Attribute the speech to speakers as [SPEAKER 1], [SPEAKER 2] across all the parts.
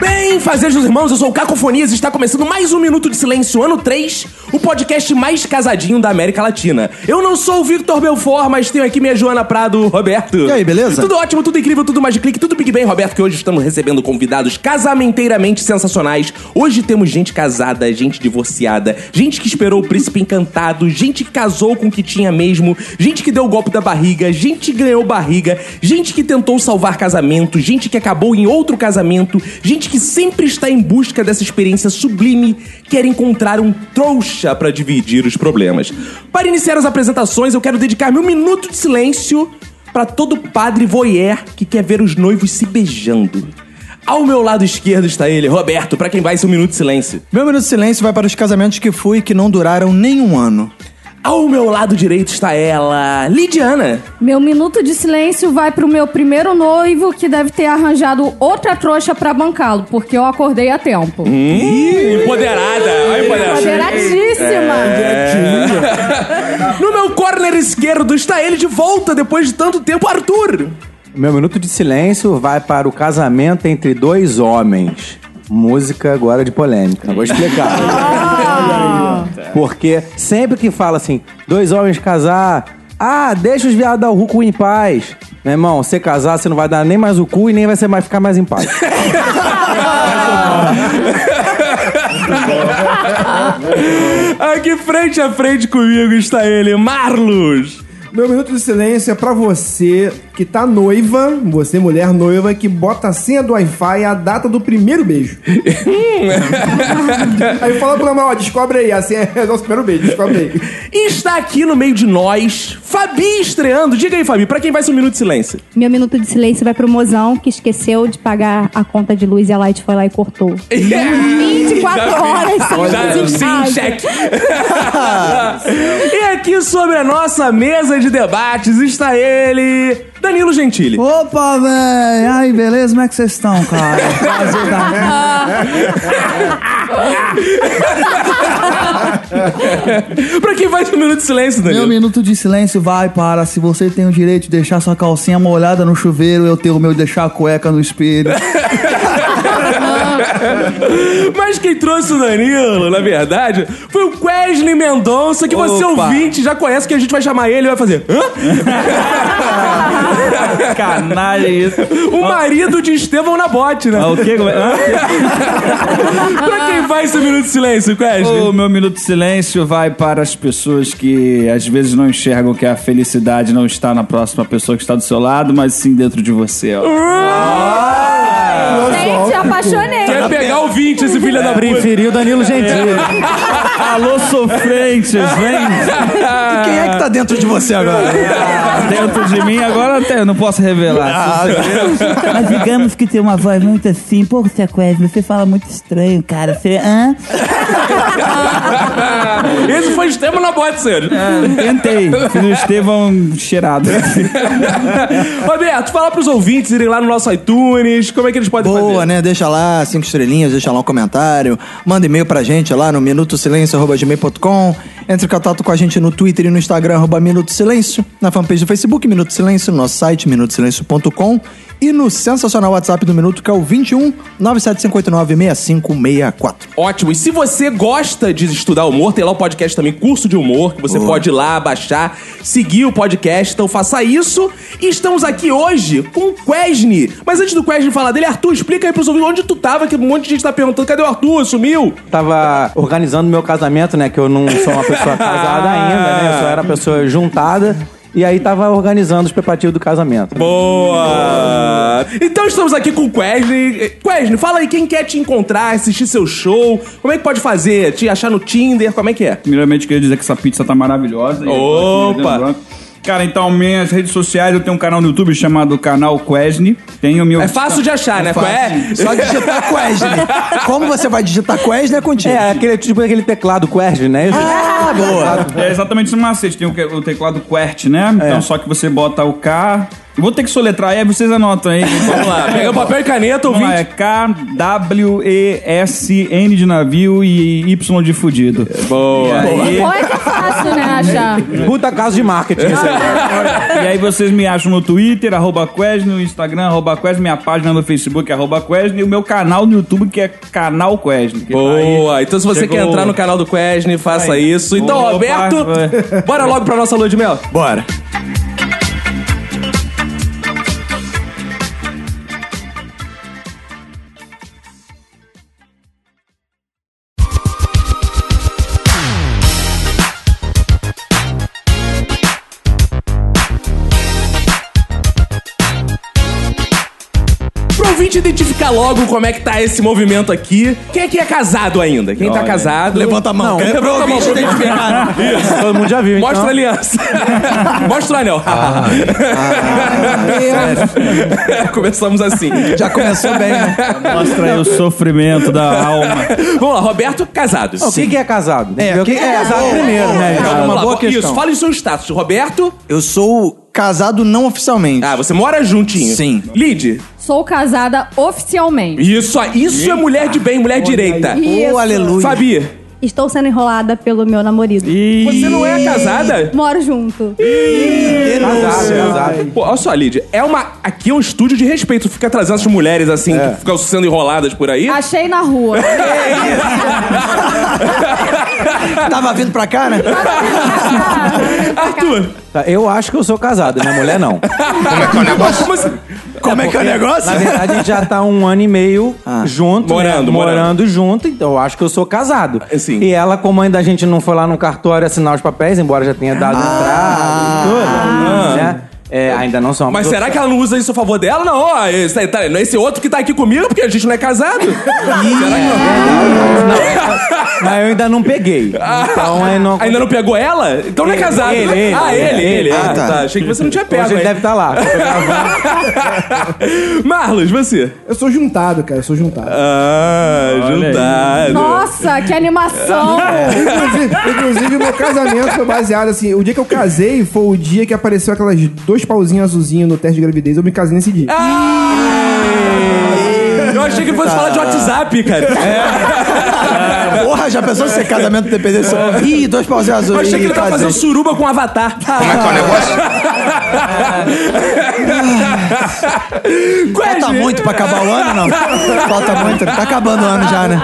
[SPEAKER 1] Bem, fazejos irmãos, eu sou o Cacofonias e está começando mais um Minuto de Silêncio, ano 3, o podcast mais casadinho da América Latina. Eu não sou o Victor Belfort, mas tenho aqui minha Joana Prado, Roberto. E
[SPEAKER 2] aí, beleza?
[SPEAKER 1] Tudo ótimo, tudo incrível, tudo mais de clique, tudo Big Bang, Roberto, que hoje estamos recebendo convidados casamenteiramente sensacionais. Hoje temos gente casada, gente divorciada, gente que esperou o príncipe encantado, gente que casou com o que tinha mesmo, gente que deu o golpe da barriga, gente que ganhou barriga, gente que tentou salvar casamento, gente que acabou em outro casamento, gente que sempre está em busca dessa experiência sublime, quer encontrar um trouxa para dividir os problemas. Para iniciar as apresentações, eu quero dedicar meu minuto de silêncio para todo padre voyeur que quer ver os noivos se beijando. Ao meu lado esquerdo está ele, Roberto, para quem vai ser um minuto de silêncio.
[SPEAKER 2] Meu minuto de silêncio vai para os casamentos que fui que não duraram nem um ano.
[SPEAKER 1] Ao meu lado direito está ela, Lidiana.
[SPEAKER 3] Meu minuto de silêncio vai pro meu primeiro noivo que deve ter arranjado outra trouxa pra bancá-lo, porque eu acordei a tempo.
[SPEAKER 1] Hum.
[SPEAKER 3] É.
[SPEAKER 1] Empoderada, olha
[SPEAKER 3] Empoderadíssima!
[SPEAKER 1] É. No meu corner esquerdo está ele de volta depois de tanto tempo, Arthur.
[SPEAKER 4] Meu minuto de silêncio vai para o casamento entre dois homens. Música agora de polêmica. Vou explicar.
[SPEAKER 2] Ah!
[SPEAKER 4] Porque sempre que fala assim, dois homens casar, ah, deixa os viados dar o cu em paz. Meu irmão, você casar, você não vai dar nem mais o cu e nem vai ser mais, ficar mais em paz.
[SPEAKER 1] Aqui frente a frente comigo está ele, Marlos.
[SPEAKER 5] Meu minuto de silêncio é pra você que tá noiva, você mulher noiva, que bota a senha do Wi-Fi e a data do primeiro beijo. aí fala pro namorado, ó, descobre aí, a senha é nosso primeiro beijo, descobre aí.
[SPEAKER 1] E está aqui no meio de nós, Fabi estreando. Diga aí, Fabi, pra quem vai ser um minuto de silêncio?
[SPEAKER 6] Meu minuto de silêncio vai pro mozão que esqueceu de pagar a conta de luz e a Light foi lá e cortou. 24 horas sem
[SPEAKER 1] Já,
[SPEAKER 6] luz em casa.
[SPEAKER 1] sim, cheque. e aqui sobre a nossa mesa de debates está ele, Danilo Gentili.
[SPEAKER 2] Opa, véi! Ai, beleza? Como é que vocês estão, cara? Prazer, tá?
[SPEAKER 1] pra quem vai ser um minuto de silêncio,
[SPEAKER 7] Meu
[SPEAKER 1] Danilo?
[SPEAKER 7] minuto de silêncio vai para se você tem o direito de deixar sua calcinha molhada no chuveiro, eu tenho o meu de deixar a cueca no espelho.
[SPEAKER 1] Mas quem trouxe o Danilo, na verdade, foi o Wesley Mendonça, que você
[SPEAKER 4] Opa.
[SPEAKER 1] ouvinte já conhece, que a gente vai chamar ele e vai fazer. Hã?
[SPEAKER 4] Canalha isso.
[SPEAKER 1] O
[SPEAKER 2] Ah.
[SPEAKER 1] marido de Estevão na bote, né?
[SPEAKER 4] O quê? Como é? Hã?
[SPEAKER 1] pra quem vai esse minuto de silêncio, Wesley?
[SPEAKER 4] O meu minuto de silêncio vai para as pessoas que às vezes não enxergam que a felicidade não está na próxima pessoa que está do seu lado, mas sim dentro de você. Ó.
[SPEAKER 3] Gente, apaixonei!
[SPEAKER 1] Ah, Quer pegar o 20, esse filho da puta.
[SPEAKER 4] Preferiu Danilo Gentili. Alô, sofrentes, vem
[SPEAKER 2] Quem é que tá dentro de você agora?
[SPEAKER 4] Ah, dentro de mim. Agora até eu não posso revelar.
[SPEAKER 2] Ah,
[SPEAKER 8] Mas digamos que tem uma voz muito assim, pô, você é Wesley, você fala muito estranho, cara. Você. Hã?
[SPEAKER 1] Esse foi Estevão na bote, senhor.
[SPEAKER 2] É.
[SPEAKER 4] Tentei. Fiz o Estevão cheirado.
[SPEAKER 1] Roberto, fala pros ouvintes irem lá no nosso iTunes, como é que eles podem
[SPEAKER 2] Boa,
[SPEAKER 1] fazer?
[SPEAKER 2] né? Deixa lá cinco estrelinhas, deixa lá um comentário. Manda e-mail pra gente lá no minutosilencio.com. Entre em contato com a gente no Twitter e no Instagram, arroba Minuto Silêncio. Na fanpage do Facebook, Minuto Silêncio. No nosso site, minutosilencio.com. E no sensacional WhatsApp do Minuto, que é o 21 97589 6564.
[SPEAKER 1] Ótimo. E se você gosta de estudar humor, tem lá o podcast também, Curso de Humor, que você pode ir lá baixar, seguir o podcast, então faça isso. E estamos aqui hoje com o Quesne. Mas antes do Quesne falar dele, Arthur, explica aí pros ouvintes onde tu tava, que um monte de gente tá perguntando, cadê o Arthur? Sumiu?
[SPEAKER 4] Tava organizando meu casamento, né? Que eu não sou uma pessoa casada ainda, né? Eu só era pessoa juntada. E aí tava organizando os preparativos do casamento.
[SPEAKER 1] Boa! Então estamos aqui com o Quesne. Quesne, fala aí quem quer te encontrar, assistir seu show, como é que pode fazer? Te achar no Tinder, como é que é?
[SPEAKER 9] Primeiramente, queria dizer que essa pizza tá maravilhosa. E eu tô aqui
[SPEAKER 1] Opa!
[SPEAKER 9] lembrando Cara, então minhas redes sociais, eu tenho um canal no YouTube chamado Canal Quesne. Tenho meu
[SPEAKER 1] É fácil de achar, né? Qué?
[SPEAKER 2] Só tá- digitar Quesne. Como você vai digitar Quesne é contigo.
[SPEAKER 4] É, aquele, tipo aquele teclado Quesne, né?
[SPEAKER 2] Ah, boa.
[SPEAKER 9] É exatamente esse macete. Tem o, que- o teclado QWERT, né?
[SPEAKER 1] É.
[SPEAKER 9] Então, só que você bota o K. Eu Vou ter que soletrar aí, vocês anotam aí.
[SPEAKER 1] Vamos lá, pega o papel e caneta,
[SPEAKER 9] Vamos lá,
[SPEAKER 1] ouvinte.
[SPEAKER 9] é K-W-E-S-N de navio e Y de fudido.
[SPEAKER 1] Boa.
[SPEAKER 9] E aí,
[SPEAKER 3] Ou é que é fácil, né, achar?
[SPEAKER 4] Puta caso de marketing. isso aí.
[SPEAKER 9] e aí vocês me acham no Twitter, arroba Quest, no Instagram, arroba Quest, minha página no Facebook, arroba Quest, e o meu canal no YouTube, que é Canal Quest. que tá aí.
[SPEAKER 1] Boa. Então, se você
[SPEAKER 9] Chegou.
[SPEAKER 1] quer entrar no canal do Quesne, faça
[SPEAKER 9] Aí.
[SPEAKER 1] isso. Então,
[SPEAKER 9] Opa,
[SPEAKER 1] Roberto,
[SPEAKER 9] vai.
[SPEAKER 1] bora logo pra nossa lua de mel.
[SPEAKER 2] Bora.
[SPEAKER 1] Pro ouvinte identificar logo como é que tá esse movimento aqui. Quem é que é casado ainda? Quem tá
[SPEAKER 9] Olha.
[SPEAKER 1] casado?
[SPEAKER 2] Levanta a mão.
[SPEAKER 1] Não,
[SPEAKER 2] Quero
[SPEAKER 1] levanta a mão.
[SPEAKER 2] ouvinte identificar.
[SPEAKER 4] Todo mundo já viu, então.
[SPEAKER 1] Mostra a aliança. Mostra o anel. Começamos assim.
[SPEAKER 2] Já começou bem, né?
[SPEAKER 9] Mostra aí o sofrimento da alma.
[SPEAKER 1] Vamos lá, Roberto, casado.
[SPEAKER 4] O que, que é casado? É, o que é casado primeiro, né?
[SPEAKER 1] Calma,
[SPEAKER 4] cara?
[SPEAKER 1] vamos lá.
[SPEAKER 4] boa
[SPEAKER 1] Isso, fala o seu status. Roberto,
[SPEAKER 2] Eu sou casado não oficialmente.
[SPEAKER 1] ah, você mora juntinho.
[SPEAKER 2] Sim.
[SPEAKER 1] Lid,
[SPEAKER 3] Sou casada oficialmente.
[SPEAKER 1] isso, aí, isso é mulher de bem, mulher direita.
[SPEAKER 2] Oh,
[SPEAKER 6] Isso.
[SPEAKER 2] aleluia.
[SPEAKER 1] Fabi,
[SPEAKER 6] Estou sendo enrolada pelo meu namorado.
[SPEAKER 1] você não é casada?
[SPEAKER 6] Moro junto.
[SPEAKER 4] É, Casado, casado.
[SPEAKER 1] Pô, olha só, Lid, é uma. Aqui é um estúdio de respeito. Fica trazendo essas mulheres assim, que ficam sendo enroladas por aí. Ah,
[SPEAKER 3] Achei na rua.
[SPEAKER 2] Tava vindo pra cá, né?
[SPEAKER 1] Arthur!
[SPEAKER 4] Tá, Eu acho que eu sou casado, minha mulher não.
[SPEAKER 1] Como é que é o negócio? Como assim?
[SPEAKER 2] Como é que é o negócio?
[SPEAKER 4] Na verdade, a gente já tá um ano e meio
[SPEAKER 2] Ah.
[SPEAKER 4] junto. né?
[SPEAKER 1] Morando, morando.
[SPEAKER 4] junto, então eu acho que eu sou casado.
[SPEAKER 1] É, sim.
[SPEAKER 4] E ela, como ainda a gente não foi lá no cartório assinar os papéis, embora já tenha dado
[SPEAKER 2] Ah.
[SPEAKER 4] entrada e tudo, né? É, ainda não são
[SPEAKER 1] Mas será que ela não usa isso a favor dela? Não, ó, esse, aí tá- não é esse outro que tá aqui comigo, porque a gente não é casado. será que não?
[SPEAKER 4] Mas eu ainda não peguei. Então aí não.
[SPEAKER 1] Ainda não pegou ela? Então não é
[SPEAKER 4] Ele,
[SPEAKER 1] casado.
[SPEAKER 4] ele,
[SPEAKER 1] né?
[SPEAKER 4] ele,
[SPEAKER 1] ah, ele, ele.
[SPEAKER 4] ele.
[SPEAKER 1] Ah,
[SPEAKER 2] Ah,
[SPEAKER 1] tá.
[SPEAKER 2] tá.
[SPEAKER 1] Achei que você não tinha
[SPEAKER 4] Hoje
[SPEAKER 1] pego.
[SPEAKER 4] ele
[SPEAKER 1] hein?
[SPEAKER 4] deve estar lá.
[SPEAKER 1] Marlos, você.
[SPEAKER 5] Eu sou juntado, cara, eu sou juntado.
[SPEAKER 1] Ah, juntado.
[SPEAKER 3] Nossa, que animação!
[SPEAKER 1] É.
[SPEAKER 5] Inclusive, inclusive, meu casamento foi baseado assim. O dia que eu casei foi o dia que apareceu aquelas dois pauzinhos azulzinhos no teste de gravidez. Eu me casei nesse dia.
[SPEAKER 1] Eu achei que fosse falar
[SPEAKER 9] Tá.
[SPEAKER 1] de WhatsApp, cara.
[SPEAKER 9] É,
[SPEAKER 2] Porra, já pensou se é casamento dependente? só- Ih, dois pauzinhos azuis.
[SPEAKER 1] Eu achei que ele tava
[SPEAKER 2] Ih, casei.
[SPEAKER 1] fazendo suruba com um avatar. Como é que é o negócio?
[SPEAKER 4] um
[SPEAKER 2] Falta muito pra acabar o ano, não? Falta muito. Tá acabando o ano já, né?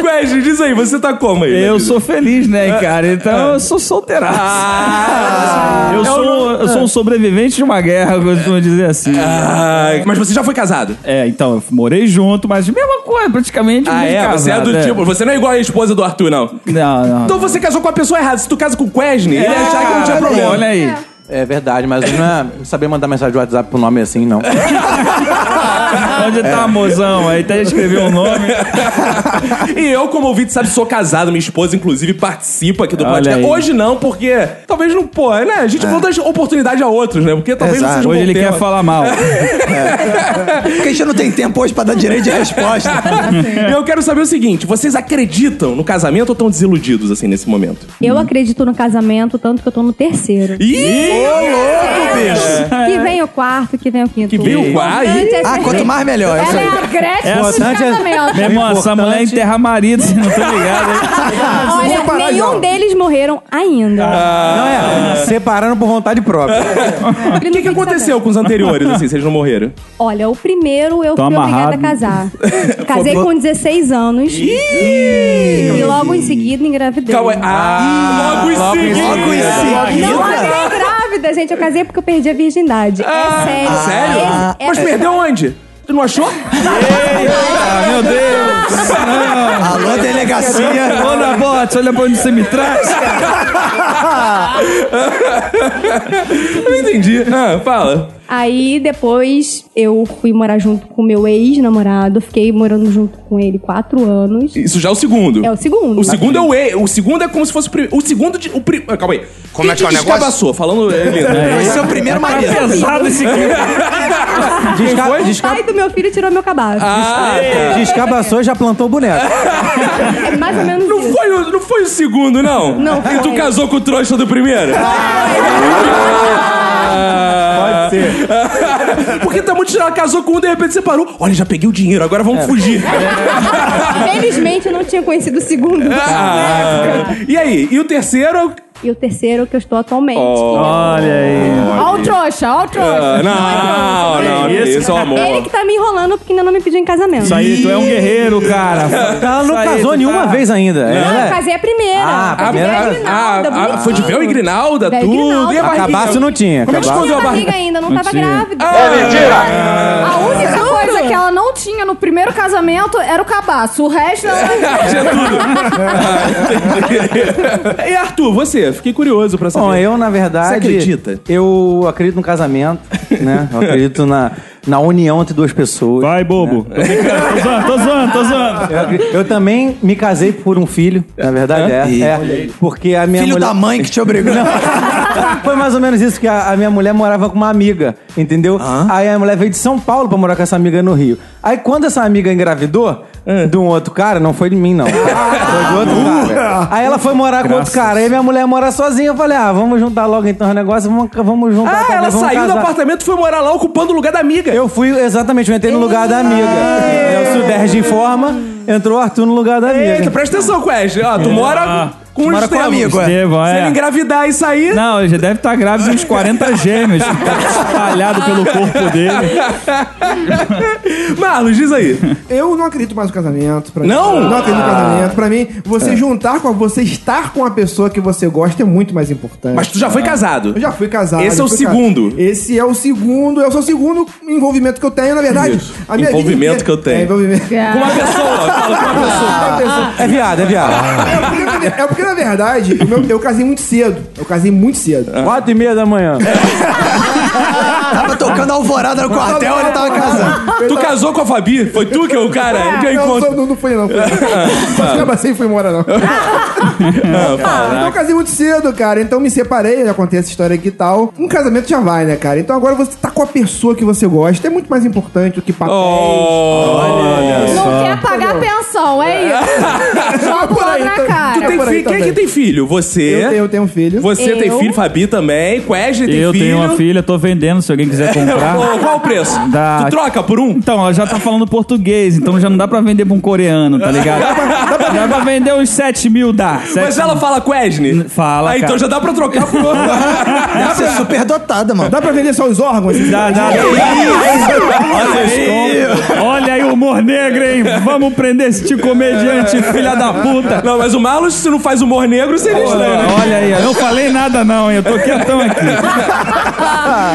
[SPEAKER 1] Quest, diz aí, você tá como aí?
[SPEAKER 9] Eu sou feliz, né, cara? Então eu sou solteiraço.
[SPEAKER 1] Ah!
[SPEAKER 9] eu, sou, eu sou um sobrevivente de uma guerra, eu costumo dizer assim.
[SPEAKER 1] Ah, mas você já foi casado?
[SPEAKER 9] É, então, eu morei junto, mas mesma coisa, praticamente.
[SPEAKER 1] Ah,
[SPEAKER 9] mesmo
[SPEAKER 1] é? Você é
[SPEAKER 9] casado,
[SPEAKER 1] do tipo. Você não é igual a esposa do Arthur, não.
[SPEAKER 9] Não, não.
[SPEAKER 1] Então você casou com a pessoa errada. Se tu casa com o Quesne, ele ia achar que não tinha
[SPEAKER 9] Ah,
[SPEAKER 1] problema. né?
[SPEAKER 9] Olha aí.
[SPEAKER 4] É verdade, mas não é saber mandar mensagem de WhatsApp pro nome assim, não.
[SPEAKER 2] É
[SPEAKER 1] É.
[SPEAKER 9] Onde tá mozão? Aí até escreveu um nome.
[SPEAKER 1] E eu, como ouvinte, sabe, sou casado. Minha esposa, inclusive, participa aqui do
[SPEAKER 9] Olha
[SPEAKER 1] podcast.
[SPEAKER 9] aí. É.
[SPEAKER 1] Hoje não, porque talvez não, pô, né? A gente volta dar oportunidade a outros, né? Porque talvez não
[SPEAKER 2] Exato.
[SPEAKER 1] seja um
[SPEAKER 9] Hoje
[SPEAKER 1] bom
[SPEAKER 9] ele
[SPEAKER 1] tema.
[SPEAKER 9] quer falar mal.
[SPEAKER 2] Porque a gente não tem tempo hoje pra dar direito de resposta.
[SPEAKER 1] E eu quero saber o seguinte: vocês acreditam no casamento ou estão desiludidos, assim, nesse momento?
[SPEAKER 6] Eu acredito no casamento, tanto que eu tô no terceiro.
[SPEAKER 1] Ih! louco, bicho!
[SPEAKER 6] Que vem o quarto, que vem o quinto.
[SPEAKER 1] Que vem o quarto?
[SPEAKER 6] Importante é
[SPEAKER 2] Ah,
[SPEAKER 6] ser-
[SPEAKER 2] quanto mais melhor. é isso
[SPEAKER 3] Ela
[SPEAKER 2] aí.
[SPEAKER 3] é a Gretchen
[SPEAKER 9] Essa-
[SPEAKER 3] do
[SPEAKER 1] é
[SPEAKER 9] Meu
[SPEAKER 3] casamento.
[SPEAKER 9] irmão, assim. essa
[SPEAKER 4] Importante-
[SPEAKER 9] mulher enterra marido, vocês não estão ligados. hein?
[SPEAKER 6] Olha,
[SPEAKER 5] parar
[SPEAKER 6] nenhum
[SPEAKER 5] já.
[SPEAKER 6] deles morreram
[SPEAKER 1] Ah.
[SPEAKER 6] ainda.
[SPEAKER 4] Não é. Separaram por vontade própria.
[SPEAKER 6] O
[SPEAKER 1] O que, que aconteceu com os anteriores, assim, vocês não morreram?
[SPEAKER 6] Olha, o primeiro eu
[SPEAKER 9] Tô
[SPEAKER 6] fui
[SPEAKER 9] amarrado.
[SPEAKER 6] obrigada a casar. Casei
[SPEAKER 2] Pô, pô.
[SPEAKER 6] com 16 anos. E logo em seguida engravidei.
[SPEAKER 1] Calma aí. é? Ah, logo em seguida.
[SPEAKER 2] Logo em
[SPEAKER 6] Não
[SPEAKER 2] seguida.
[SPEAKER 6] casei grávida, gente. Eu casei porque eu perdi a virgindade. é
[SPEAKER 1] Ah,
[SPEAKER 6] sério.
[SPEAKER 1] Sério?
[SPEAKER 6] Esse-
[SPEAKER 1] Mas
[SPEAKER 6] é-
[SPEAKER 1] perdeu onde? Tu não achou?
[SPEAKER 9] Ah, meu Deus!
[SPEAKER 2] Alô, delegacia.
[SPEAKER 9] Olha, bote, olha pra onde você me traz.
[SPEAKER 1] Eu entendi. Ah, fala.
[SPEAKER 6] Aí depois eu fui morar junto com meu ex-namorado, fiquei morando junto com ele quatro anos.
[SPEAKER 1] Isso já é o segundo.
[SPEAKER 6] É o segundo.
[SPEAKER 1] O segundo é o E. O segundo é como se fosse o primeiro. O segundo de. O pri... ah, Calma aí.
[SPEAKER 10] Como é que é o negócio?
[SPEAKER 1] Descabaçou, falando. É, lindo.
[SPEAKER 10] Vai ser o primeiro Tá marido. pesado esse
[SPEAKER 4] Desca-
[SPEAKER 6] O
[SPEAKER 4] desca-
[SPEAKER 6] pai do meu filho tirou meu cabaço.
[SPEAKER 1] Ah.
[SPEAKER 10] é.
[SPEAKER 4] Descabaçou e já plantou o boneco.
[SPEAKER 6] É mais ou menos
[SPEAKER 1] Não foi, o- não foi o segundo, não?
[SPEAKER 6] Não
[SPEAKER 1] E tu
[SPEAKER 6] foi.
[SPEAKER 1] casou com o trouxa do primeiro? Pode ser. Porque tá muito tirado, casou com um, de repente separou. Olha, já peguei o dinheiro, agora vamos fugir.
[SPEAKER 6] Felizmente eu não tinha conhecido o segundo.
[SPEAKER 1] Ah, e aí? E o terceiro?
[SPEAKER 6] E o terceiro que eu estou atualmente.
[SPEAKER 1] Oh, Olha aí.
[SPEAKER 3] Ó o trouxa, ó o trouxa.
[SPEAKER 1] Ah, não, não, não, isso é o amor.
[SPEAKER 6] Ele que tá me enrolando porque ainda não me pediu em casamento.
[SPEAKER 9] Isso aí, tu é um guerreiro, cara.
[SPEAKER 4] Ela não
[SPEAKER 9] Isso aí,
[SPEAKER 4] casou
[SPEAKER 9] tu
[SPEAKER 4] nenhuma
[SPEAKER 9] tá-
[SPEAKER 4] vez ainda.
[SPEAKER 9] Não.
[SPEAKER 6] Não, eu
[SPEAKER 4] Ela-
[SPEAKER 6] casei a primeira.
[SPEAKER 4] Ah,
[SPEAKER 6] Eu
[SPEAKER 4] a
[SPEAKER 6] tive
[SPEAKER 4] primeira-
[SPEAKER 6] a tá Grinalda,
[SPEAKER 1] né? Ah,
[SPEAKER 6] bonitinho.
[SPEAKER 1] foi de véu e grinalda,
[SPEAKER 6] Véu e
[SPEAKER 1] tudo.
[SPEAKER 6] grinalda.
[SPEAKER 1] E a barriga?
[SPEAKER 4] Cabaço não tinha,
[SPEAKER 1] Como é que
[SPEAKER 4] cabaço.
[SPEAKER 1] escondeu
[SPEAKER 6] Minha
[SPEAKER 1] a
[SPEAKER 6] barriga
[SPEAKER 1] barriga?
[SPEAKER 6] ainda não tava
[SPEAKER 9] tinha.
[SPEAKER 6] grávida.
[SPEAKER 1] Ah,
[SPEAKER 4] É,
[SPEAKER 1] É
[SPEAKER 2] Ah.
[SPEAKER 3] A única coisa que ela não tinha no primeiro casamento era o cabaço. O resto ela.
[SPEAKER 1] Tinha Ah, é tudo. e Arthur, você? Fiquei curioso pra saber.
[SPEAKER 4] Bom,
[SPEAKER 2] É.
[SPEAKER 4] eu, na verdade.
[SPEAKER 1] Você acredita?
[SPEAKER 4] Eu acredito no casamento, né? Eu acredito na, na união entre duas pessoas.
[SPEAKER 9] Vai, bobo. Tô brincando, tô zoando, tô zoando, tô zoando.
[SPEAKER 4] Eu, acre- eu também me casei por um filho, na verdade, é. é. porque a minha
[SPEAKER 2] Filho
[SPEAKER 4] mulher...
[SPEAKER 2] da mãe que te obrigou.
[SPEAKER 4] Foi mais ou menos isso, que a, a minha mulher morava com uma amiga, entendeu? Aí a mulher veio de São Paulo pra morar com essa amiga no Rio. Aí quando essa amiga engravidou de um outro cara, não foi de mim, não. tá? Foi de outro
[SPEAKER 1] Uh!
[SPEAKER 4] cara. Aí ela foi morar com outro cara. Aí minha mulher mora sozinha. Eu falei, ah, vamos juntar logo então o negócio, vamos, vamos juntar.
[SPEAKER 1] Ah,
[SPEAKER 4] também,
[SPEAKER 1] ela
[SPEAKER 4] vamos
[SPEAKER 1] saiu do
[SPEAKER 4] casar.
[SPEAKER 1] apartamento e foi morar lá ocupando o lugar da amiga.
[SPEAKER 4] Eu fui, exatamente, eu entrei no lugar da amiga. É, O Suderge informa, entrou o Arthur no lugar da amiga.
[SPEAKER 1] Eita, presta atenção, Quest. Ó, tu mora com o
[SPEAKER 2] mora com
[SPEAKER 1] Estevam.
[SPEAKER 2] amigo, é.
[SPEAKER 9] Estevam,
[SPEAKER 1] Se
[SPEAKER 9] é.
[SPEAKER 1] ele engravidar e sair...
[SPEAKER 9] Não, ele já deve estar grávido de uns 40 gêmeos. que Tá espalhado pelo corpo dele.
[SPEAKER 1] Marlos, diz aí.
[SPEAKER 5] Eu não acredito mais no casamento. Pra
[SPEAKER 1] Não? Ah. É.
[SPEAKER 5] Mim. Não acredito no casamento. Pra mim, você juntar com a, você estar com a pessoa que você gosta é muito mais importante.
[SPEAKER 1] Mas tu já foi casado.
[SPEAKER 5] Eu já fui casado.
[SPEAKER 1] Esse é o
[SPEAKER 5] fui ca-
[SPEAKER 1] segundo.
[SPEAKER 5] Esse é o segundo. É o seu segundo envolvimento que eu tenho, na verdade.
[SPEAKER 1] Isso. Envolvimento
[SPEAKER 5] vida-
[SPEAKER 1] que eu tenho.
[SPEAKER 5] É, envolvimento.
[SPEAKER 1] Com uma pessoa. Fala com uma pessoa.
[SPEAKER 5] Uma pessoa-
[SPEAKER 4] É viado, é viado.
[SPEAKER 5] É porque, na ver- é porque, na verdade, o meu- eu casei muito cedo. Eu casei muito cedo.
[SPEAKER 4] Quatro e meia da manhã.
[SPEAKER 2] Tava tocando alvorada no quartel, ele tava casando.
[SPEAKER 1] Tu casou com a Fabi? Foi tu que é o cara? que eu
[SPEAKER 5] não,
[SPEAKER 1] encontro.
[SPEAKER 5] sou- não, não foi, não. Foi.
[SPEAKER 1] Ah,
[SPEAKER 5] Acaba sem foi embora, não. Então eu casei muito cedo, cara. Então me separei, já contei essa história aqui e tal. Um casamento já vai, né, cara? Então agora você tá com a pessoa que você gosta. É muito mais importante do que
[SPEAKER 1] Oh.
[SPEAKER 5] papéis.
[SPEAKER 3] tipo, Não quer pagar a pensão, é isso. Joga
[SPEAKER 5] Por aí,
[SPEAKER 3] logo na
[SPEAKER 5] então,
[SPEAKER 3] cara.
[SPEAKER 1] Tu tem
[SPEAKER 5] por aí
[SPEAKER 1] filho? Quem é que
[SPEAKER 5] também.
[SPEAKER 1] tem filho? Você.
[SPEAKER 5] Eu tenho, eu tenho um filho.
[SPEAKER 1] Você tem
[SPEAKER 6] Eu.
[SPEAKER 1] filho, Fabi também. Quest tem
[SPEAKER 9] Eu
[SPEAKER 1] filho.
[SPEAKER 9] tenho uma filha, tô vendendo, se alguém quiser comprar.
[SPEAKER 1] Qual, qual o preço?
[SPEAKER 9] Da-
[SPEAKER 1] Tu troca por um?
[SPEAKER 9] Então, ela já tá falando português, então já não dá pra vender pra um coreano, tá ligado? Dá pra vender uns 7 mil, dá.
[SPEAKER 1] Mas
[SPEAKER 9] Sete-
[SPEAKER 1] ela fala Quesne?
[SPEAKER 9] Fala,
[SPEAKER 1] Ah, então
[SPEAKER 9] cara.
[SPEAKER 1] já dá pra trocar por outro. é
[SPEAKER 2] Deve ser super dotada, mano.
[SPEAKER 5] Dá pra vender só os órgãos?
[SPEAKER 9] Dá, dá. Olha aí, Olha aí o humor negro, hein? Vamos prender esse tio comediante, filha da puta.
[SPEAKER 1] Não, mas o Marlos, se não faz humor negro, seria estranho. né?
[SPEAKER 9] Olha aí, eu não falei nada não, hein? Eu tô quietão aqui.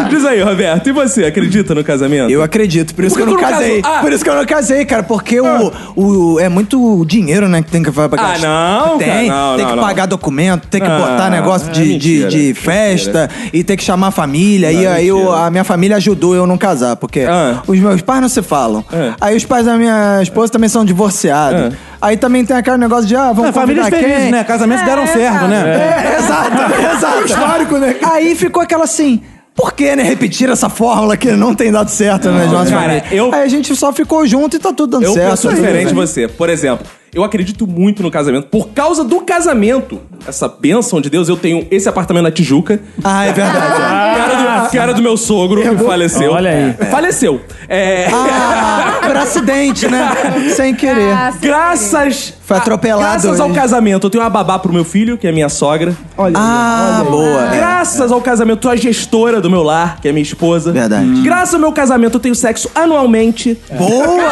[SPEAKER 1] Diz aí, Roberto, e você? Acredita no casamento?
[SPEAKER 2] Eu acredito, por isso
[SPEAKER 1] Por
[SPEAKER 2] que eu
[SPEAKER 1] que
[SPEAKER 2] não
[SPEAKER 1] tu não
[SPEAKER 2] casei.
[SPEAKER 1] casou? Ah.
[SPEAKER 2] Por isso que eu não casei, cara, porque o, o é muito dinheiro, né, que tem que fazer pra
[SPEAKER 1] Ah,
[SPEAKER 2] gastar.
[SPEAKER 1] não, cara,
[SPEAKER 2] tem,
[SPEAKER 1] não,
[SPEAKER 2] tem
[SPEAKER 1] não,
[SPEAKER 2] que
[SPEAKER 1] não.
[SPEAKER 2] pagar documento, tem que
[SPEAKER 1] Ah,
[SPEAKER 2] botar negócio de,
[SPEAKER 1] é
[SPEAKER 2] de-
[SPEAKER 1] mentira,
[SPEAKER 2] de
[SPEAKER 1] mentira. é
[SPEAKER 2] festa e tem que chamar a família. e aí eu- a minha família ajudou eu não casar, porque
[SPEAKER 1] Ah.
[SPEAKER 2] os meus pais não se falam.
[SPEAKER 1] Ah.
[SPEAKER 2] Aí os pais da minha esposa também são divorciados. Aí também tem aquele negócio de, ah, vamos
[SPEAKER 4] É, famílias
[SPEAKER 2] convidar
[SPEAKER 4] felizes,
[SPEAKER 2] quem?
[SPEAKER 4] né? Casamentos deram certo, né?
[SPEAKER 2] É, exato, exato. Histórico, né? Aí ficou aquela assim. Por que, né? Repetir essa fórmula que não tem dado certo né, nas nossas
[SPEAKER 1] cara,
[SPEAKER 2] famílias?
[SPEAKER 1] é, eu-
[SPEAKER 2] Aí a gente só ficou junto e tá tudo dando
[SPEAKER 1] Eu
[SPEAKER 2] certo.
[SPEAKER 1] penso
[SPEAKER 2] tudo
[SPEAKER 1] diferente de
[SPEAKER 2] bem.
[SPEAKER 1] você. Por exemplo, eu acredito muito no casamento. Por causa do casamento, essa bênção de Deus, eu tenho esse apartamento na Tijuca,
[SPEAKER 2] Ah, é verdade.
[SPEAKER 1] que, era do, que era do meu sogro, que faleceu.
[SPEAKER 9] Olha aí.
[SPEAKER 1] Faleceu. É,
[SPEAKER 2] Ah, por acidente, né? Sem querer.
[SPEAKER 3] Ah, sim.
[SPEAKER 1] graças...
[SPEAKER 2] Foi atropelado
[SPEAKER 1] Graças ao
[SPEAKER 2] hoje.
[SPEAKER 1] casamento. Eu tenho uma babá pro meu filho, que é minha sogra.
[SPEAKER 5] Olha,
[SPEAKER 2] Ah, boa.
[SPEAKER 1] Graças ao casamento, a gestora do meu lar, que é minha esposa. Hum.
[SPEAKER 2] Verdade.
[SPEAKER 1] Graças ao meu casamento, eu tenho sexo anualmente.
[SPEAKER 2] Boa!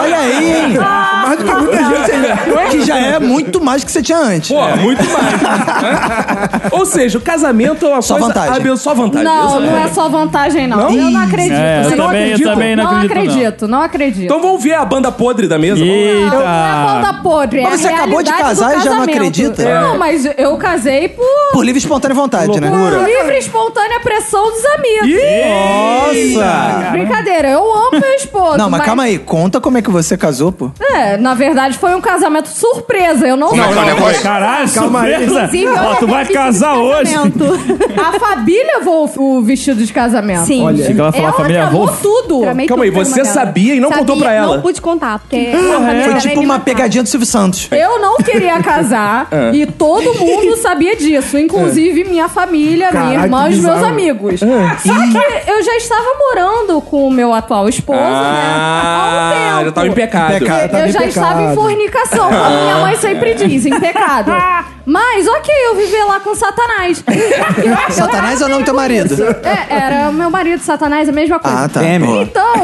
[SPEAKER 2] Olha aí, hein?
[SPEAKER 5] tá mais do que muita gente ainda.
[SPEAKER 1] Não é
[SPEAKER 2] que já é muito mais que você tinha antes. Pô,
[SPEAKER 1] muito mais. É. Ou seja, o casamento é uma
[SPEAKER 2] Só
[SPEAKER 1] coisa...
[SPEAKER 2] vantagem.
[SPEAKER 1] aben- Só vantagem.
[SPEAKER 3] Não, não é só vantagem, não.
[SPEAKER 1] Não?
[SPEAKER 3] Eu não acredito.
[SPEAKER 1] É, eu
[SPEAKER 3] Você não
[SPEAKER 1] também- eu
[SPEAKER 3] acredita?
[SPEAKER 1] também não acredito, não.
[SPEAKER 3] acredito, não acredito.
[SPEAKER 1] Então vamos ver a banda podre da mesa. Eita!
[SPEAKER 3] Não é banda podre, é
[SPEAKER 2] Então, Mas você
[SPEAKER 3] a
[SPEAKER 2] acabou de
[SPEAKER 3] realidade do
[SPEAKER 2] casar e já não
[SPEAKER 3] casamento.
[SPEAKER 2] acredita?
[SPEAKER 3] Não,
[SPEAKER 2] É.
[SPEAKER 3] mas eu casei por...
[SPEAKER 2] Por livre e espontânea vontade,
[SPEAKER 3] Por
[SPEAKER 2] né?
[SPEAKER 3] livre e espontânea pressão dos amigos.
[SPEAKER 2] Ih, nossa!
[SPEAKER 3] Brincadeira, eu amo meu esposo.
[SPEAKER 2] Não, mas calma aí, conta como é que você casou, pô.
[SPEAKER 3] É, na verdade foi um casamento surpresa. Eu não
[SPEAKER 2] Como é que é o negócio?
[SPEAKER 9] Caralho,
[SPEAKER 2] Calma aí.
[SPEAKER 9] surpresa.
[SPEAKER 3] Inclusive, eu
[SPEAKER 9] Ó,
[SPEAKER 3] já
[SPEAKER 9] tu vai
[SPEAKER 3] tenho
[SPEAKER 9] casar
[SPEAKER 3] vestido de
[SPEAKER 9] hoje.
[SPEAKER 3] casamento. A Fabi levou o o vestido de casamento.
[SPEAKER 6] Sim.
[SPEAKER 1] Olha, achei que ela ia falar
[SPEAKER 3] ela
[SPEAKER 1] família
[SPEAKER 3] tramou
[SPEAKER 1] Wolf.
[SPEAKER 3] tudo.
[SPEAKER 6] Tramei
[SPEAKER 1] Calma aí,
[SPEAKER 6] tudo pra
[SPEAKER 1] você
[SPEAKER 6] uma dela.
[SPEAKER 1] sabia e não contou pra ela?
[SPEAKER 6] Não pude contar, porque... a é família
[SPEAKER 2] Foi
[SPEAKER 6] dela
[SPEAKER 2] tipo
[SPEAKER 6] me
[SPEAKER 2] uma
[SPEAKER 6] matou.
[SPEAKER 2] pegadinha do Silvio Santos.
[SPEAKER 3] Ah, é? Eu não queria casar
[SPEAKER 1] Ah.
[SPEAKER 2] É.
[SPEAKER 3] e todo mundo sabia disso, inclusive minha família, minha
[SPEAKER 2] Caraca,
[SPEAKER 3] irmã
[SPEAKER 2] que
[SPEAKER 3] e os meus
[SPEAKER 2] bizarro.
[SPEAKER 3] amigos.
[SPEAKER 1] Ah.
[SPEAKER 3] Só que eu já estava morando com o meu atual esposo, né? Há um
[SPEAKER 1] Ah,
[SPEAKER 3] tempo.
[SPEAKER 1] já tava em pecado.
[SPEAKER 3] eu já estava em fornicação, como minha mãe sempre diz, em pecado. Mas, ok, eu vivia lá com Satanás.
[SPEAKER 2] Satanás é o nome do teu marido.
[SPEAKER 3] É, era meu marido, Satanás, a mesma coisa.
[SPEAKER 2] Ah, tá. Teme.
[SPEAKER 3] Então,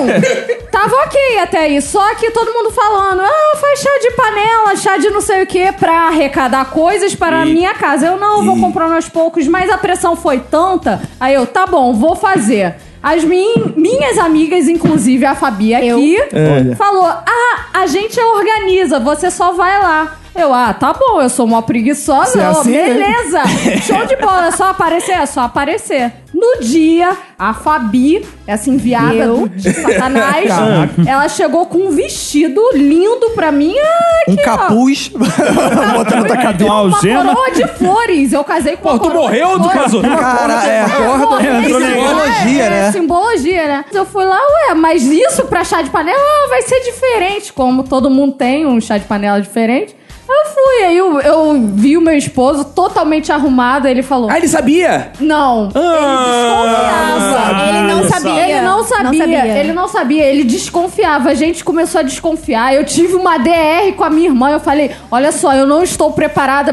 [SPEAKER 3] tava ok até aí. Só que todo mundo falando, ah, faz chá de panela, chá de não sei o que, pra arrecadar coisas para a minha casa. Eu não, vou comprando aos poucos, mas a pressão foi tanta. Aí eu, tá bom, vou fazer. As min- minhas amigas, inclusive a Fabi aqui,
[SPEAKER 10] Olha.
[SPEAKER 3] falou: Ah, a gente organiza, você só vai lá. Eu, ah, tá bom, eu sou uma preguiçosa,
[SPEAKER 10] Você é
[SPEAKER 3] ó,
[SPEAKER 10] assim, né?
[SPEAKER 3] beleza. Show de bola, é só aparecer, é só aparecer. No dia, a Fabi, essa enviada
[SPEAKER 10] Eu?
[SPEAKER 3] do- de Satanás,
[SPEAKER 10] Caraca.
[SPEAKER 3] ela chegou com um vestido lindo pra mim. Ah,
[SPEAKER 2] Um capuz.
[SPEAKER 3] Botando na
[SPEAKER 2] cadeira.
[SPEAKER 3] Uma
[SPEAKER 2] algema.
[SPEAKER 3] coroa de flores. Eu casei com Pô,
[SPEAKER 2] tu morreu ou tu casou? Cara, é, porra, entrou na simbologia,
[SPEAKER 3] é,
[SPEAKER 2] né?
[SPEAKER 3] Simbologia, né? Eu fui lá, ué, mas isso pra chá de panela ah, vai ser diferente. Como todo mundo tem um chá de panela diferente. Eu fui, aí eu, eu vi o meu esposo totalmente arrumado, ele falou... Ah,
[SPEAKER 1] ele sabia?
[SPEAKER 3] Não.
[SPEAKER 10] Ah,
[SPEAKER 3] ele
[SPEAKER 10] não sabia.
[SPEAKER 3] desconfiava. Ele não sabia.
[SPEAKER 10] Não sabia.
[SPEAKER 3] Ele não sabia, ele desconfiava. A gente começou a desconfiar. Eu tive uma DR com a minha irmã, eu falei, olha só, eu não estou preparada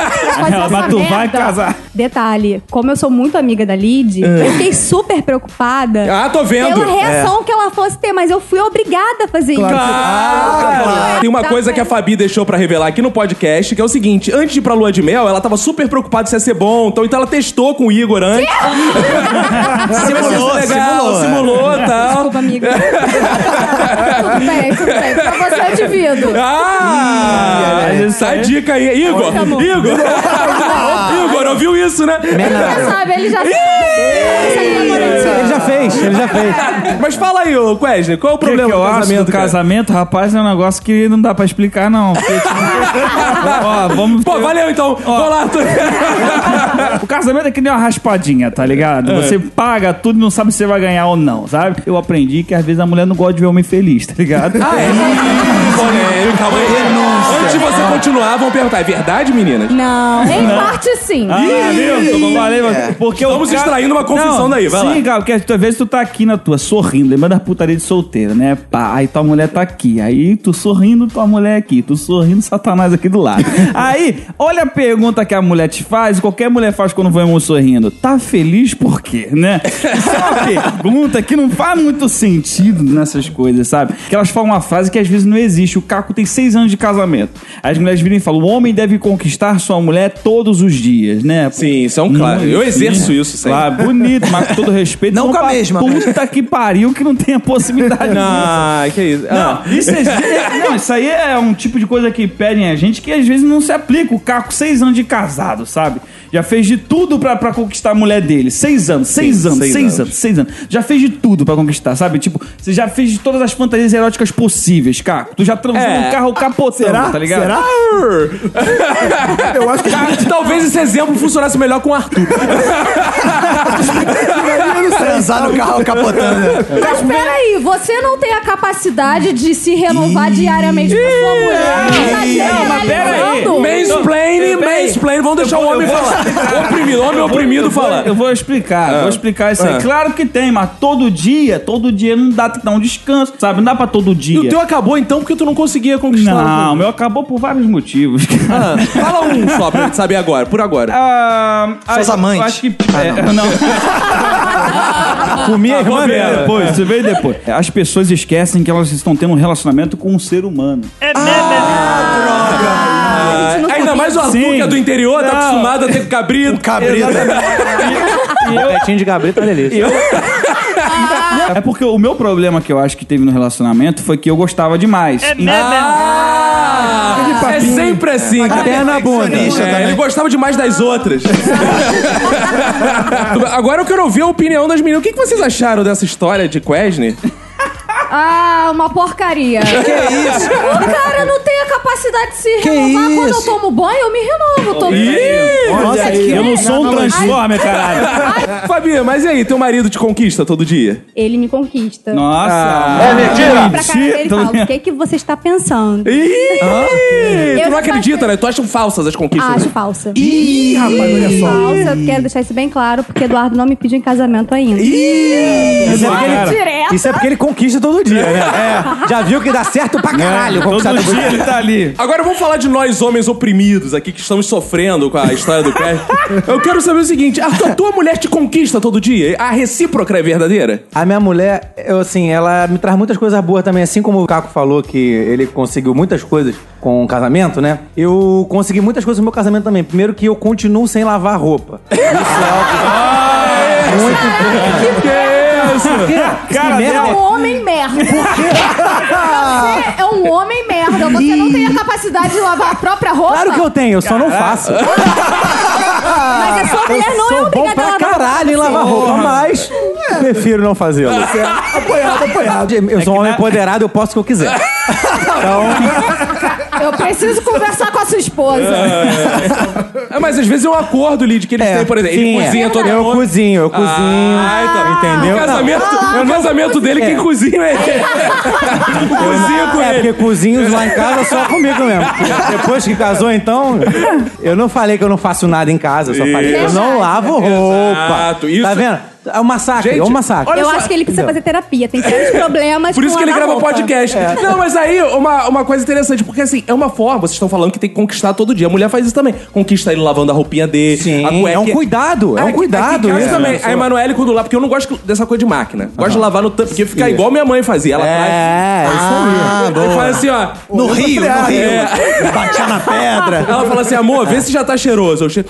[SPEAKER 3] pra fazer essa merda.
[SPEAKER 6] Detalhe, como eu sou muito amiga da Lid,
[SPEAKER 1] É.
[SPEAKER 6] eu fiquei super preocupada.
[SPEAKER 1] Ah, tô vendo.
[SPEAKER 6] Pela reação que ela fosse ter, mas eu fui obrigada a fazer
[SPEAKER 1] Claro. Ah,
[SPEAKER 6] isso. é
[SPEAKER 1] Tem
[SPEAKER 3] tá
[SPEAKER 1] uma coisa que é a Fabi deixou pra revelar aqui no podcast, que é o seguinte: antes de ir pra lua de mel, ela tava super preocupada se ia ser bom, então, então ela testou com o Igor antes.
[SPEAKER 10] Simulou,
[SPEAKER 1] simulou, legal,
[SPEAKER 10] simulou, é.
[SPEAKER 1] simulou, tal. Desculpa,
[SPEAKER 3] amiga. tudo bem, tudo bem. Pra você eu divido.
[SPEAKER 1] Ah! Sai Ah! dica aí, Igor! Igor! Igor, ouviu isso, né? é
[SPEAKER 3] Ele já sabe, ele já sabe. é Ele já sabe.
[SPEAKER 4] Ele já fez, ele já fez.
[SPEAKER 1] Mas fala aí, ô Wesley, qual é o problema
[SPEAKER 9] que eu
[SPEAKER 1] do
[SPEAKER 9] acho
[SPEAKER 1] casamento?
[SPEAKER 9] do
[SPEAKER 1] cara?
[SPEAKER 9] casamento, rapaz, é um negócio que não dá pra explicar, não. Porque, tipo, ó, vamos... Pô,
[SPEAKER 1] valeu então. Vou lá,
[SPEAKER 9] O casamento é que nem uma raspadinha, tá ligado?
[SPEAKER 10] É.
[SPEAKER 9] Você paga tudo e não sabe se você vai ganhar ou não, sabe? Eu aprendi que às vezes a mulher não gosta de ver homem feliz, tá ligado?
[SPEAKER 1] Ah, é? Polêmico, calma aí. Antes de você continuar, vamos perguntar: é verdade, meninas?
[SPEAKER 6] Não.
[SPEAKER 3] Em parte, sim.
[SPEAKER 9] Ah, viu? Tô- Valeu, porque
[SPEAKER 1] Estamos
[SPEAKER 9] o cara-
[SPEAKER 1] extraindo uma confissão
[SPEAKER 9] Não,
[SPEAKER 1] daí, vai
[SPEAKER 9] sim,
[SPEAKER 1] lá.
[SPEAKER 9] cara, porque às vezes tu tá aqui na tua, sorrindo, lembrando das putaria de solteiro, né? Pá, aí tua mulher tá aqui, aí tu sorrindo, tua mulher aqui, tu sorrindo, satanás aqui do lado. aí, olha a pergunta que a mulher te faz, qualquer mulher faz quando vê um sorrindo. Tá feliz por quê, né? Isso é uma pergunta que não faz muito sentido nessas coisas, sabe? Que elas falam uma frase que às vezes não existe. O Caco tem seis anos de casamento. Aí As mulheres viram e falam, o homem deve conquistar sua mulher todos os dias, né?
[SPEAKER 1] Sim, isso é um clássico. Eu exerço isso sempre.
[SPEAKER 9] Claro, bonito, mas com todo respeito. Não com a mesma. Puta que pariu que não tem a possibilidade
[SPEAKER 1] Ah, que isso. Ah.
[SPEAKER 9] não, isso é- é- não, isso aí é um tipo de coisa que pedem a gente que às vezes não se aplica. O Caco, seis anos de casado, sabe? Já fez de tudo pra, pra conquistar a mulher dele. Seis anos, seis
[SPEAKER 1] Sim,
[SPEAKER 9] anos,
[SPEAKER 1] seis
[SPEAKER 9] seis,
[SPEAKER 1] anos.
[SPEAKER 9] anos. seis anos. Já fez de tudo pra conquistar, sabe? Tipo, você já fez de todas as fantasias eróticas possíveis, Caco. Tu já transou
[SPEAKER 1] É.
[SPEAKER 9] no carro capotando,
[SPEAKER 1] Será?
[SPEAKER 9] tá ligado?
[SPEAKER 1] Será? Eu acho que Ah, talvez esse exemplo funcionasse melhor com o Arthur.
[SPEAKER 2] Transar no carro capotando.
[SPEAKER 3] Mas peraí, você não tem a capacidade de se renovar diariamente com sua mulher. Você tá
[SPEAKER 1] Não, mas peraí.
[SPEAKER 3] generalizando.
[SPEAKER 1] Mansplaining, mansplaining. Vamos deixar o homem falar. Oprimido, homem oprimido falar.
[SPEAKER 9] Eu vou explicar, vou explicar isso
[SPEAKER 1] Ah.
[SPEAKER 9] aí. Claro que tem, mas todo dia, todo dia não dá, tem que dar um descanso, sabe? Não dá pra todo dia.
[SPEAKER 1] E o teu acabou então porque tu não conseguia conquistar
[SPEAKER 9] Não,
[SPEAKER 1] o
[SPEAKER 9] o meu acabou por vários motivos.
[SPEAKER 1] Ah, fala um só pra gente saber agora, por agora.
[SPEAKER 9] Ah,
[SPEAKER 1] Seus
[SPEAKER 9] ah,
[SPEAKER 1] amantes.
[SPEAKER 9] eu Acho que. é, não. Com minha irmã veio depois, você veio depois. As pessoas esquecem que elas estão tendo um relacionamento com um ser humano.
[SPEAKER 10] Ah,
[SPEAKER 1] Ah, ainda mais o Arthur, que é do interior, tá acostumado a ter cabrito.
[SPEAKER 9] cabrito.
[SPEAKER 2] Petinho de gabrito é uma delícia.
[SPEAKER 1] Ah.
[SPEAKER 9] É porque o meu problema que eu acho que teve no relacionamento foi que eu gostava demais. É,
[SPEAKER 1] Ah, É sempre assim. cara.
[SPEAKER 9] Até na bunda.
[SPEAKER 1] É, ele gostava demais das outras. Agora eu quero ouvir a opinião das meninas. O que, que vocês acharam dessa história de Quesne?
[SPEAKER 3] Ah, uma porcaria.
[SPEAKER 1] Que É isso?
[SPEAKER 3] O cara não tem a capacidade de se renovar. Quando eu tomo banho, eu me renovo. Todo
[SPEAKER 1] Ih,
[SPEAKER 3] dia.
[SPEAKER 1] olha
[SPEAKER 3] Nossa,
[SPEAKER 1] aí.
[SPEAKER 3] que
[SPEAKER 1] Eu não
[SPEAKER 3] merda.
[SPEAKER 1] sou um transformer, caralho. Fabi, mas e aí? Teu marido te conquista todo dia?
[SPEAKER 11] Ele me conquista.
[SPEAKER 1] Nossa. Ah.
[SPEAKER 11] Eu
[SPEAKER 1] É mentira?
[SPEAKER 11] olho Pra cara dele e falo,
[SPEAKER 1] Mentira.
[SPEAKER 11] o que,
[SPEAKER 3] é
[SPEAKER 11] que você está pensando?
[SPEAKER 1] Ih,
[SPEAKER 11] Eu
[SPEAKER 1] tu não
[SPEAKER 11] já
[SPEAKER 1] acredita, né? Tu acham falsas as conquistas?
[SPEAKER 11] Acho
[SPEAKER 1] né?
[SPEAKER 11] falsa.
[SPEAKER 1] Ih, rapaz, olha só.
[SPEAKER 11] Falsa, eu quero deixar isso bem claro, porque Eduardo não me pediu em casamento ainda.
[SPEAKER 2] Isso é, porque
[SPEAKER 11] Cara,
[SPEAKER 2] ele, isso é porque ele conquista todo dia, né? É. Já viu que dá certo pra caralho. conquistar tá
[SPEAKER 1] ali. Agora vamos falar de nós, homens oprimidos aqui, que estamos sofrendo com a história do pé. Eu quero saber o seguinte: a tua, tua mulher te conquista todo dia? A recíproca é verdadeira?
[SPEAKER 2] A minha mulher, eu, assim, ela me traz muitas coisas boas também. Assim como o Caco falou que ele conseguiu muitas coisas com o casamento, né? Eu consegui muitas coisas no meu casamento também. Primeiro que eu continuo sem lavar roupa. Isso
[SPEAKER 3] Ah,
[SPEAKER 2] é algo muito importante. Por quê?
[SPEAKER 3] é Cara,
[SPEAKER 2] Que
[SPEAKER 3] você é
[SPEAKER 2] merda.
[SPEAKER 3] um homem merda. Você é um homem merda. Você não tem a capacidade de lavar a própria roupa?
[SPEAKER 2] Claro que eu tenho, eu só não faço.
[SPEAKER 3] Mas a sua mulher não é
[SPEAKER 2] Sou bom
[SPEAKER 3] obrigada a
[SPEAKER 2] pra
[SPEAKER 3] lavar
[SPEAKER 2] caralho em lavar roupa, mas prefiro não fazê-lo.
[SPEAKER 3] Tá
[SPEAKER 5] Apoiado, apoiado.
[SPEAKER 2] Eu
[SPEAKER 3] É
[SPEAKER 2] sou um homem empoderado, eu posso o que eu quiser. Então,
[SPEAKER 3] Eu preciso conversar com a sua esposa.
[SPEAKER 1] É. É, mas às vezes é um acordo, Lid, que eles têm, por exemplo.
[SPEAKER 2] Sim,
[SPEAKER 1] ele
[SPEAKER 2] é.
[SPEAKER 1] cozinha todo
[SPEAKER 2] Eu
[SPEAKER 1] mundo.
[SPEAKER 2] cozinho, eu cozinho.
[SPEAKER 1] Ah, então.
[SPEAKER 2] Entendeu?
[SPEAKER 1] No casamento,
[SPEAKER 2] Não.
[SPEAKER 1] no casamento dele, quem cozinha é ele. cozinha com
[SPEAKER 2] É, porque cozinhos lá em casa só é comigo mesmo. Depois que casou, então, eu não falei que eu não faço nada em casa, eu só falei que eu não lavo roupa.
[SPEAKER 1] Exato, isso.
[SPEAKER 2] Tá vendo? É um massacre, é um massacre.
[SPEAKER 11] eu acho que ele precisa fazer terapia, tem sérios problemas
[SPEAKER 1] Por isso
[SPEAKER 11] com
[SPEAKER 1] que ele
[SPEAKER 11] lavar
[SPEAKER 1] grava
[SPEAKER 11] roupa.
[SPEAKER 1] podcast.
[SPEAKER 2] É.
[SPEAKER 1] Não, mas aí, uma, uma coisa interessante, porque assim, é uma forma, vocês estão falando que tem que conquistar todo dia. A mulher faz isso também. Conquista ele lavando a roupinha dele, Sim, a cueca. Ah,
[SPEAKER 2] é um cuidado, é um
[SPEAKER 1] Aqui-
[SPEAKER 2] cuidado
[SPEAKER 1] aqui em casa
[SPEAKER 2] isso.
[SPEAKER 1] também.
[SPEAKER 2] É,
[SPEAKER 1] a
[SPEAKER 2] só-
[SPEAKER 1] Emanuele, quando lá, porque eu não gosto dessa coisa de máquina. Gosto de lavar no tampo, porque fica igual minha mãe fazia. Ela
[SPEAKER 2] é,
[SPEAKER 1] faz.
[SPEAKER 2] isso aí.
[SPEAKER 1] E
[SPEAKER 2] boa.
[SPEAKER 1] faz assim, ó.
[SPEAKER 2] No
[SPEAKER 1] olhando
[SPEAKER 2] rio, né?
[SPEAKER 1] pra
[SPEAKER 2] no
[SPEAKER 1] ela.
[SPEAKER 2] rio. Batia na pedra.
[SPEAKER 1] Ela fala assim, amor, vê se já tá cheiroso. Eu che...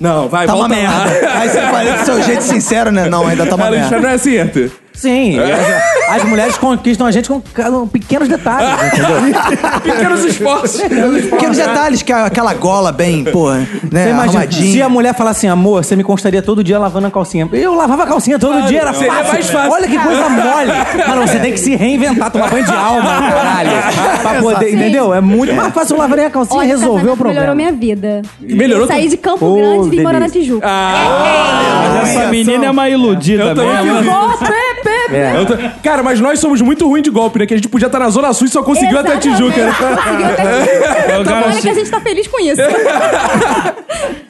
[SPEAKER 1] Não, vai,
[SPEAKER 12] Tá uma
[SPEAKER 1] volta lá.
[SPEAKER 12] merda. Aí você fala do seu jeito sincero, né? Não, ainda tá uma
[SPEAKER 1] Ela,
[SPEAKER 12] merda.
[SPEAKER 1] "Isso não é assim, Arthur.
[SPEAKER 2] Sim,
[SPEAKER 1] É.
[SPEAKER 2] as, as mulheres conquistam a gente com ca- com pequenos detalhes, entendeu?
[SPEAKER 1] Pequenos esforços.
[SPEAKER 12] Pequenos detalhes, que a- aquela gola bem, porra, né?
[SPEAKER 9] É,
[SPEAKER 2] Você imagina,
[SPEAKER 12] arrumadinha.
[SPEAKER 2] se a mulher falar assim, amor, você me constaria todo dia lavando a calcinha. Eu lavava a calcinha todo
[SPEAKER 12] Claro,
[SPEAKER 2] dia, era
[SPEAKER 12] seria
[SPEAKER 2] fácil.
[SPEAKER 12] mais fácil.
[SPEAKER 2] Olha que coisa mole. Mano, você tem que se reinventar, tomar banho de alma, caralho. Pra poder,
[SPEAKER 11] Sim.
[SPEAKER 2] entendeu? É muito mais fácil lavar a calcinha
[SPEAKER 11] Olha,
[SPEAKER 2] e resolver o
[SPEAKER 11] casamento Melhorou
[SPEAKER 2] problema.
[SPEAKER 11] minha vida.
[SPEAKER 2] Melhorou
[SPEAKER 11] Eu saí
[SPEAKER 2] tudo?
[SPEAKER 11] de Campo
[SPEAKER 2] Ô,
[SPEAKER 11] Grande e vim
[SPEAKER 2] delícia.
[SPEAKER 11] morar na Tijuca.
[SPEAKER 9] Essa menina é uma iludida
[SPEAKER 1] Ah, Eu É. também
[SPEAKER 2] né?
[SPEAKER 9] mesmo.
[SPEAKER 1] acredito. Eu tô- Cara, mas nós somos muito ruins de golpe, né? Que a gente podia estar na Zona Sul e só conseguiu até a Tijuca. Né?
[SPEAKER 11] Conseguiu até Tijuca. Olha
[SPEAKER 2] assim,
[SPEAKER 11] que a gente tá feliz com isso.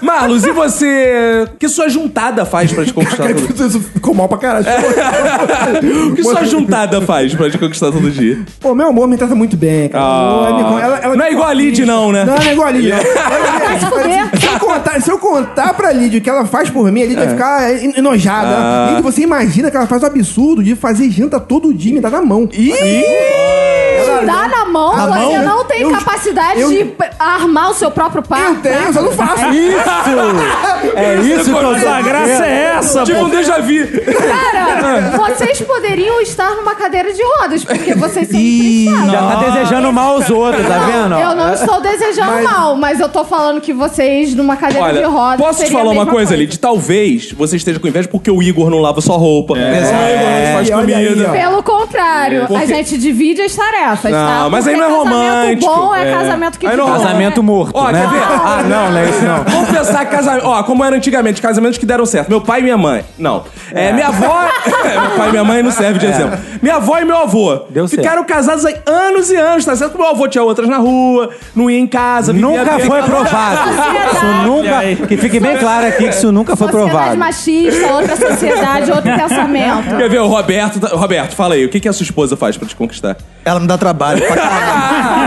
[SPEAKER 1] Marlos, e você? O que sua juntada faz pra te conquistar todo dia?
[SPEAKER 5] Isso ficou mal pra caralho.
[SPEAKER 1] É. O que sua juntada faz pra te conquistar todo dia?
[SPEAKER 5] Pô, meu amor me trata muito bem, cara.
[SPEAKER 1] Ah.
[SPEAKER 5] Ela me con- ela- ela
[SPEAKER 1] Não é
[SPEAKER 5] me
[SPEAKER 1] igual a Lid, não, né?
[SPEAKER 5] Não, não é igual a Lid.
[SPEAKER 1] Yeah.
[SPEAKER 5] Ela- é
[SPEAKER 3] se fuder.
[SPEAKER 5] se, eu contar, se eu contar pra Lid o que ela faz por mim, a Lid
[SPEAKER 1] É.
[SPEAKER 5] vai ficar en- enojada.
[SPEAKER 1] Ah.
[SPEAKER 5] Lid, você imagina que ela faz o absurdo de fazer janta todo dia e me dar na mão. é
[SPEAKER 3] Te dá na mão,
[SPEAKER 5] Na
[SPEAKER 3] você
[SPEAKER 5] mão?
[SPEAKER 3] não tem
[SPEAKER 5] Eu-
[SPEAKER 3] capacidade
[SPEAKER 5] eu-
[SPEAKER 3] de p- armar o seu próprio par. Eu
[SPEAKER 5] tenho, eu só não faço.
[SPEAKER 2] Isso! É isso que eu tô
[SPEAKER 1] Mas a graça é
[SPEAKER 2] essa,
[SPEAKER 1] Tipo um déjà vu.
[SPEAKER 3] Cara, vocês poderiam estar numa cadeira de rodas, porque vocês sempre estavam.
[SPEAKER 2] Já tá desejando mal aos outros, tá vendo?
[SPEAKER 3] Eu não estou desejando mal, mas eu tô falando que vocês numa cadeira de
[SPEAKER 1] Olha,
[SPEAKER 3] rodas.
[SPEAKER 1] posso te
[SPEAKER 3] seria a
[SPEAKER 1] falar uma
[SPEAKER 3] mesma
[SPEAKER 1] coisa, Lid? Talvez você esteja com inveja porque o Igor não lava sua roupa. é O Igor não faz
[SPEAKER 5] olha aí,
[SPEAKER 1] comida.
[SPEAKER 3] Pelo contrário,
[SPEAKER 1] É. Porque-
[SPEAKER 3] a gente divide as tarefas, tá?
[SPEAKER 1] Não, mas aí
[SPEAKER 3] Porque
[SPEAKER 1] não é
[SPEAKER 3] casamento
[SPEAKER 1] romântico.
[SPEAKER 3] bom é, casamento que
[SPEAKER 1] Aí não é
[SPEAKER 3] fica-
[SPEAKER 2] Casamento morto,
[SPEAKER 1] Ó,
[SPEAKER 2] né?
[SPEAKER 1] quer ver?
[SPEAKER 2] Ah, não, não é isso não.
[SPEAKER 1] Vamos pensar casamento. Ó, como era antigamente, casamentos que deram certo. Meu pai e minha mãe. Não. É, minha avó. meu pai e minha mãe não serve de
[SPEAKER 2] É.
[SPEAKER 1] exemplo. Minha avó e meu avô.
[SPEAKER 2] Deu certo.
[SPEAKER 1] Ficaram casados aí anos e anos, tá certo? que Meu avô tinha outras na rua, não ia em casa. vivia
[SPEAKER 2] Nunca
[SPEAKER 1] bem.
[SPEAKER 2] foi provado. Isso nunca. Que fique bem claro aqui que isso nunca foi
[SPEAKER 3] Sociedade
[SPEAKER 2] provado.
[SPEAKER 3] machista, outra sociedade, outro pensamento.
[SPEAKER 1] Quer ver, o Roberto. tá- Roberto, fala aí, o que, que a sua esposa faz pra te conquistar?
[SPEAKER 12] Ela me dá trabalho pra
[SPEAKER 2] Ah.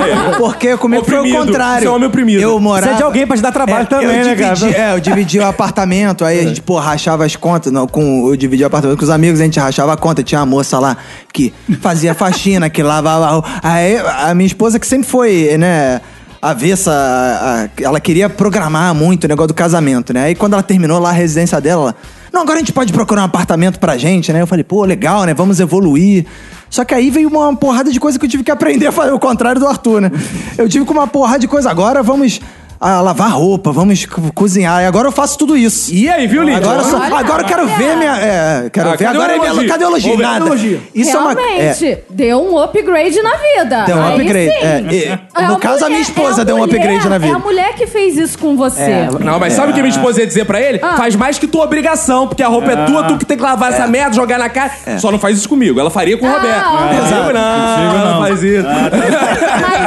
[SPEAKER 12] caralho. Porque comigo foi
[SPEAKER 1] Oprimido.
[SPEAKER 12] o contrário.
[SPEAKER 1] Você é um homem oprimido.
[SPEAKER 12] Eu morava...
[SPEAKER 1] Precisa de alguém pra te dar trabalho também,
[SPEAKER 12] eu
[SPEAKER 1] né, cara?
[SPEAKER 12] dividi- É, eu dividi o apartamento, aí a gente, pô, rachava as contas. Não, com, eu dividi o apartamento com os amigos, a gente rachava a conta. Tinha uma moça lá que fazia faxina, que lavava a roupa. Aí a minha esposa, que sempre foi, né...
[SPEAKER 2] avessa. a- a- ela queria programar muito o negócio do casamento, né? Aí quando ela terminou lá a residência dela, ela, não, agora a gente pode procurar um apartamento pra gente, né? Eu falei, pô, legal, né? Vamos evoluir. Só que aí veio uma porrada de coisa que eu tive que aprender a fazer, o contrário do Arthur, né? Eu tive com uma porrada de coisa, agora vamos. ah, lavar roupa, vamos co- cozinhar. E agora eu faço tudo isso.
[SPEAKER 1] E aí, viu, Lídia?
[SPEAKER 2] Agora, eu sou-
[SPEAKER 3] Olha,
[SPEAKER 2] agora eu quero
[SPEAKER 3] olha.
[SPEAKER 2] ver minha. É, quero
[SPEAKER 1] Ah,
[SPEAKER 2] ver.
[SPEAKER 1] cadê o
[SPEAKER 2] Agora é minha.
[SPEAKER 1] elogio?
[SPEAKER 2] Cadê o elogio?
[SPEAKER 1] Houve
[SPEAKER 2] Nada.
[SPEAKER 1] elogio.
[SPEAKER 2] Isso é uma-
[SPEAKER 3] Realmente,
[SPEAKER 2] é.
[SPEAKER 3] deu um upgrade na vida.
[SPEAKER 2] Deu um
[SPEAKER 3] Aí
[SPEAKER 2] upgrade,
[SPEAKER 3] sim.
[SPEAKER 2] é, e- no
[SPEAKER 3] uma
[SPEAKER 2] caso, a minha esposa
[SPEAKER 3] é uma
[SPEAKER 2] deu um upgrade na vida. É.
[SPEAKER 3] É a mulher que fez isso com você.
[SPEAKER 1] Não, mas sabe o que minha esposa ia dizer pra ele?
[SPEAKER 3] Ah.
[SPEAKER 1] Faz mais que tua obrigação, porque a roupa é
[SPEAKER 2] Ah.
[SPEAKER 1] tua, tu que tem que lavar essa merda, jogar na cara.
[SPEAKER 2] É.
[SPEAKER 1] Só não faz isso comigo. Ela faria com
[SPEAKER 6] Ah,
[SPEAKER 1] o Roberto. Comigo não, ela não faz isso.
[SPEAKER 2] Ah,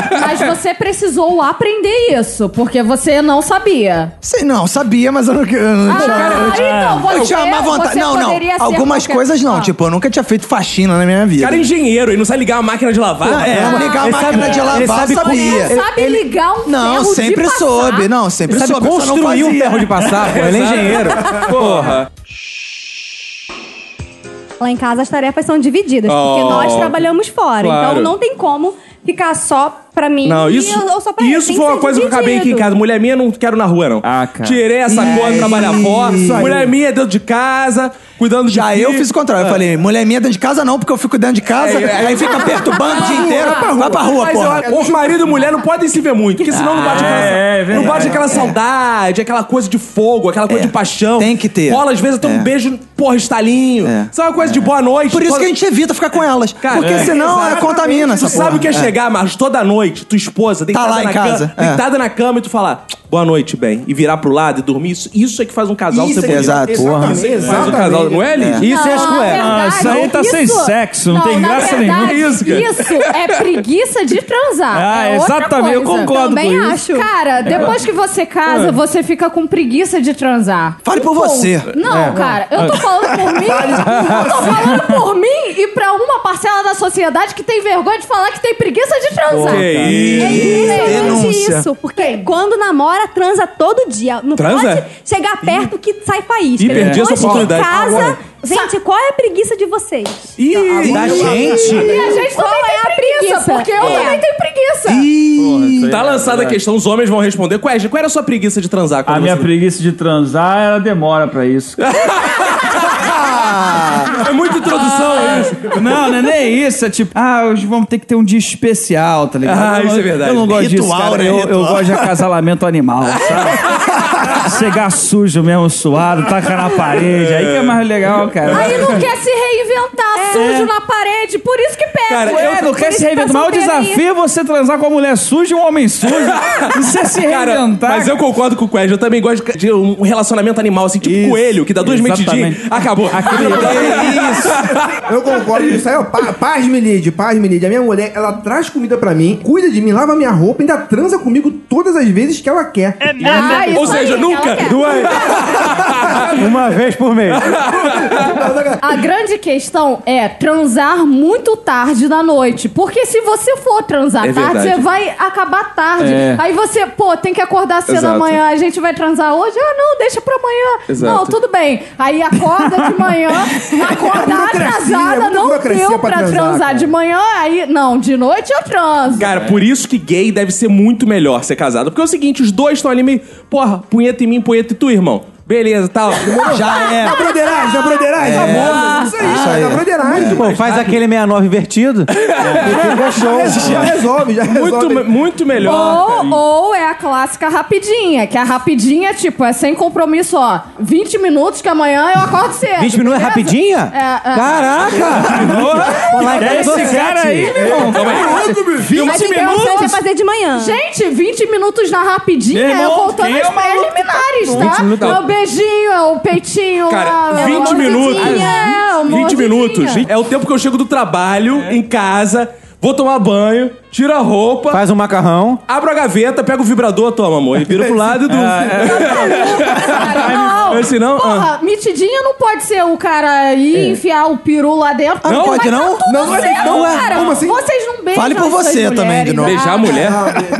[SPEAKER 2] tá.
[SPEAKER 3] Mas você precisou aprender isso, porque você não sabia.
[SPEAKER 2] Sim, não, sabia, mas eu não. Eu não
[SPEAKER 3] Ah, então você-
[SPEAKER 2] eu tinha uma vontade.
[SPEAKER 3] você
[SPEAKER 2] Não, não.
[SPEAKER 3] poderia ser
[SPEAKER 2] Algumas
[SPEAKER 3] qualquer- Ah.
[SPEAKER 2] coisas não. Tipo, eu nunca tinha feito faxina na minha vida.
[SPEAKER 1] O cara é engenheiro, ele não sabe ligar a máquina de lavar.
[SPEAKER 2] Ah, é, ligar a
[SPEAKER 1] Ele
[SPEAKER 2] máquina
[SPEAKER 1] sabe-
[SPEAKER 2] de lavar,
[SPEAKER 1] ele sabe
[SPEAKER 2] sabia.
[SPEAKER 1] comer.
[SPEAKER 2] Ele-
[SPEAKER 3] Sabe ligar um
[SPEAKER 2] Não,
[SPEAKER 3] ferro de
[SPEAKER 2] sempre
[SPEAKER 3] passar.
[SPEAKER 2] soube. Não, sempre
[SPEAKER 4] Ele sabe
[SPEAKER 2] soube. só não
[SPEAKER 4] construir um
[SPEAKER 2] fazia.
[SPEAKER 4] ferro de passar, pô, ele é
[SPEAKER 2] Exato.
[SPEAKER 4] engenheiro.
[SPEAKER 1] Porra.
[SPEAKER 6] Lá em casa as tarefas são divididas,
[SPEAKER 1] Oh.
[SPEAKER 6] porque nós trabalhamos fora.
[SPEAKER 1] Claro.
[SPEAKER 6] Então não tem como ficar só pra mim
[SPEAKER 1] Não,
[SPEAKER 6] e
[SPEAKER 1] isso,
[SPEAKER 6] eu só pra ele.
[SPEAKER 1] isso
[SPEAKER 6] Tem
[SPEAKER 1] foi
[SPEAKER 6] que
[SPEAKER 1] uma
[SPEAKER 6] ser
[SPEAKER 1] coisa que eu acabei aqui em
[SPEAKER 6] dividido.
[SPEAKER 1] casa. Mulher minha, não quero na rua, não. Ah, cara. Tirei essa
[SPEAKER 2] Ih,
[SPEAKER 1] cor, trabalhar fora.
[SPEAKER 2] isso aí.
[SPEAKER 1] Mulher minha é dentro de casa, cuidando de
[SPEAKER 2] Já eu fiz o contrário. Eu falei, mulher minha dentro de casa não, porque eu fico dentro de casa,
[SPEAKER 1] É, é.
[SPEAKER 2] aí fica perturbando o dia inteiro. Vai pra rua,
[SPEAKER 1] Mas
[SPEAKER 2] porra.
[SPEAKER 1] eu- o marido e mulher não podem se ver muito, porque senão não bate aquela,
[SPEAKER 2] é
[SPEAKER 1] não
[SPEAKER 2] verdade.
[SPEAKER 1] bate aquela saudade, aquela coisa de fogo, aquela coisa de paixão. Tem que ter. Rola, às vezes, até um
[SPEAKER 2] É.
[SPEAKER 1] beijo, porra, estalinho. Só uma coisa de boa noite.
[SPEAKER 2] Por isso
[SPEAKER 1] Toda-
[SPEAKER 2] que a gente evita ficar com elas. porque
[SPEAKER 1] é.
[SPEAKER 2] senão é,
[SPEAKER 1] Exatamente.
[SPEAKER 2] contamina essa
[SPEAKER 1] Tu sabe o que é, chegar, Marcos, toda noite, tua esposa deitada
[SPEAKER 2] Tá lá em
[SPEAKER 1] na
[SPEAKER 2] casa,
[SPEAKER 1] cama,
[SPEAKER 2] é.
[SPEAKER 1] deitada na cama e tu falar, boa noite, bem, e virar pro lado e dormir, isso, isso é que faz um casal
[SPEAKER 2] Isso
[SPEAKER 1] ser
[SPEAKER 2] é
[SPEAKER 1] bonito.
[SPEAKER 2] exato. Porra.
[SPEAKER 1] Faz um
[SPEAKER 2] Exatamente.
[SPEAKER 1] casal, não é,
[SPEAKER 2] É. Ah,
[SPEAKER 1] Liz?
[SPEAKER 3] Não, na verdade,
[SPEAKER 9] isso aí tá sem sexo, não tem
[SPEAKER 3] na
[SPEAKER 9] graça
[SPEAKER 3] verdade,
[SPEAKER 9] nenhuma. Isso, cara.
[SPEAKER 3] Isso é preguiça de transar.
[SPEAKER 9] Ah,
[SPEAKER 3] é outra
[SPEAKER 9] exatamente, eu
[SPEAKER 3] coisa.
[SPEAKER 9] concordo
[SPEAKER 3] Também
[SPEAKER 9] com
[SPEAKER 3] acho.
[SPEAKER 9] isso.
[SPEAKER 3] Cara, depois que você casa,
[SPEAKER 9] É.
[SPEAKER 3] você fica com preguiça de transar.
[SPEAKER 2] Fale por
[SPEAKER 3] Ponto.
[SPEAKER 2] você.
[SPEAKER 3] Não,
[SPEAKER 2] É.
[SPEAKER 3] cara, eu tô falando por mim. eu tô falando por mim e pra uma parcela da sociedade que tem vergonha de falar que tem preguiça de transar.
[SPEAKER 1] Que isso.
[SPEAKER 6] É
[SPEAKER 1] Denúncia.
[SPEAKER 6] impressionante isso, porque quando namora, transa todo dia. Não
[SPEAKER 1] Transa?
[SPEAKER 6] pode chegar perto que sai faísca.
[SPEAKER 1] Ih, perdi essa
[SPEAKER 6] Depois de
[SPEAKER 1] oportunidade. Agora.
[SPEAKER 6] Casa, gente, qual é a preguiça de vocês?
[SPEAKER 1] Ih,
[SPEAKER 2] Tá
[SPEAKER 1] tá
[SPEAKER 6] da gente?
[SPEAKER 3] E a gente
[SPEAKER 6] Qual
[SPEAKER 3] também tem
[SPEAKER 6] é a
[SPEAKER 3] preguiça,
[SPEAKER 6] preguiça?
[SPEAKER 3] porque eu
[SPEAKER 6] É.
[SPEAKER 3] também tenho preguiça.
[SPEAKER 2] é-
[SPEAKER 1] Tá lançada a questão, os homens vão responder. Qual, é- qual era a sua preguiça de transar?
[SPEAKER 9] A
[SPEAKER 1] quando
[SPEAKER 9] minha
[SPEAKER 1] você-
[SPEAKER 9] preguiça de transar, ela demora pra isso.
[SPEAKER 1] É muita introdução isso.
[SPEAKER 9] Não, não é nem isso. É tipo, ah, hoje vamos ter que ter um dia especial, tá ligado?
[SPEAKER 1] Ah,
[SPEAKER 9] Eu não-
[SPEAKER 1] isso é verdade.
[SPEAKER 9] Eu não gosto disso,
[SPEAKER 1] Ritual,
[SPEAKER 9] cara.
[SPEAKER 1] né?
[SPEAKER 9] Eu, eu
[SPEAKER 1] Ritual.
[SPEAKER 9] gosto de acasalamento animal, sabe? Chegar sujo mesmo, suado, tacar na parede. Aí que é mais legal, cara.
[SPEAKER 3] Aí não quer se reinventar
[SPEAKER 6] É.
[SPEAKER 3] sujo na parede, por isso que pega.
[SPEAKER 9] Cara,
[SPEAKER 3] Ué,
[SPEAKER 9] eu não
[SPEAKER 3] por
[SPEAKER 9] quero
[SPEAKER 3] isso
[SPEAKER 9] se
[SPEAKER 3] que tá
[SPEAKER 9] reinventar. Mas o
[SPEAKER 3] solteira aí.
[SPEAKER 9] desafio é você transar com uma mulher suja e um homem sujo. Isso é se
[SPEAKER 1] Cara,
[SPEAKER 9] reinventar.
[SPEAKER 1] mas eu concordo com o Quest. Eu também gosto de um relacionamento animal, assim, tipo coelho, que dá duas
[SPEAKER 9] Exatamente.
[SPEAKER 1] metidinhas. Acabou.
[SPEAKER 5] Eu concordo com isso aí, ó. Pa- Paz, Milide, paz, Milide. A minha mulher, ela traz comida pra mim, cuida de mim, lava minha roupa, ainda transa comigo todas as vezes que ela quer. É
[SPEAKER 1] Ah, Ou isso seja, aí, nunca. ela quer. Duas.
[SPEAKER 4] Uma vez por mês.
[SPEAKER 3] A grande questão é transar muito tarde da noite. Porque se você for transar
[SPEAKER 1] É
[SPEAKER 3] tarde,
[SPEAKER 1] verdade.
[SPEAKER 3] você vai acabar tarde.
[SPEAKER 1] É.
[SPEAKER 3] Aí você, pô, tem que acordar cedo
[SPEAKER 1] Exato.
[SPEAKER 3] amanhã. A gente vai transar hoje? Ah, não, deixa pra amanhã.
[SPEAKER 1] Exato.
[SPEAKER 3] Não, tudo bem. Aí acorda de manhã, acorda
[SPEAKER 5] É burocracia,
[SPEAKER 3] atrasada,
[SPEAKER 5] muita
[SPEAKER 3] não
[SPEAKER 5] burocracia
[SPEAKER 3] deu
[SPEAKER 5] pra
[SPEAKER 3] pra
[SPEAKER 5] transar,
[SPEAKER 3] transar,
[SPEAKER 5] cara.
[SPEAKER 3] de manhã. Aí, não, de noite eu transo.
[SPEAKER 1] Cara, por isso que gay deve ser muito melhor ser casado. Porque é o seguinte, os dois estão ali meio... Porra, punheta em mim, punheta em tu, irmão. Beleza, tal.
[SPEAKER 2] Já é.
[SPEAKER 5] Na broderagem, na broderagem.
[SPEAKER 1] É.
[SPEAKER 5] Amor, isso aí,
[SPEAKER 1] Isso
[SPEAKER 5] cara,
[SPEAKER 1] aí. É.
[SPEAKER 5] na broderagem.
[SPEAKER 4] Pô, faz aquele 69 invertido. E fica show.
[SPEAKER 5] Já resolve, já
[SPEAKER 1] é
[SPEAKER 5] resolve.
[SPEAKER 1] Muito, muito melhor.
[SPEAKER 3] Ou, ou é a clássica rapidinha, que a rapidinha, tipo, é sem compromisso, ó. 20 minutos que amanhã eu acordo cedo.
[SPEAKER 4] 20 minutos é
[SPEAKER 3] beleza?
[SPEAKER 4] rapidinha?
[SPEAKER 3] É, é.
[SPEAKER 4] Caraca!
[SPEAKER 9] Esse cara aí, meu irmão.
[SPEAKER 6] Mas
[SPEAKER 1] 20
[SPEAKER 6] então você vai
[SPEAKER 1] minutos?
[SPEAKER 6] fazer de manhã.
[SPEAKER 3] Gente, 20 minutos na rapidinha
[SPEAKER 9] Meu irmão,
[SPEAKER 3] é contando
[SPEAKER 9] quem é
[SPEAKER 3] as
[SPEAKER 9] maluco?
[SPEAKER 3] preliminares,
[SPEAKER 1] 20
[SPEAKER 3] tá?
[SPEAKER 1] minutos.
[SPEAKER 3] É o beijinho, é o peitinho,
[SPEAKER 1] Cara,
[SPEAKER 3] é
[SPEAKER 1] 20
[SPEAKER 3] a
[SPEAKER 1] minutos.
[SPEAKER 3] mordidinha, é o
[SPEAKER 1] 20
[SPEAKER 3] mordidinha.
[SPEAKER 1] minutos. É o tempo que eu chego do trabalho, em casa, vou tomar banho, tiro a roupa,
[SPEAKER 4] Faz um macarrão.
[SPEAKER 1] abro a gaveta, pego o vibrador, toma, amor, e viro pro lado e durmo.
[SPEAKER 3] Cara, não.
[SPEAKER 1] Esse não?
[SPEAKER 3] Porra, mitidinha não pode ser o cara ir enfiar o peru lá dentro.
[SPEAKER 2] Ah, não
[SPEAKER 3] Mas
[SPEAKER 2] pode,
[SPEAKER 3] tá
[SPEAKER 2] não?
[SPEAKER 3] tudo
[SPEAKER 2] Não, não é-
[SPEAKER 3] certo,
[SPEAKER 2] não é.
[SPEAKER 3] cara.
[SPEAKER 2] Como assim?
[SPEAKER 3] Vocês não beijam
[SPEAKER 2] Fale por
[SPEAKER 3] as suas
[SPEAKER 2] você também,
[SPEAKER 3] mulheres,
[SPEAKER 2] de novo.
[SPEAKER 3] ah,
[SPEAKER 1] Beijar a mulher?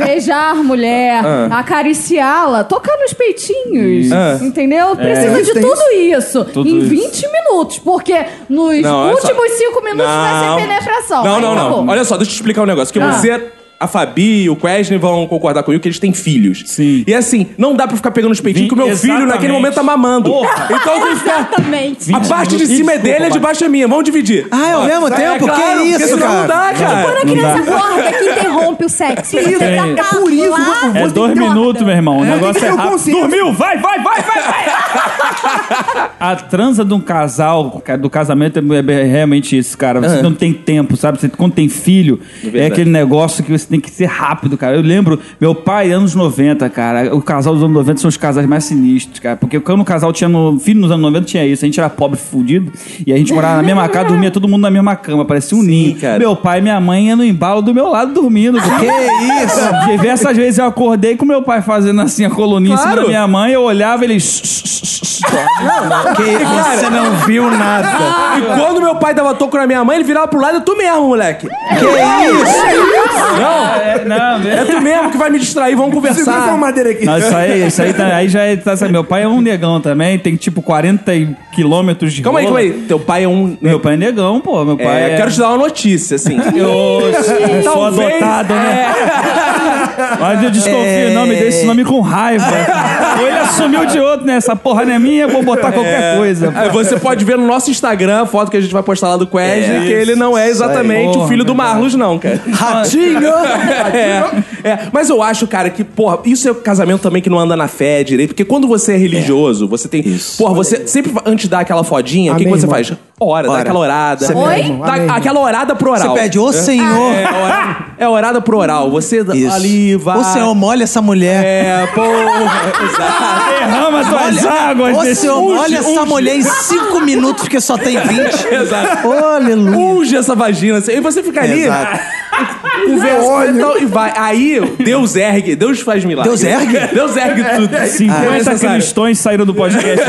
[SPEAKER 3] Beijar a mulher,
[SPEAKER 1] Ah.
[SPEAKER 3] acariciá-la, tocar nos peitinhos.
[SPEAKER 1] Ah.
[SPEAKER 3] Entendeu? Precisa
[SPEAKER 5] Tem
[SPEAKER 3] de
[SPEAKER 5] isso, tem
[SPEAKER 3] tudo isso
[SPEAKER 9] Tudo
[SPEAKER 3] em
[SPEAKER 9] isso.
[SPEAKER 3] 20 minutos. Porque nos
[SPEAKER 1] Não, olha só.
[SPEAKER 3] últimos 5 minutos vai
[SPEAKER 1] Não.
[SPEAKER 3] ser penetração.
[SPEAKER 1] Não,
[SPEAKER 3] Aí
[SPEAKER 1] não, não.
[SPEAKER 3] acabou.
[SPEAKER 1] Olha só, deixa eu te explicar um negócio. Que
[SPEAKER 3] Ah.
[SPEAKER 1] você a Fabi, o Quesne vão concordar comigo que eles têm filhos. Sim. E assim, não dá pra ficar pegando os peitinhos que o meu filho naquele
[SPEAKER 10] Exatamente.
[SPEAKER 1] momento tá mamando.
[SPEAKER 10] Porra.
[SPEAKER 1] Então tem que ficar.
[SPEAKER 10] Exatamente.
[SPEAKER 1] A parte de
[SPEAKER 10] 20
[SPEAKER 1] cima é
[SPEAKER 10] minutos.
[SPEAKER 1] dele, a de baixo é minha. Vamos dividir.
[SPEAKER 10] Ah, é ao
[SPEAKER 1] Ó,
[SPEAKER 10] mesmo tempo?
[SPEAKER 1] claro,
[SPEAKER 10] Que
[SPEAKER 1] porque
[SPEAKER 10] isso,
[SPEAKER 1] senão
[SPEAKER 10] cara?
[SPEAKER 1] Não dá, cara.
[SPEAKER 6] Quando a criança acorda que interrompe o sexo.
[SPEAKER 10] Que isso,
[SPEAKER 6] Você
[SPEAKER 10] é
[SPEAKER 6] tá
[SPEAKER 10] por isso,
[SPEAKER 6] lá-
[SPEAKER 10] mano.
[SPEAKER 9] É
[SPEAKER 10] Você
[SPEAKER 9] dois minutos, meu irmão. O
[SPEAKER 10] É, tem que
[SPEAKER 9] negócio
[SPEAKER 10] ter
[SPEAKER 9] é
[SPEAKER 10] o
[SPEAKER 9] rápido.
[SPEAKER 10] consciência.
[SPEAKER 9] Dormiu, vai, vai, vai, vai, vai. A transa de um casal, ca- do casamento, é é realmente isso, cara. Você
[SPEAKER 10] É.
[SPEAKER 9] não tem tempo, sabe? Você, quando tem filho, é
[SPEAKER 10] Verdade.
[SPEAKER 9] aquele negócio que você tem que ser rápido, cara. Eu lembro, meu pai, anos 90, cara. O casal dos anos 90 são os casais mais sinistros, cara. Porque quando o casal tinha no, filho nos anos 90, tinha isso. A gente era pobre, fudido. E a gente morava na mesma casa, dormia todo mundo na mesma cama. Parecia um ninho. Meu pai e minha mãe iam no embalo do meu lado dormindo.
[SPEAKER 10] Que isso?
[SPEAKER 9] Diversas vezes eu acordei com meu pai fazendo assim a coluninha em cima
[SPEAKER 10] Claro.
[SPEAKER 9] da minha mãe, eu olhava ele. Que
[SPEAKER 1] você
[SPEAKER 9] não viu nada.
[SPEAKER 1] E quando meu pai dava toco na minha mãe, ele virava pro lado, é tu mesmo, moleque. Que
[SPEAKER 10] isso?
[SPEAKER 1] Não,
[SPEAKER 9] é, não,
[SPEAKER 1] é tu mesmo que vai me distrair, vamos conversar.
[SPEAKER 9] Não, isso aí, isso aí, tá- aí já é. tá- sabe, meu pai é um negão também, tem tipo 40 e- quilômetros de.
[SPEAKER 1] Calma aí,
[SPEAKER 9] rola.
[SPEAKER 1] calma aí. Teu pai é um.
[SPEAKER 9] Meu pai é negão, pô. Meu pai
[SPEAKER 1] É,
[SPEAKER 9] é.
[SPEAKER 1] quero te dar uma notícia, assim.
[SPEAKER 9] Eu sou
[SPEAKER 1] Talvez- É.
[SPEAKER 9] adotado, né? Mas eu desconfio, não, me dei esse nome com raiva. Ou ele assumiu de outro, né? Essa porra não é minha, eu vou botar qualquer
[SPEAKER 1] É.
[SPEAKER 9] coisa.
[SPEAKER 1] Aí você pode ver no nosso Instagram a foto que a gente vai postar lá do Wesley,
[SPEAKER 9] É.
[SPEAKER 1] que ele não é exatamente
[SPEAKER 9] Porra,
[SPEAKER 1] o filho do Marlos, não, cara.
[SPEAKER 10] Ratinho!
[SPEAKER 1] é, é. Mas eu acho, cara, que, porra, isso é casamento também que não anda na fé direito, porque quando você é religioso, você tem. Porra, você sempre, antes de dar aquela fodinha, o que, que
[SPEAKER 10] Amém,
[SPEAKER 1] você
[SPEAKER 10] irmão.
[SPEAKER 1] faz? Ora, dá
[SPEAKER 10] Ora.
[SPEAKER 1] aquela orada.
[SPEAKER 10] Você Oi? mesmo,
[SPEAKER 1] Dá
[SPEAKER 10] amém, irmão.
[SPEAKER 1] aquela orada pro oral.
[SPEAKER 10] Você pede, "Ô,
[SPEAKER 1] É.
[SPEAKER 10] Senhor."
[SPEAKER 1] É, orada, é orada pro oral. Você dá-
[SPEAKER 10] Isso. é um
[SPEAKER 1] ali vai.
[SPEAKER 10] "Ô, Senhor,
[SPEAKER 1] molha essa mulher. É, porra. Exato.
[SPEAKER 9] Derrama
[SPEAKER 10] Olha- Ô, senhor, olha essa mulher em
[SPEAKER 2] 5 minutos, porque só tem
[SPEAKER 10] 20.
[SPEAKER 1] Exato. Aleluia. Unge essa vagina. assim, E você fica ali.
[SPEAKER 10] Exato.
[SPEAKER 1] Conversa e tal, e vai. Aí, Deus ergue. Deus faz milagre. É,
[SPEAKER 10] Deus ergue?
[SPEAKER 1] Deus ergue tudo. Ah, é
[SPEAKER 9] 50 cristões saíram do podcast.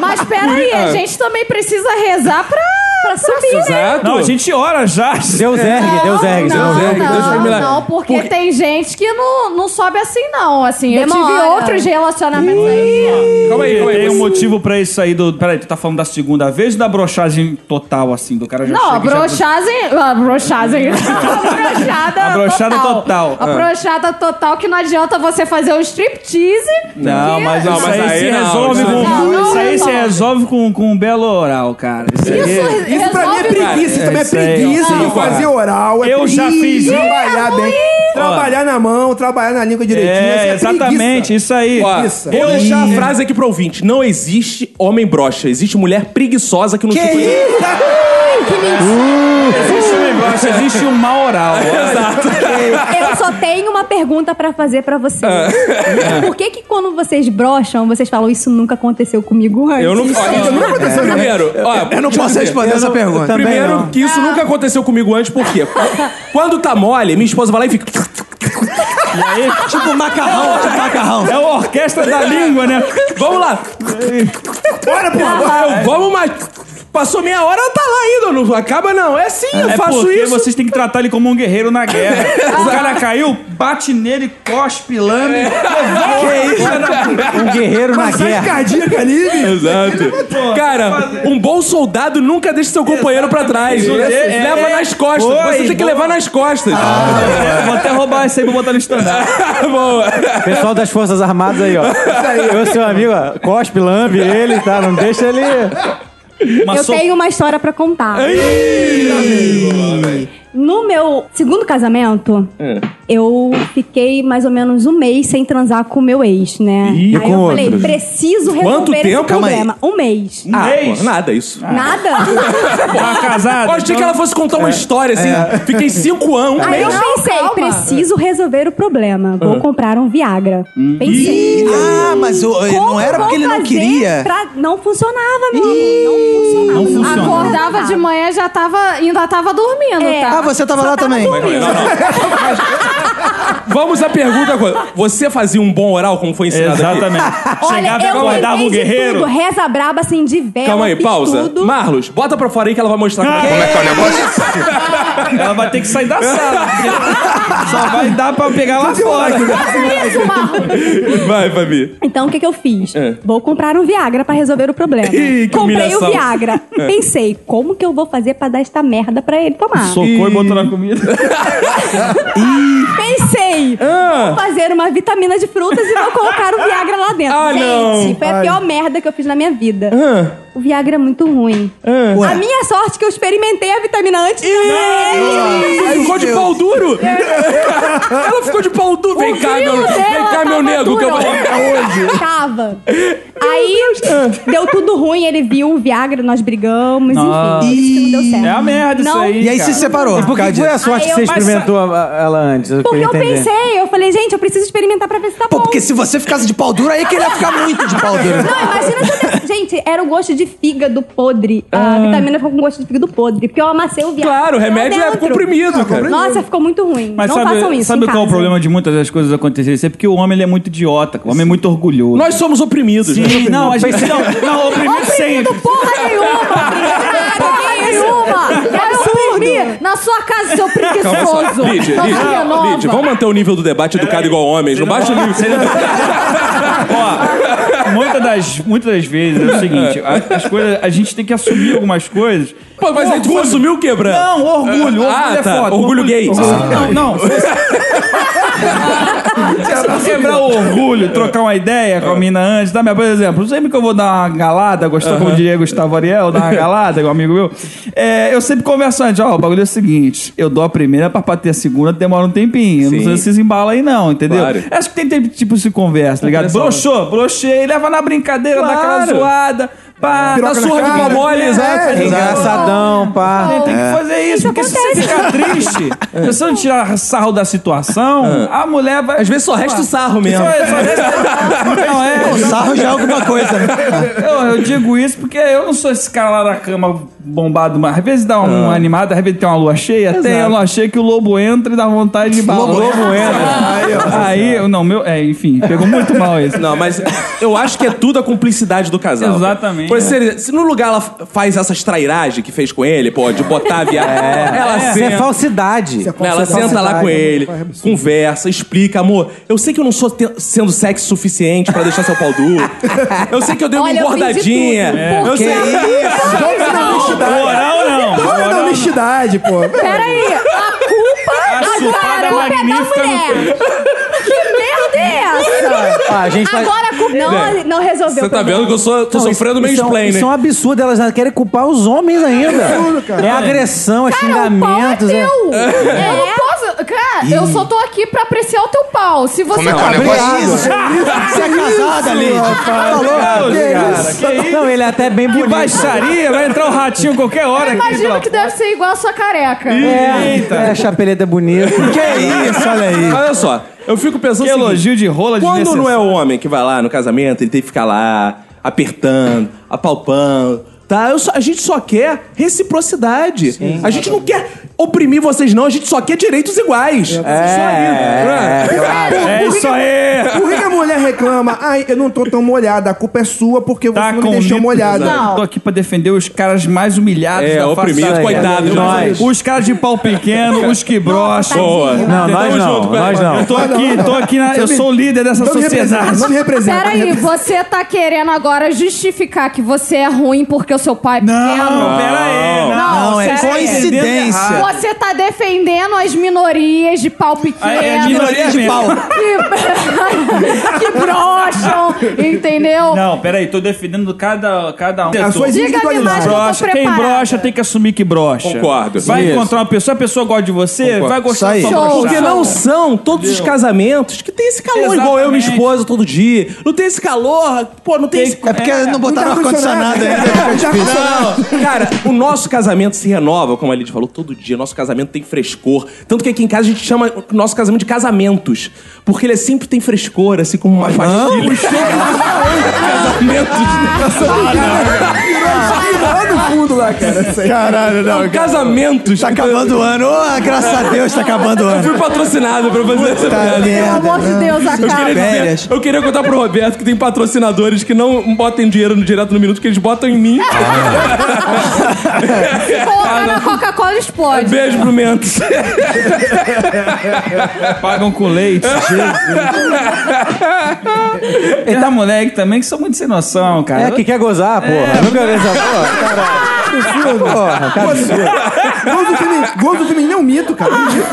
[SPEAKER 3] Mas peraí, a
[SPEAKER 9] Ah.
[SPEAKER 3] gente também precisa rezar pra, pra subir, né?
[SPEAKER 9] Não, a gente ora já. Deus
[SPEAKER 1] É.
[SPEAKER 9] ergue, Deus é ergue.
[SPEAKER 3] Não, não, não, porque tem gente que não, não sobe assim, não. Assim, eu tive
[SPEAKER 10] Demora.
[SPEAKER 3] outros relacionamentos aí.
[SPEAKER 9] Calma aí,
[SPEAKER 3] calma aí,
[SPEAKER 9] Tem um
[SPEAKER 3] você-
[SPEAKER 9] motivo pra isso aí do. Peraí, tu tá falando da segunda vez ou da brochagem total, assim, do cara já
[SPEAKER 3] Não, ah, a
[SPEAKER 9] chega e já-
[SPEAKER 3] brochagem. A brochagem. A
[SPEAKER 9] brochada
[SPEAKER 3] brochada
[SPEAKER 9] total.
[SPEAKER 3] A
[SPEAKER 9] Ah.
[SPEAKER 3] brochada total que não adianta você fazer um striptease.
[SPEAKER 9] Não,
[SPEAKER 3] que- é
[SPEAKER 9] mas isso aí, né? se
[SPEAKER 10] não,
[SPEAKER 9] resolve
[SPEAKER 10] isso aí
[SPEAKER 9] com.
[SPEAKER 10] não.
[SPEAKER 9] Isso aí se
[SPEAKER 10] Não.
[SPEAKER 9] resolve com, com um belo oral, cara. Isso, aí-
[SPEAKER 10] Isso
[SPEAKER 5] Isso pra mim é
[SPEAKER 10] resolve,
[SPEAKER 5] preguiça, isso
[SPEAKER 9] cara.
[SPEAKER 5] também é
[SPEAKER 9] Isso aí,
[SPEAKER 5] preguiça
[SPEAKER 9] sim,
[SPEAKER 5] de fazer
[SPEAKER 9] cara.
[SPEAKER 5] oral. é
[SPEAKER 9] Eu já
[SPEAKER 5] preguiça,
[SPEAKER 9] fiz isso.
[SPEAKER 5] Trabalhar bem.
[SPEAKER 9] Ó.
[SPEAKER 5] Trabalhar na mão, trabalhar na língua direitinho. isso
[SPEAKER 9] É, exatamente, isso aí.
[SPEAKER 1] Ó,
[SPEAKER 9] Isso.
[SPEAKER 1] vou deixar a
[SPEAKER 9] Ih.
[SPEAKER 1] frase aqui pro ouvinte. Não existe homem broxa. Existe mulher preguiçosa que não
[SPEAKER 10] Que
[SPEAKER 1] chupa ninguém.
[SPEAKER 10] isso?
[SPEAKER 9] Existe um negócio, existe um mal oral.
[SPEAKER 1] Exato.
[SPEAKER 6] Eu só tenho uma pergunta pra fazer pra vocês.
[SPEAKER 1] Ah.
[SPEAKER 6] Por que que quando vocês brocham, vocês falam isso nunca aconteceu comigo antes?
[SPEAKER 1] Eu não, ó, eu- primeiro, ó,
[SPEAKER 2] Eu não posso responder
[SPEAKER 1] eu
[SPEAKER 2] essa
[SPEAKER 1] não-
[SPEAKER 2] pergunta.
[SPEAKER 1] Primeiro
[SPEAKER 2] Também não.
[SPEAKER 1] que isso nunca aconteceu comigo antes, por quê? Quando tá mole, minha esposa vai lá e fica.
[SPEAKER 9] E aí?
[SPEAKER 1] Tipo macarrão, tipo macarrão.
[SPEAKER 9] É a orquestra da língua, né?
[SPEAKER 1] Vamos lá. Bora, pô. Eu, vamos mais. Passou meia hora, tá lá ainda. Não acaba não. É assim, eu
[SPEAKER 9] é
[SPEAKER 1] faço
[SPEAKER 9] porque
[SPEAKER 1] isso.
[SPEAKER 9] vocês têm que tratar ele como um guerreiro na guerra. o cara caiu, bate nele, cospe, lame. é
[SPEAKER 10] Que isso? Um guerreiro na Massagem guerra.
[SPEAKER 5] cardíaca ali.
[SPEAKER 1] Exato. Cara, um bom soldado nunca deixa seu companheiro pra trás.
[SPEAKER 9] Isso, é.
[SPEAKER 1] Leva nas costas.
[SPEAKER 9] Oi,
[SPEAKER 1] Você tem que
[SPEAKER 9] boa. Ah.
[SPEAKER 1] levar nas costas.
[SPEAKER 9] Vou até roubar esse aí pra botar no stand-up.
[SPEAKER 1] Ah, Boa.
[SPEAKER 4] Pessoal das Forças Armadas aí, ó. Eu, seu amigo, ó, cospe, lambe ele, tá? Não deixa ele.
[SPEAKER 6] eu tenho uma história pra contar. No meu segundo casamento,
[SPEAKER 1] É.
[SPEAKER 6] eu fiquei mais ou menos um mês sem transar com o meu ex, né?
[SPEAKER 1] Ih, e
[SPEAKER 6] aí
[SPEAKER 1] com
[SPEAKER 6] eu
[SPEAKER 1] outros?
[SPEAKER 6] falei, preciso resolver
[SPEAKER 1] Quanto tempo?
[SPEAKER 6] esse
[SPEAKER 1] Calma aí.
[SPEAKER 6] problema. Um mês.
[SPEAKER 1] Ah, pô, nada isso.
[SPEAKER 6] Nada?
[SPEAKER 1] tá
[SPEAKER 9] Ah,
[SPEAKER 1] Eu achei que ela fosse contar
[SPEAKER 9] É.
[SPEAKER 1] uma história assim. Fiquei cinco anos, um
[SPEAKER 6] Aí eu
[SPEAKER 1] mês.
[SPEAKER 6] pensei, preciso resolver o problema. Vou
[SPEAKER 1] Ah. Hum.
[SPEAKER 6] comprar um Viagra. Pensei.
[SPEAKER 2] Ih, ah, mas o- eh,
[SPEAKER 6] Como
[SPEAKER 2] não era
[SPEAKER 6] eu vou
[SPEAKER 2] porque ele não
[SPEAKER 6] fazer
[SPEAKER 2] queria?
[SPEAKER 6] pra- Não funcionava, meu amor. Não funcionava.
[SPEAKER 2] Não funcionava.
[SPEAKER 3] Acordava de manhã, já tava. Ainda tava dormindo,
[SPEAKER 6] É.
[SPEAKER 3] tá?
[SPEAKER 2] Ah, você tava lá também.
[SPEAKER 1] Não, não. Vamos à pergunta agora. Você fazia um bom oral como foi ensinado
[SPEAKER 9] Exatamente.
[SPEAKER 1] aqui?
[SPEAKER 6] Olha, eu
[SPEAKER 9] um
[SPEAKER 6] inventei de Tudo, reza braba, assim, de vela,
[SPEAKER 1] um Calma aí,
[SPEAKER 6] fiz
[SPEAKER 1] pausa.
[SPEAKER 6] tudo. Ah,
[SPEAKER 1] Marlos, bota pra fora aí que ela vai mostrar como é, que é o negócio.
[SPEAKER 9] ela vai ter que sair da sala. Só vai dar pra pegar lá fora.
[SPEAKER 6] Olha isso, Marlos.
[SPEAKER 1] Vai, Fabi.
[SPEAKER 6] Então, o que, que eu fiz?
[SPEAKER 1] É.
[SPEAKER 6] Vou comprar um Viagra pra resolver o problema.
[SPEAKER 1] Ih, que
[SPEAKER 6] Comprei
[SPEAKER 1] humilhação.
[SPEAKER 6] o Viagra.
[SPEAKER 1] É.
[SPEAKER 6] Pensei, como que eu vou fazer pra dar esta merda pra ele tomar?
[SPEAKER 9] Socou e botou na comida.
[SPEAKER 6] Pensei,
[SPEAKER 1] Ah.
[SPEAKER 6] vou fazer uma vitamina de frutas e vou colocar o Viagra lá dentro.
[SPEAKER 13] Ah,
[SPEAKER 6] Gente,
[SPEAKER 13] não.
[SPEAKER 6] foi a
[SPEAKER 13] Ai.
[SPEAKER 6] pior merda que eu fiz na minha vida.
[SPEAKER 1] Ah.
[SPEAKER 6] O Viagra é muito ruim.
[SPEAKER 13] Ué.
[SPEAKER 6] A minha sorte é que eu experimentei a vitamina antes.
[SPEAKER 1] Ih, ficou de pau duro? Ela ficou de pau duro. Vem cá, meu, vem cá, meu nego. Que eu vou...
[SPEAKER 6] Tava. Aí deu tudo ruim, ele viu o Viagra, nós brigamos,
[SPEAKER 4] Nossa.
[SPEAKER 6] enfim. Isso que não deu certo.
[SPEAKER 4] É a merda isso
[SPEAKER 6] Não-
[SPEAKER 4] aí. E por que foi a sorte que
[SPEAKER 6] Aí
[SPEAKER 4] você
[SPEAKER 6] eu- mas-
[SPEAKER 4] experimentou a- a- ela antes? Eu
[SPEAKER 6] Porque
[SPEAKER 4] queria
[SPEAKER 6] eu
[SPEAKER 4] entender.
[SPEAKER 6] pensei, eu falei, gente, eu preciso experimentar pra ver se tá bom.
[SPEAKER 2] Porque se você ficasse de pau duro, aí que ele ia ficar muito de pau duro.
[SPEAKER 6] Não, imagina se eu... te- Gente, era o gosto de fígado podre. A vitamina ficou com gosto de fígado podre. Porque eu amassei o Viagra.
[SPEAKER 1] Claro, o
[SPEAKER 6] lá
[SPEAKER 1] remédio é
[SPEAKER 6] dentro.
[SPEAKER 1] comprimido, cara.
[SPEAKER 6] Nossa, ficou muito ruim.
[SPEAKER 9] Mas
[SPEAKER 6] não façam
[SPEAKER 9] sabe,
[SPEAKER 6] isso
[SPEAKER 9] sabe
[SPEAKER 6] em
[SPEAKER 9] qual é o
[SPEAKER 6] casa.
[SPEAKER 9] problema de muitas das coisas acontecerem? Isso é porque o homem ele é muito idiota, o homem é muito orgulhoso.
[SPEAKER 1] Nós né? somos oprimidos.
[SPEAKER 9] Sim,
[SPEAKER 1] nós somos
[SPEAKER 9] não, é a
[SPEAKER 1] oprimidos.
[SPEAKER 9] gente não, não oprimido sempre.
[SPEAKER 3] Porra nenhuma! Porra nenhuma! Vai oprimir na sua casa, seu
[SPEAKER 1] Calma
[SPEAKER 3] preguiçoso!
[SPEAKER 1] só. Lid,
[SPEAKER 3] Sua
[SPEAKER 1] Lid,
[SPEAKER 3] filha nova.
[SPEAKER 1] Lid, vamos manter o nível do debate educado igual homens. Não baixa o nível. tá-
[SPEAKER 9] Ó, muitas das, muitas das vezes é o seguinte, a- as coisas, a gente tem que assumir algumas coisas.
[SPEAKER 1] Ah, Pô, mas aí tu assumiu o quê, Bran?
[SPEAKER 9] Não, orgulho, orgulho
[SPEAKER 1] Ah,
[SPEAKER 9] é
[SPEAKER 1] tá,
[SPEAKER 9] foda.
[SPEAKER 1] orgulho gay. Ah.
[SPEAKER 9] Não, não.
[SPEAKER 1] tá
[SPEAKER 9] Se eu quebrar o orgulho, trocar uma ideia com a mina antes, dá minha, por exemplo, sempre que eu vou dar uma galada, Gustavo, como
[SPEAKER 10] Aham.
[SPEAKER 9] diria Gustavo Ariel, dar uma galada, um amigo meu, é, eu sempre converso antes, ó, o bagulho é o seguinte, eu dou a primeira pra bater a segunda, demora um tempinho, não
[SPEAKER 10] Sim.
[SPEAKER 9] sei se vocês embalam aí não, entendeu?
[SPEAKER 10] Claro.
[SPEAKER 9] Acho que tem tempo, tipo, se conversa, tá ligado?
[SPEAKER 10] Pressão, né?
[SPEAKER 9] Broxou, broxei, leva na brincadeira, dá aquela
[SPEAKER 10] Claro.
[SPEAKER 9] zoada, pá, dá
[SPEAKER 10] Piroca na
[SPEAKER 9] surra de
[SPEAKER 10] cara,
[SPEAKER 9] pau mole,
[SPEAKER 10] é,
[SPEAKER 9] exato.
[SPEAKER 4] engraçadão, pá.
[SPEAKER 9] Tem
[SPEAKER 4] É.
[SPEAKER 9] que fazer isso, porque se você ficar triste,
[SPEAKER 10] É.
[SPEAKER 9] se você não tirar sarro da situação, a mulher vai. Às
[SPEAKER 1] vezes só resta o sarro mesmo.
[SPEAKER 9] Só, só resta... Não, é.
[SPEAKER 2] O sarro já é alguma coisa, né?
[SPEAKER 9] Eu, eu digo isso porque eu não sou esse cara lá na cama bombado, mas às vezes dá uma
[SPEAKER 1] Ah.
[SPEAKER 9] animada, às vezes tem uma lua cheia,
[SPEAKER 10] Exato.
[SPEAKER 9] tem a lua cheia que o lobo entra e dá vontade de balar.
[SPEAKER 10] Lobo
[SPEAKER 9] entra. Aí, eu- não, meu. É, enfim, pegou muito mal isso.
[SPEAKER 1] Não, mas eu acho que é tudo a cumplicidade do casal.
[SPEAKER 9] Exatamente.
[SPEAKER 1] Por se, se no lugar ela faz essas trairagens que fez com ele, pô, de botar a viagem. Ela
[SPEAKER 4] Isso
[SPEAKER 1] senta. né,
[SPEAKER 4] é falsidade.
[SPEAKER 1] Ela senta lá
[SPEAKER 5] né?
[SPEAKER 1] com ele, conversa, explica, amor. Eu sei que eu não sou te- sendo sexy suficiente pra deixar seu pau duro. Eu sei que eu dei uma
[SPEAKER 10] Olha, eu fiz de
[SPEAKER 1] engordadinha.
[SPEAKER 10] tudo. Por
[SPEAKER 1] Eu
[SPEAKER 10] quê?
[SPEAKER 1] sei.
[SPEAKER 10] Isso.
[SPEAKER 5] Jogo da honestidade.
[SPEAKER 10] Moral não.
[SPEAKER 5] Jogo da
[SPEAKER 10] Moral
[SPEAKER 5] honestidade, pô.
[SPEAKER 3] Peraí, a
[SPEAKER 10] A
[SPEAKER 3] culpa
[SPEAKER 10] chupada
[SPEAKER 3] agora a culpa é
[SPEAKER 10] magnífica
[SPEAKER 3] da
[SPEAKER 10] no
[SPEAKER 3] mulher. Que merda é essa?
[SPEAKER 4] Ah, a gente tá-
[SPEAKER 3] Agora a culpa não,
[SPEAKER 4] É.
[SPEAKER 3] não resolveu.
[SPEAKER 1] tá
[SPEAKER 3] o problema.
[SPEAKER 4] Não, isso- isso é um- Isso é um absurdo, elas ainda querem culpar os homens ainda.
[SPEAKER 3] É absurdo, cara.
[SPEAKER 4] É agressão, é xingamentos.
[SPEAKER 2] né?
[SPEAKER 4] é-
[SPEAKER 3] Meu, eu não posso. Cara, eu
[SPEAKER 4] Ih.
[SPEAKER 3] só tô aqui pra apreciar o teu pau. Se você
[SPEAKER 4] Como é que é o
[SPEAKER 3] tá-
[SPEAKER 4] negócio? Isso, isso, Você é casada, Lid. Falou? Não, ele é até bem bonito.
[SPEAKER 9] baixaria, vai entrar o ratinho qualquer hora.
[SPEAKER 3] Eu imagino que deve ser igual a sua careca.
[SPEAKER 4] Eita. É, a chapeleta é bonita.
[SPEAKER 1] Que isso, olha aí. Olha só, eu fico pensando Que elogio
[SPEAKER 9] de rola
[SPEAKER 1] de Quando não é o homem que vai lá no casamento, ele tem que ficar lá apertando, apalpando. Tá, Eu só- a gente só quer reciprocidade. a gente não quer oprimir vocês, não. A gente só quer direitos iguais. É,
[SPEAKER 5] é,
[SPEAKER 1] é,
[SPEAKER 5] claro.
[SPEAKER 1] é isso aí.
[SPEAKER 5] Por que que a mulher reclama? Ai, eu não tô tão molhada. A culpa é sua porque
[SPEAKER 9] Tá
[SPEAKER 5] você não me deixou molhada.
[SPEAKER 9] né? Tô aqui pra defender os caras mais humilhados
[SPEAKER 1] É,
[SPEAKER 9] da face
[SPEAKER 1] oprimidos,
[SPEAKER 9] da terra.
[SPEAKER 1] coitados, nós.
[SPEAKER 9] Os caras de pau pequeno, os que brocham.
[SPEAKER 1] Boa. Não, nós
[SPEAKER 9] Tamo
[SPEAKER 1] não,
[SPEAKER 9] cara.
[SPEAKER 1] nós não.
[SPEAKER 9] Eu tô aqui, tô aqui, na- eu
[SPEAKER 1] Você me-
[SPEAKER 9] sou o líder dessa
[SPEAKER 1] não me
[SPEAKER 9] sociedade.
[SPEAKER 1] representa, não me representa.
[SPEAKER 3] Peraí, você tá querendo agora justificar que você é ruim porque o seu pai é pequeno?
[SPEAKER 9] Não, pera aí, não.
[SPEAKER 3] Não,
[SPEAKER 9] Não, é
[SPEAKER 3] pera aí.
[SPEAKER 9] coincidência.
[SPEAKER 3] Você tá defendendo as minorias de pau pequeno.
[SPEAKER 9] É, é minoria de pau.
[SPEAKER 3] Que, que brocham, entendeu?
[SPEAKER 9] Não, peraí, tô defendendo cada, cada um.
[SPEAKER 3] As suas Diga-me individualidades. mais que eu tô
[SPEAKER 9] brocha, Quem
[SPEAKER 3] preparada.
[SPEAKER 9] brocha tem que assumir que brocha.
[SPEAKER 1] Concordo.
[SPEAKER 9] Vai
[SPEAKER 1] Isso.
[SPEAKER 9] encontrar uma pessoa, a pessoa gosta de você, vai gostar da sua brochada.
[SPEAKER 1] Porque não são todos os casamentos que tem esse calor, igual eu e minha
[SPEAKER 9] Exatamente.
[SPEAKER 1] esposa todo dia. Não tem esse calor, pô, não tem, esse... É
[SPEAKER 2] porque não
[SPEAKER 5] um
[SPEAKER 2] botaram
[SPEAKER 1] dá
[SPEAKER 2] ar-condicionado ainda, fica difícil.
[SPEAKER 1] Não, cara, o nosso casamento se renova, como a Lid falou, todo dia. Nosso casamento tem frescor. Tanto que aqui em casa a gente chama o nosso casamento de casamentos. Porque ele é sempre tem frescor, assim como uma pastilha. Casamentos.
[SPEAKER 10] Ah, não.
[SPEAKER 1] Virou esquina,
[SPEAKER 10] Ah,
[SPEAKER 5] fundo lá, cara. Sei.
[SPEAKER 8] Caralho, não.
[SPEAKER 1] Não, casamentos.
[SPEAKER 8] Tá acabando o ano. Ah, graças a Deus, tá acabando o
[SPEAKER 1] Eu
[SPEAKER 8] ano.
[SPEAKER 1] fui patrocinado pra fazer essa
[SPEAKER 4] É,
[SPEAKER 1] piada.
[SPEAKER 8] merda, Pelo amor de não. Deus,
[SPEAKER 1] Eu
[SPEAKER 8] acaba.
[SPEAKER 1] queria dizer-
[SPEAKER 8] Férias.
[SPEAKER 1] Eu queria contar pro Roberto que tem patrocinadores que não botem dinheiro no direto no minuto, que eles botam em mim.
[SPEAKER 9] Ah,
[SPEAKER 3] Coloca na Coca-Cola e explode.
[SPEAKER 9] É,
[SPEAKER 1] Beijo pro Mentos.
[SPEAKER 9] Pagam com leite. e tá moleque também que são muito sem noção, cara.
[SPEAKER 2] É, que quer gozar, porra. Nunca vi essa porra. Caralho. Porra, cara.
[SPEAKER 5] Gol do Fluminense- Gol do Fluminense é um mito, cara. É um mito.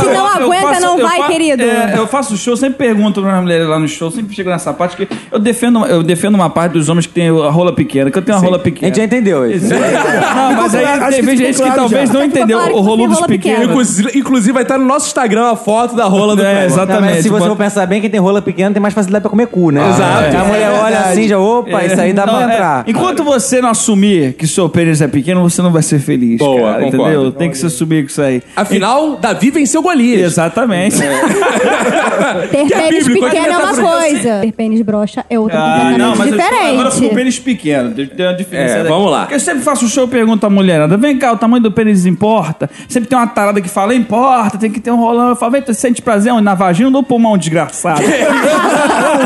[SPEAKER 14] Se não
[SPEAKER 9] Eu
[SPEAKER 14] aguenta,
[SPEAKER 9] faço-
[SPEAKER 14] não
[SPEAKER 9] eu
[SPEAKER 14] vai,
[SPEAKER 9] fa-
[SPEAKER 14] querido.
[SPEAKER 9] é, eu faço show, sempre pergunto pra mulheres lá no show, sempre chego nessa parte que eu defendo, eu defendo uma parte dos homens que tem a rola pequena, que eu tenho a rola pequena. A gente já
[SPEAKER 2] entendeu
[SPEAKER 9] isso. Não, mas aí
[SPEAKER 1] Acho que
[SPEAKER 9] teve
[SPEAKER 1] ficou
[SPEAKER 9] gente que
[SPEAKER 1] claro
[SPEAKER 9] talvez
[SPEAKER 1] já.
[SPEAKER 9] não entendeu o rolo dos pequenos.
[SPEAKER 1] Inclusive, inclusive vai estar no nosso Instagram a foto da rola do
[SPEAKER 2] Não,
[SPEAKER 1] Fred.
[SPEAKER 2] Tá, mas se você for pensar bem, quem tem rola pequena tem mais facilidade pra comer cu, né?
[SPEAKER 9] É. Exato.
[SPEAKER 2] A
[SPEAKER 8] É
[SPEAKER 2] mulher olha assim já, opa, isso aí dá
[SPEAKER 9] Então,
[SPEAKER 2] pra
[SPEAKER 9] é,
[SPEAKER 2] entrar.
[SPEAKER 9] enquanto você não assumir que seu pênis é pequeno, você não vai ser feliz,
[SPEAKER 1] Boa,
[SPEAKER 9] cara,
[SPEAKER 1] concordo.
[SPEAKER 9] entendeu? Tem que se assumir com isso aí.
[SPEAKER 1] Afinal, Davi venceu Golias.
[SPEAKER 9] Exatamente.
[SPEAKER 2] é.
[SPEAKER 14] Ter
[SPEAKER 9] Que é
[SPEAKER 14] pênis
[SPEAKER 9] bíblico,
[SPEAKER 14] pequeno é
[SPEAKER 9] aqui
[SPEAKER 14] uma
[SPEAKER 9] nessa frase.
[SPEAKER 14] coisa. Ter pênis broxa é outra
[SPEAKER 9] Ah,
[SPEAKER 14] completamente
[SPEAKER 9] não, mas eu- agora ficou o
[SPEAKER 14] diferente.
[SPEAKER 9] pênis pequeno. Tem uma diferença.
[SPEAKER 1] É,
[SPEAKER 9] daí.
[SPEAKER 1] vamos lá.
[SPEAKER 9] Porque eu sempre faço um show e pergunto à mulherada: vem cá, o tamanho do pênis importa? Sempre tem uma tarada que fala: importa, tem que ter um rolão. Eu falo: vem, tu sente prazer onde? na vagina ou no pulmão, desgraçado?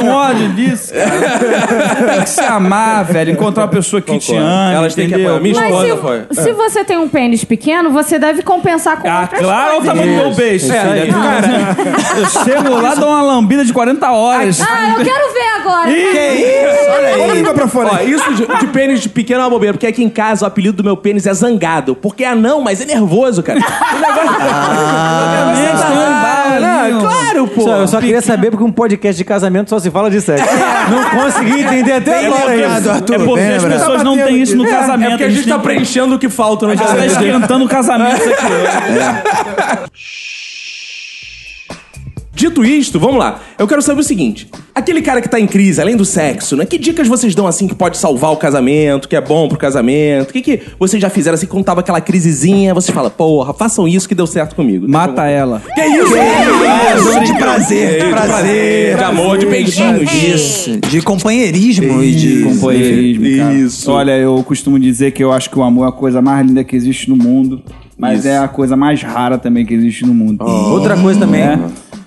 [SPEAKER 9] um ódio disso, cara. Tem que se amar, velho. Encontrar uma pessoa que te ama.
[SPEAKER 1] Elas têm que
[SPEAKER 9] entendeu?
[SPEAKER 1] apoiar. Minha esposa
[SPEAKER 9] se-
[SPEAKER 1] foi.
[SPEAKER 3] Se você tem um pênis pequeno, você deve compensar com outras
[SPEAKER 9] Ah, Claro, olha o
[SPEAKER 3] coisas.
[SPEAKER 9] tamanho do meu beijo.
[SPEAKER 1] É,
[SPEAKER 9] filha.
[SPEAKER 1] aí,
[SPEAKER 9] eu chego lá, dou uma lambida de 40 horas.
[SPEAKER 3] Ah, eu quero ver agora.
[SPEAKER 1] Ó, isso de, de pênis de pequeno é uma bobeira, porque aqui em casa o apelido do meu pênis é zangado. Porque é anão, mas é nervoso, cara. é O negócio.
[SPEAKER 9] Obviamente,
[SPEAKER 1] Ah, não, claro, pô.
[SPEAKER 2] Tá Só- eu só queria saber porque um podcast de casamento só se fala de sexo.
[SPEAKER 8] É.
[SPEAKER 2] não consegui entender até
[SPEAKER 1] Bem
[SPEAKER 2] agora
[SPEAKER 1] lembrado,
[SPEAKER 2] isso.
[SPEAKER 1] Arthur,
[SPEAKER 9] É porque
[SPEAKER 2] bem
[SPEAKER 9] as
[SPEAKER 2] lembrado.
[SPEAKER 9] pessoas não têm isso no
[SPEAKER 1] É,
[SPEAKER 9] casamento.
[SPEAKER 1] É porque a gente tá preenchendo o que falta no
[SPEAKER 9] A gente tá
[SPEAKER 1] casamento.
[SPEAKER 9] esquentando o casamento aqui.
[SPEAKER 1] Dito isto, vamos lá. Eu quero saber o seguinte: aquele cara que tá em crise, além do sexo, né? Que dicas vocês dão assim que pode salvar o casamento, que é bom pro casamento? O que, que vocês já fizeram assim quando tava aquela crisezinha? Vocês falam, porra, façam isso que deu certo comigo. Mata
[SPEAKER 9] ela.
[SPEAKER 1] Que isso?
[SPEAKER 8] isso? De
[SPEAKER 1] Que
[SPEAKER 8] prazer,
[SPEAKER 1] isso?
[SPEAKER 8] de prazer.
[SPEAKER 1] De amor, de beijinhos.
[SPEAKER 8] Isso. De companheirismo e de.
[SPEAKER 9] Companheirismo, cara. Olha, eu costumo dizer que eu acho que o amor é a coisa mais linda que existe no mundo, mas
[SPEAKER 2] Isso.
[SPEAKER 9] é a coisa mais rara também que existe no mundo.
[SPEAKER 2] Outra coisa também.
[SPEAKER 9] É.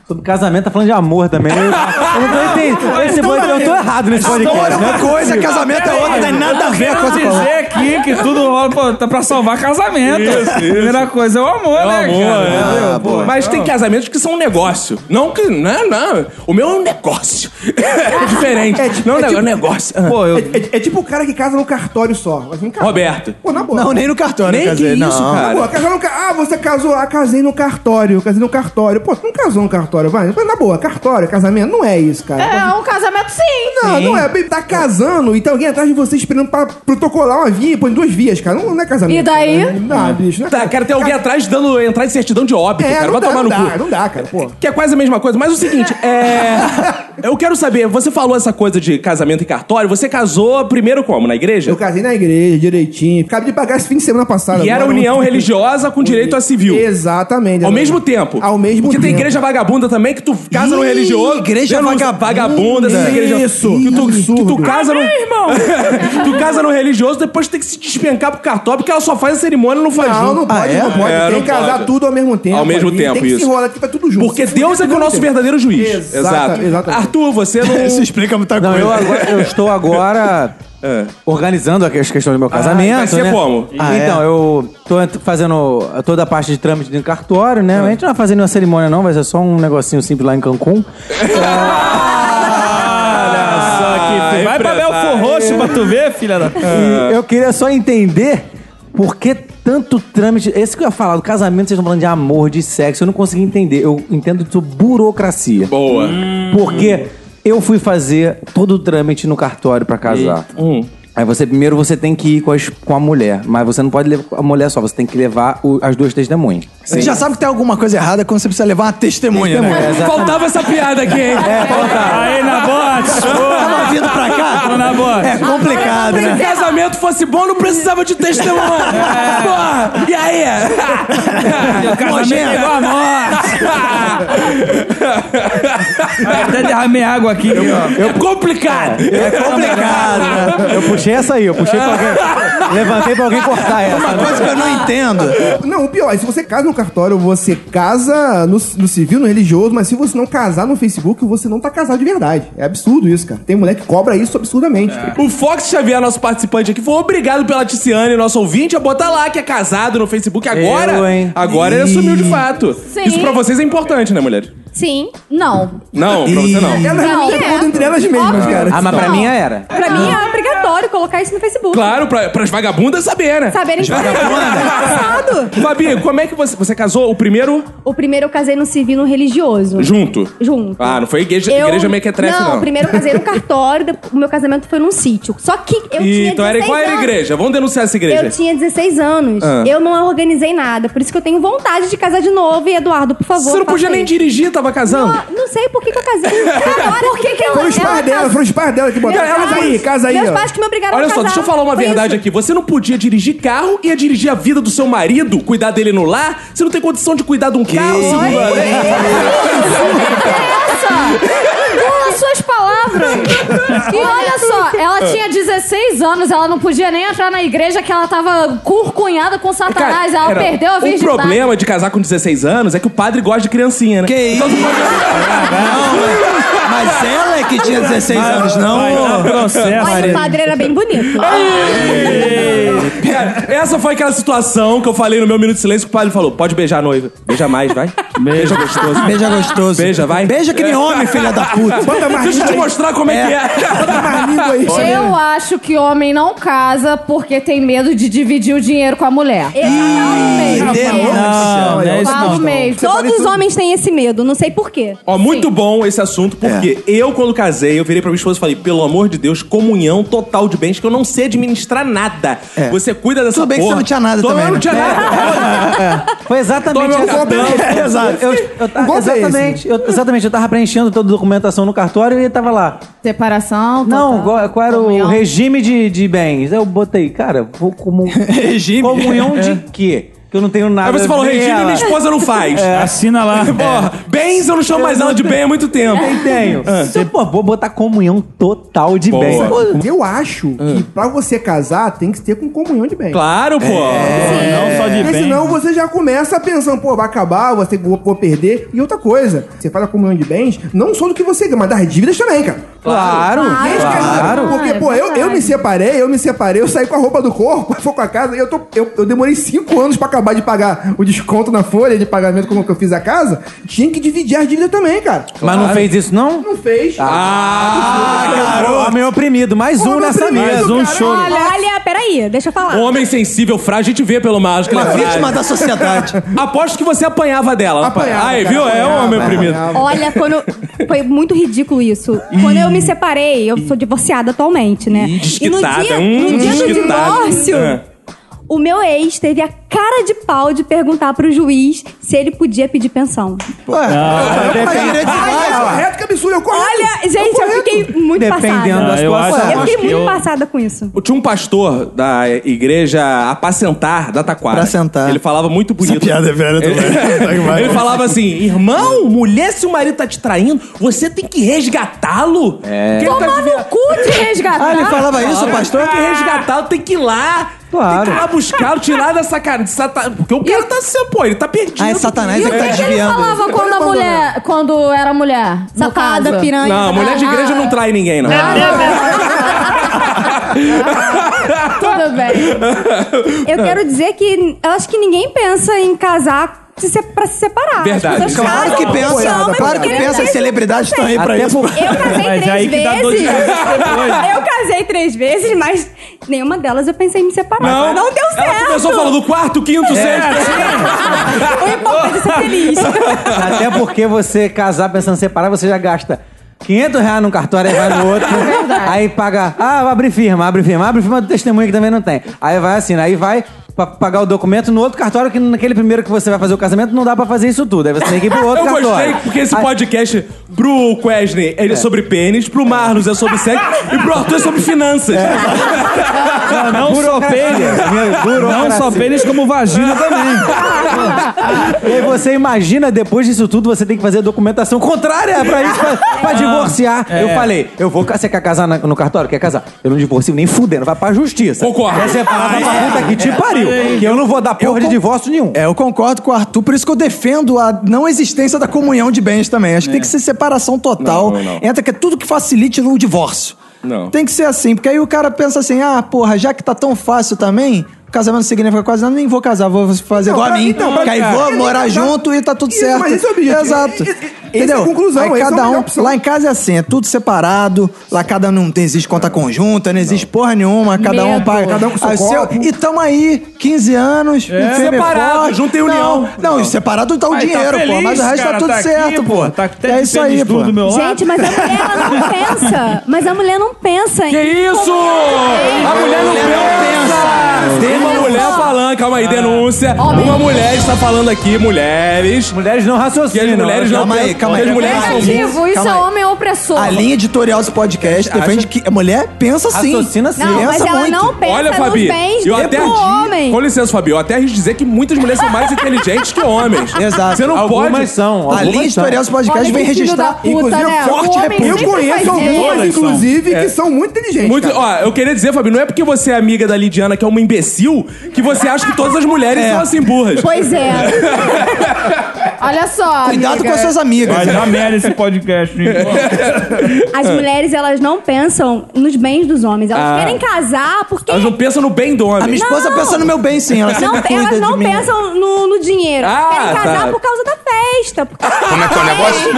[SPEAKER 2] Sobre casamento, tá falando de amor também. Eu, eu não tô entendendo. Esse boi- eu tô errado nesse podcast.
[SPEAKER 8] História é uma
[SPEAKER 2] né?
[SPEAKER 8] coisa, casamento é outra, não tem nada a ver com a
[SPEAKER 9] Quero
[SPEAKER 8] coisa
[SPEAKER 9] dizer
[SPEAKER 8] falando.
[SPEAKER 9] aqui que tudo rola pô, tá pra salvar casamento.
[SPEAKER 1] Isso, isso.
[SPEAKER 9] Primeira coisa é o amor,
[SPEAKER 5] Tá
[SPEAKER 9] né,
[SPEAKER 1] amor, né?
[SPEAKER 9] cara?
[SPEAKER 5] Ah,
[SPEAKER 9] Entendeu? Pô,
[SPEAKER 1] Mas tem
[SPEAKER 9] então-
[SPEAKER 1] casamentos que são um negócio. Não que. Não, não. O meu é um negócio.
[SPEAKER 5] Ah,
[SPEAKER 1] É diferente. não, é, um
[SPEAKER 5] tipo-
[SPEAKER 1] negócio. Ah.
[SPEAKER 9] Pô, eu-
[SPEAKER 5] É, é tipo o cara que casa no cartório só. Mas não casa.
[SPEAKER 1] Roberto.
[SPEAKER 5] Pô, na boa.
[SPEAKER 8] Não, nem no cartório,
[SPEAKER 1] Nem
[SPEAKER 8] quer dizer, né?
[SPEAKER 1] que
[SPEAKER 8] não.
[SPEAKER 1] isso, cara.
[SPEAKER 5] Na boa, casar no ca- Ah, você casou. Ah, casei no cartório. Casei no cartório. Pô, tu não casou no cartório, vai. Mas na boa, cartório, casamento, não é isso, cara.
[SPEAKER 3] É um casamento sim.
[SPEAKER 5] Não,
[SPEAKER 3] Sim.
[SPEAKER 5] não é. baby, Tá casando e tem alguém atrás de você esperando pra protocolar uma via, põe duas vias, cara. Não, não é casamento.
[SPEAKER 3] E daí?
[SPEAKER 5] cara. Não dá, bicho. Não é
[SPEAKER 1] Tá, cara, tem alguém atrás dando entrar em certidão de óbito,
[SPEAKER 5] É,
[SPEAKER 1] cara.
[SPEAKER 5] não
[SPEAKER 1] Vai
[SPEAKER 5] dá,
[SPEAKER 1] tomar
[SPEAKER 5] não
[SPEAKER 1] no
[SPEAKER 5] dá,
[SPEAKER 1] cu.
[SPEAKER 5] não dá, cara, pô.
[SPEAKER 1] Que é quase a mesma coisa. Mas o seguinte, é. Eu quero saber, você falou essa coisa de casamento em cartório, você casou primeiro como? Na igreja?
[SPEAKER 5] Eu casei na igreja direitinho. Acabei de pagar esse fim de semana passado.
[SPEAKER 1] E era
[SPEAKER 5] agora,
[SPEAKER 1] união
[SPEAKER 5] ontem.
[SPEAKER 1] religiosa com direito a civil.
[SPEAKER 5] Exatamente.
[SPEAKER 1] Ao mesmo tempo.
[SPEAKER 5] Ao mesmo
[SPEAKER 1] Porque
[SPEAKER 5] tempo.
[SPEAKER 1] tem igreja vagabunda também que tu casa no
[SPEAKER 8] Ih,
[SPEAKER 1] religioso.
[SPEAKER 8] igreja
[SPEAKER 1] denúncia,
[SPEAKER 8] vagabunda.
[SPEAKER 1] Essas igrejas-
[SPEAKER 5] Isso.
[SPEAKER 1] Que tu, que
[SPEAKER 5] Absurdo.
[SPEAKER 1] tu casa no. tu casa no religioso, depois tu tem que se despencar pro cartório, porque ela só faz a cerimônia e não faz
[SPEAKER 5] Não,
[SPEAKER 1] junto.
[SPEAKER 5] não pode,
[SPEAKER 8] Ah, é?
[SPEAKER 5] não pode.
[SPEAKER 1] É,
[SPEAKER 5] tem
[SPEAKER 1] não
[SPEAKER 5] que casar
[SPEAKER 1] pode.
[SPEAKER 5] tudo ao mesmo tempo.
[SPEAKER 1] Ao mesmo
[SPEAKER 5] ali.
[SPEAKER 1] tempo,
[SPEAKER 5] Tem que se
[SPEAKER 1] isso.
[SPEAKER 5] enrolar aqui pra tudo junto.
[SPEAKER 1] Porque
[SPEAKER 5] Se
[SPEAKER 1] Deus é
[SPEAKER 5] fuder
[SPEAKER 1] que é o
[SPEAKER 5] tudo
[SPEAKER 1] nosso
[SPEAKER 5] junto.
[SPEAKER 1] verdadeiro juiz.
[SPEAKER 5] Exata-
[SPEAKER 1] Exato.
[SPEAKER 5] exatamente.
[SPEAKER 1] Arthur, você não.
[SPEAKER 8] Isso explica muita
[SPEAKER 2] Não,
[SPEAKER 8] coisa.
[SPEAKER 2] eu, agora, eu estou agora organizando as questões do meu casamento.
[SPEAKER 1] vai ser
[SPEAKER 2] né?
[SPEAKER 1] como?
[SPEAKER 8] Ah, é?
[SPEAKER 2] então, eu tô ent- fazendo toda a parte de trâmite de cartório,
[SPEAKER 8] Ah.
[SPEAKER 2] né? A gente não vai fazer nenhuma cerimônia, não, vai ser só um negocinho simples lá em Cancún.
[SPEAKER 1] Ah,
[SPEAKER 9] Olha só que. Vai pra Belfor Roxo pra tu ver, filha da.
[SPEAKER 2] E eu queria só entender por que tanto trâmite. Esse que eu ia falar, do casamento, vocês estão falando de amor, de sexo, eu não consegui entender. Eu entendo de burocracia.
[SPEAKER 1] Boa.
[SPEAKER 8] Hum.
[SPEAKER 2] Porque eu fui fazer todo o trâmite no cartório pra casar.
[SPEAKER 1] Hum.
[SPEAKER 2] Aí você primeiro você tem que ir com, as- com a mulher, mas você não pode levar a mulher só, você tem que levar o- as duas testemunhas.
[SPEAKER 8] Você já sabe que tem alguma coisa errada quando você precisa levar uma testemunha,
[SPEAKER 2] Testemunha,
[SPEAKER 8] né?
[SPEAKER 2] exato.
[SPEAKER 1] Faltava essa piada aqui, hein?
[SPEAKER 9] Aí na
[SPEAKER 8] Tava
[SPEAKER 9] bote!
[SPEAKER 8] vindo pra cá?
[SPEAKER 9] Na bote!
[SPEAKER 8] É complicado,
[SPEAKER 1] Se o
[SPEAKER 8] né?
[SPEAKER 1] casamento fosse bom, não precisava de testemunha. Porra, e aí?
[SPEAKER 9] O casamento é igual a morte!
[SPEAKER 15] Até derramei água aqui. ó.
[SPEAKER 1] é complicado.
[SPEAKER 15] É
[SPEAKER 2] complicado, né? Eu puxei essa aí, eu puxei pra alguém. Levantei pra alguém cortar essa. né?
[SPEAKER 8] Uma coisa que eu não entendo.
[SPEAKER 5] Não, o pior, é se você casa no cartório, você casa no, no civil, no religioso, mas se você não casar no Facebook, você não tá casado de verdade. É absurdo isso, cara. Tem mulher que cobra isso absurdamente.
[SPEAKER 1] O Fox Xavier, nosso participante aqui, foi obrigado pela Ticiane, nosso ouvinte, a botar lá que é casado no Facebook agora.
[SPEAKER 2] Eu, hein?
[SPEAKER 1] Agora ele
[SPEAKER 2] Ih.
[SPEAKER 1] assumiu de fato.
[SPEAKER 9] Sim.
[SPEAKER 1] Isso pra vocês é importante, né, mulher?
[SPEAKER 9] Sim, não.
[SPEAKER 1] Não, pra você não.
[SPEAKER 9] Ela realmente
[SPEAKER 3] é.
[SPEAKER 9] tá falando entre elas mesmas, Óbvio. cara.
[SPEAKER 2] Ah, mas pra
[SPEAKER 9] Não.
[SPEAKER 2] mim era.
[SPEAKER 9] Pra mim é obrigatório colocar isso no Facebook.
[SPEAKER 1] Claro, pra, pras vagabundas saber, né?
[SPEAKER 9] Saberem que você é casado.
[SPEAKER 1] Fabi, como é que você. Você casou o primeiro
[SPEAKER 3] O primeiro eu casei no civil no religioso.
[SPEAKER 1] junto?
[SPEAKER 3] Junto.
[SPEAKER 1] Ah, não foi igreja, igreja mequetrefe, não.
[SPEAKER 3] Não, primeiro eu casei no cartório, depois- o meu casamento foi num sítio. Só que eu
[SPEAKER 1] Ih,
[SPEAKER 3] tinha
[SPEAKER 1] então era
[SPEAKER 3] 16
[SPEAKER 1] qual era a
[SPEAKER 3] anos.
[SPEAKER 1] igreja? Vamos denunciar essa igreja.
[SPEAKER 3] Eu tinha 16 anos.
[SPEAKER 1] Ah.
[SPEAKER 3] Eu não organizei nada. Por isso que eu tenho vontade de casar de novo. E, Eduardo, por favor.
[SPEAKER 1] Você não podia
[SPEAKER 3] faça
[SPEAKER 1] nem
[SPEAKER 3] isso. Ah,
[SPEAKER 1] dirigir, tava casando.
[SPEAKER 3] Não, não sei por que, que eu casei. Agora, por que, que
[SPEAKER 5] Foi os pais dela, foi os pais dela que botaram.
[SPEAKER 3] Meus
[SPEAKER 5] Casa aí,
[SPEAKER 3] pais-
[SPEAKER 5] casa aí.
[SPEAKER 3] meus
[SPEAKER 5] ó.
[SPEAKER 3] pais que me obrigaram
[SPEAKER 1] Olha
[SPEAKER 3] a
[SPEAKER 1] só,
[SPEAKER 3] casar.
[SPEAKER 1] deixa eu falar uma
[SPEAKER 3] Foi
[SPEAKER 1] verdade
[SPEAKER 3] isso.
[SPEAKER 1] aqui. Você não podia dirigir carro, ia dirigir a vida do seu marido, cuidar dele no lar. Você não tem condição de cuidar de um carro, segundo
[SPEAKER 9] Engula suas palavras. E olha só, ela tinha 16 anos, ela não podia nem entrar na igreja que ela tava curcunhada com Satanás. ela
[SPEAKER 1] Era,
[SPEAKER 9] perdeu a
[SPEAKER 1] O
[SPEAKER 9] virgindade.
[SPEAKER 1] problema de casar com 16 anos é que o padre gosta de criancinha, né? Que isso?
[SPEAKER 8] Mas ela é que tinha 16 anos, não.
[SPEAKER 3] Olha, o padre era bem bonito.
[SPEAKER 1] Cara, É, essa foi aquela situação que eu falei no meu minuto de silêncio que o padre falou: pode beijar a noiva. Beija mais, vai. Beija gostoso.
[SPEAKER 8] Beija gostoso.
[SPEAKER 1] Beija, vai.
[SPEAKER 8] Beija que nem homem, filha da puta.
[SPEAKER 5] Bota mais
[SPEAKER 1] Deixa eu te
[SPEAKER 5] língua aí.
[SPEAKER 1] mostrar como é que é.
[SPEAKER 5] Bota mais língua aí.
[SPEAKER 9] Eu acho que homem não casa porque tem medo de dividir o dinheiro com a mulher. Eu
[SPEAKER 3] É.
[SPEAKER 9] mesmo.
[SPEAKER 5] Ah,
[SPEAKER 15] Não, não é isso
[SPEAKER 9] Falo
[SPEAKER 15] não.
[SPEAKER 9] mesmo.
[SPEAKER 3] Todos os homens têm esse medo, não sei porquê.
[SPEAKER 1] Ó, muito bom esse assunto, porque eu, quando casei, eu virei pra minha esposa e falei, pelo amor de Deus, comunhão total de bens, que eu não sei administrar nada.
[SPEAKER 8] É.
[SPEAKER 1] Você cuida dessa
[SPEAKER 8] Tudo bem que
[SPEAKER 1] porra.
[SPEAKER 8] você não tinha nada
[SPEAKER 1] Tô-
[SPEAKER 8] também,
[SPEAKER 1] Eu não
[SPEAKER 8] né?
[SPEAKER 1] tinha nada.
[SPEAKER 2] Foi exatamente
[SPEAKER 1] Toma um golpe.
[SPEAKER 2] Eu-
[SPEAKER 1] É,
[SPEAKER 8] exato.
[SPEAKER 2] Eu, eu ta-
[SPEAKER 5] O golpe é
[SPEAKER 2] exatamente, eu, exatamente, eu tava preenchendo toda a documentação no cartório e tava lá.
[SPEAKER 9] Separação.
[SPEAKER 2] Não,
[SPEAKER 9] total.
[SPEAKER 2] qual, qual era o
[SPEAKER 9] Comunhão.
[SPEAKER 2] regime de, de bens? Eu botei, cara, vou como.
[SPEAKER 8] Regime.
[SPEAKER 2] Comunhão de quê? Que eu não tenho nada.
[SPEAKER 1] Aí você falou,
[SPEAKER 2] Nem
[SPEAKER 1] Regina,
[SPEAKER 2] ela.
[SPEAKER 1] minha esposa não faz.
[SPEAKER 9] É.
[SPEAKER 15] Assina lá.
[SPEAKER 1] Porra, bens eu não chamo mais ela de bem há muito tempo.
[SPEAKER 2] Nem tenho. Você, pô, vou botar comunhão total de
[SPEAKER 1] Boa.
[SPEAKER 2] bens.
[SPEAKER 5] Eu acho que pra você casar, tem que ter com comunhão de bem.
[SPEAKER 1] Claro, pô.
[SPEAKER 9] É.
[SPEAKER 1] É.
[SPEAKER 15] Não só de
[SPEAKER 5] Porque
[SPEAKER 15] bem.
[SPEAKER 5] senão você já começa pensando, pô, vai acabar, você vou, vou perder. E outra coisa, você faz a comunhão de bens, não só do que você ganha, mas das dívidas também, cara.
[SPEAKER 2] Claro,
[SPEAKER 5] Ninguém
[SPEAKER 2] claro.
[SPEAKER 5] esquece disso. Porque,
[SPEAKER 9] Ah, é
[SPEAKER 5] pô, eu, eu
[SPEAKER 9] verdade.
[SPEAKER 5] me separei, eu me separei, eu saí com a roupa do corpo, foi com a casa, e eu, tô, eu, eu demorei cinco anos pra acabar de pagar o desconto na folha de pagamento como que eu fiz a casa. Tinha que dividir as dívidas também, cara.
[SPEAKER 2] Mas não fez isso, não?
[SPEAKER 5] Não fez.
[SPEAKER 2] Ah, garoto! Homem oprimido, mais um
[SPEAKER 5] Homem
[SPEAKER 2] nessa
[SPEAKER 5] oprimido,
[SPEAKER 2] mesa.
[SPEAKER 15] Mais um
[SPEAKER 5] cara.
[SPEAKER 15] show.
[SPEAKER 3] Olha, olha, peraí, deixa eu falar.
[SPEAKER 1] é Homem sensível, frágil, a gente vê pelo Marcos que ele
[SPEAKER 8] Uma
[SPEAKER 1] é
[SPEAKER 8] vítima
[SPEAKER 1] frágil.
[SPEAKER 8] da sociedade.
[SPEAKER 1] Aposto que você apanhava dela.
[SPEAKER 5] Apanhava,
[SPEAKER 1] Aí,
[SPEAKER 5] cara,
[SPEAKER 1] viu? é um
[SPEAKER 5] apanhava,
[SPEAKER 1] homem oprimido.
[SPEAKER 5] apanhava.
[SPEAKER 3] Olha, quando. Foi muito ridículo isso. Quando eu me separei, eu sou divorciada atualmente, né? E no
[SPEAKER 1] Desquitada.
[SPEAKER 3] dia,
[SPEAKER 1] hum,
[SPEAKER 3] no dia do
[SPEAKER 1] desquitada.
[SPEAKER 3] divórcio,
[SPEAKER 1] É.
[SPEAKER 3] o meu ex teve a cara de pau de perguntar pro juiz se ele podia pedir pensão.
[SPEAKER 8] Mas direito de
[SPEAKER 5] É
[SPEAKER 8] vai, ó.
[SPEAKER 5] correto, que absurdo, é o correto.
[SPEAKER 3] Olha, gente, eu
[SPEAKER 5] correto.
[SPEAKER 3] fiquei muito
[SPEAKER 2] Dependendo
[SPEAKER 3] passada.
[SPEAKER 2] da
[SPEAKER 15] Ah, eu acho-
[SPEAKER 2] situação.
[SPEAKER 3] Eu fiquei
[SPEAKER 15] acho que
[SPEAKER 3] muito
[SPEAKER 15] eu-
[SPEAKER 3] passada com isso.
[SPEAKER 1] Tinha um pastor da igreja Apacentar da Taquara.
[SPEAKER 8] Apacentar.
[SPEAKER 1] Ele falava muito bonito.
[SPEAKER 8] Essa piada é velha também. Segue
[SPEAKER 1] ele,
[SPEAKER 8] vai.
[SPEAKER 1] ele falava assim: irmão, mulher, se o marido tá te traindo, você tem que resgatá-lo. É. Ele tá É
[SPEAKER 9] Toma
[SPEAKER 1] devia-
[SPEAKER 9] no cu de resgatar.
[SPEAKER 8] Ah, ele falava isso, pastor?
[SPEAKER 1] Tem que resgatá-lo, tem que ir lá.
[SPEAKER 2] Claro.
[SPEAKER 1] Tem que ir lá buscá-lo, tirar dessa cara. de satan- Porque o cara tá assim, pô, ele tá perdido.
[SPEAKER 8] Ah, é Satanás
[SPEAKER 9] E
[SPEAKER 8] é
[SPEAKER 9] o
[SPEAKER 8] que tá
[SPEAKER 9] que, que ele
[SPEAKER 8] desviando.
[SPEAKER 9] falava quando a mulher. Quando era mulher? no
[SPEAKER 3] Safada,
[SPEAKER 9] caso?
[SPEAKER 3] piranha.
[SPEAKER 1] Não, mulher de igreja não trai ninguém, não.
[SPEAKER 9] Tudo bem.
[SPEAKER 3] Eu quero dizer que eu acho que ninguém pensa em casar se se- pra se separar.
[SPEAKER 1] Verdade.
[SPEAKER 3] As pessoas
[SPEAKER 8] Claro
[SPEAKER 3] casam
[SPEAKER 8] que
[SPEAKER 3] porque se amam
[SPEAKER 8] pensa,
[SPEAKER 3] e
[SPEAKER 8] claro que
[SPEAKER 3] porque
[SPEAKER 8] pensa, as
[SPEAKER 3] querem.
[SPEAKER 8] celebridades estão aí pra
[SPEAKER 2] Até
[SPEAKER 8] isso.
[SPEAKER 2] por-
[SPEAKER 3] Eu casei
[SPEAKER 15] Mas
[SPEAKER 3] três
[SPEAKER 15] aí que
[SPEAKER 3] vezes.
[SPEAKER 15] dá dor de cabeça depois.
[SPEAKER 3] eu casei três vezes, mas nenhuma delas eu pensei em me separar. Não, deu
[SPEAKER 1] Ela
[SPEAKER 3] certo.
[SPEAKER 1] começou falando quarto,
[SPEAKER 2] É,
[SPEAKER 1] quinto, sexto.
[SPEAKER 3] O importante é ser feliz.
[SPEAKER 2] Até porque você casar pensando em separar, você já gasta 500 reais num cartório, aí vai no outro. aí paga, ah, abre firma, abre firma, abre firma do testemunho que também não tem. Aí vai assim, aí vai
[SPEAKER 16] pra pagar o documento no outro cartório, que naquele primeiro que você vai fazer o casamento não dá pra fazer isso tudo. Aí você tem que ir pro outro
[SPEAKER 1] Eu
[SPEAKER 16] cartório.
[SPEAKER 1] gostei, porque esse
[SPEAKER 16] Aí-
[SPEAKER 1] podcast pro Quesney é, sobre pênis, pro Marlos é sobre sexo e pro Arthur é sobre finanças.
[SPEAKER 2] É,
[SPEAKER 9] Não só
[SPEAKER 1] Tá
[SPEAKER 9] pênis. Não só pênis, como vagina
[SPEAKER 16] também. e aí você imagina, depois disso tudo, você tem que fazer documentação contrária pra isso, pra, pra
[SPEAKER 9] Ah,
[SPEAKER 16] divorciar.
[SPEAKER 9] é.
[SPEAKER 16] Eu falei, eu vou. ca- Você quer casar na- no cartório? Quer casar? Eu não divorcio nem fudendo, vai pra justiça.
[SPEAKER 1] Concordo.
[SPEAKER 16] Vai separar
[SPEAKER 2] Ah,
[SPEAKER 16] da
[SPEAKER 2] é.
[SPEAKER 16] puta que te
[SPEAKER 2] É.
[SPEAKER 16] pariu. Que eu não vou dar porra de divórcio nenhum.
[SPEAKER 2] É, eu concordo com o Arthur, por isso que eu defendo a não existência da comunhão de bens também. Acho que tem que ser separação total.
[SPEAKER 1] É. Não, não, não.
[SPEAKER 2] Entra que é tudo que facilite o divórcio.
[SPEAKER 1] Não.
[SPEAKER 2] Tem que ser assim, porque aí o cara pensa assim: ah, porra, já que tá tão fácil também. Casamento não significa quase nada, nem vou casar, vou fazer
[SPEAKER 5] Não,
[SPEAKER 2] igual a
[SPEAKER 5] pra-
[SPEAKER 2] mim.
[SPEAKER 5] então, pra-
[SPEAKER 2] que aí vou
[SPEAKER 5] cara,
[SPEAKER 2] morar
[SPEAKER 5] ele tá-
[SPEAKER 2] junto e tá tudo
[SPEAKER 5] Isso,
[SPEAKER 2] certo.
[SPEAKER 5] mas esse é o objetivo.
[SPEAKER 2] Exato.
[SPEAKER 5] E- e- e-
[SPEAKER 2] Entendeu?
[SPEAKER 5] essa é a conclusão,
[SPEAKER 2] Aí
[SPEAKER 5] essa é a
[SPEAKER 2] cada
[SPEAKER 5] melhor
[SPEAKER 2] um,
[SPEAKER 5] opção.
[SPEAKER 2] lá em casa é assim, é tudo separado, lá cada um não tem- existe conta conjunta, não existe porra nenhuma, cada um
[SPEAKER 5] Medo.
[SPEAKER 2] paga.
[SPEAKER 5] Cada um com seu
[SPEAKER 2] Aí o
[SPEAKER 5] copo.
[SPEAKER 2] E tamo aí, 15 anos,
[SPEAKER 5] É.
[SPEAKER 2] um firme e
[SPEAKER 5] Separado,
[SPEAKER 2] forte.
[SPEAKER 5] junto e união.
[SPEAKER 2] Não, não, separado tá o
[SPEAKER 5] Aí tá
[SPEAKER 2] dinheiro, pô,
[SPEAKER 5] feliz,
[SPEAKER 2] mas o resto
[SPEAKER 5] cara,
[SPEAKER 2] tá tudo
[SPEAKER 5] tá aqui,
[SPEAKER 2] certo, pô.
[SPEAKER 5] pô, tá até
[SPEAKER 2] é
[SPEAKER 5] de
[SPEAKER 2] isso aí,
[SPEAKER 5] feliz
[SPEAKER 2] pô.
[SPEAKER 5] tudo do meu lado.
[SPEAKER 6] Gente, mas a mulher ela não pensa. Mas a mulher não pensa. Que
[SPEAKER 1] isso? A mulher não pensa. Tem uma mulher falando, calma aí, denúncia.
[SPEAKER 3] Ah.
[SPEAKER 1] Uma mulher está falando aqui, mulheres.
[SPEAKER 16] Mulheres não raciocinam.
[SPEAKER 1] Que as mulheres não
[SPEAKER 2] Calma aí,
[SPEAKER 1] pensam,
[SPEAKER 2] calma
[SPEAKER 1] que
[SPEAKER 2] aí.
[SPEAKER 1] as mulheres são burras.
[SPEAKER 3] Negativo, isso
[SPEAKER 2] Calma
[SPEAKER 3] é
[SPEAKER 2] aí.
[SPEAKER 3] homem opressor.
[SPEAKER 2] A linha editorial desse podcast defende que a mulher pensa sim.
[SPEAKER 16] Raciocina
[SPEAKER 3] Não,
[SPEAKER 2] Pensa
[SPEAKER 3] mas ela
[SPEAKER 2] muito.
[SPEAKER 3] não pensa
[SPEAKER 1] Olha,
[SPEAKER 3] nos
[SPEAKER 1] Fabi,
[SPEAKER 3] bens
[SPEAKER 1] eu
[SPEAKER 3] do
[SPEAKER 1] até
[SPEAKER 3] homem.
[SPEAKER 1] Com licença, Fabi, eu até arrisco dizer que muitas mulheres são mais inteligentes que homens.
[SPEAKER 2] Exato.
[SPEAKER 1] Você não
[SPEAKER 2] Algumas
[SPEAKER 1] pode.
[SPEAKER 2] são, A linha algumas editorial são. desse podcast Olha vem que filho registrar, da puta,
[SPEAKER 3] é
[SPEAKER 2] inclusive, né? forte O homem repúdio.
[SPEAKER 5] Eu
[SPEAKER 2] sempre faz
[SPEAKER 5] conheço algumas,
[SPEAKER 1] isso.
[SPEAKER 5] inclusive,
[SPEAKER 1] É.
[SPEAKER 5] que são muito inteligentes.
[SPEAKER 1] Muito,
[SPEAKER 5] cara.
[SPEAKER 1] ó, eu queria dizer, Fabi, não é porque você é amiga da Lidiana, que é uma imbecil, que você acha que todas as mulheres
[SPEAKER 2] É.
[SPEAKER 1] são assim burras.
[SPEAKER 3] Pois é. Olha só.
[SPEAKER 2] Cuidado
[SPEAKER 3] amiga.
[SPEAKER 2] com as suas amigas.
[SPEAKER 9] Vai dar merda esse podcast. hein?
[SPEAKER 6] As
[SPEAKER 2] Ah.
[SPEAKER 6] mulheres, elas não pensam nos bens dos homens. Elas
[SPEAKER 1] Ah.
[SPEAKER 6] querem casar porque...
[SPEAKER 1] Elas não pensam no bem do homem.
[SPEAKER 2] A minha esposa
[SPEAKER 6] Não.
[SPEAKER 2] pensa no meu bem, sim. Ela
[SPEAKER 6] não,
[SPEAKER 2] sempre cuida
[SPEAKER 6] elas
[SPEAKER 2] de
[SPEAKER 6] não
[SPEAKER 2] mim.
[SPEAKER 6] pensam no, no dinheiro.
[SPEAKER 1] Ah,
[SPEAKER 6] querem casar
[SPEAKER 1] tá.
[SPEAKER 6] por causa da festa. por causa-
[SPEAKER 1] Como é que é o negócio?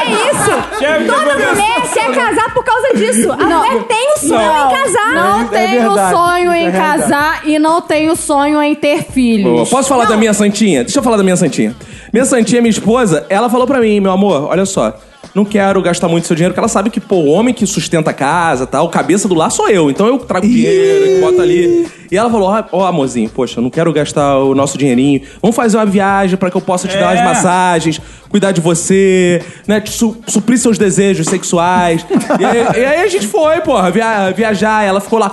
[SPEAKER 6] É isso. Toda mulher quer casar por causa disso. A
[SPEAKER 3] Não.
[SPEAKER 6] mulher tem o sonho
[SPEAKER 3] Não.
[SPEAKER 6] em casar.
[SPEAKER 2] É
[SPEAKER 3] Não tem o sonho em casar e não tem o sonho em ter
[SPEAKER 1] Boa.
[SPEAKER 3] filhos.
[SPEAKER 1] Posso falar da minha santinha? Deixa eu falar da minha santinha. Minha santinha, minha esposa, ela falou pra mim, meu amor, olha só, não quero gastar muito seu dinheiro, porque ela sabe que, pô, o homem que sustenta a casa, tal, cabeça do lar sou eu, então eu trago dinheiro, eu boto ali. E ela falou, ó, ó, amorzinho, poxa, eu não quero gastar o nosso dinheirinho, vamos fazer uma viagem pra que eu possa te dar umas massagens, cuidar de você, né, te su- suprir seus desejos sexuais. e, aí, e aí a gente foi, porra, via- viajar, ela ficou lá...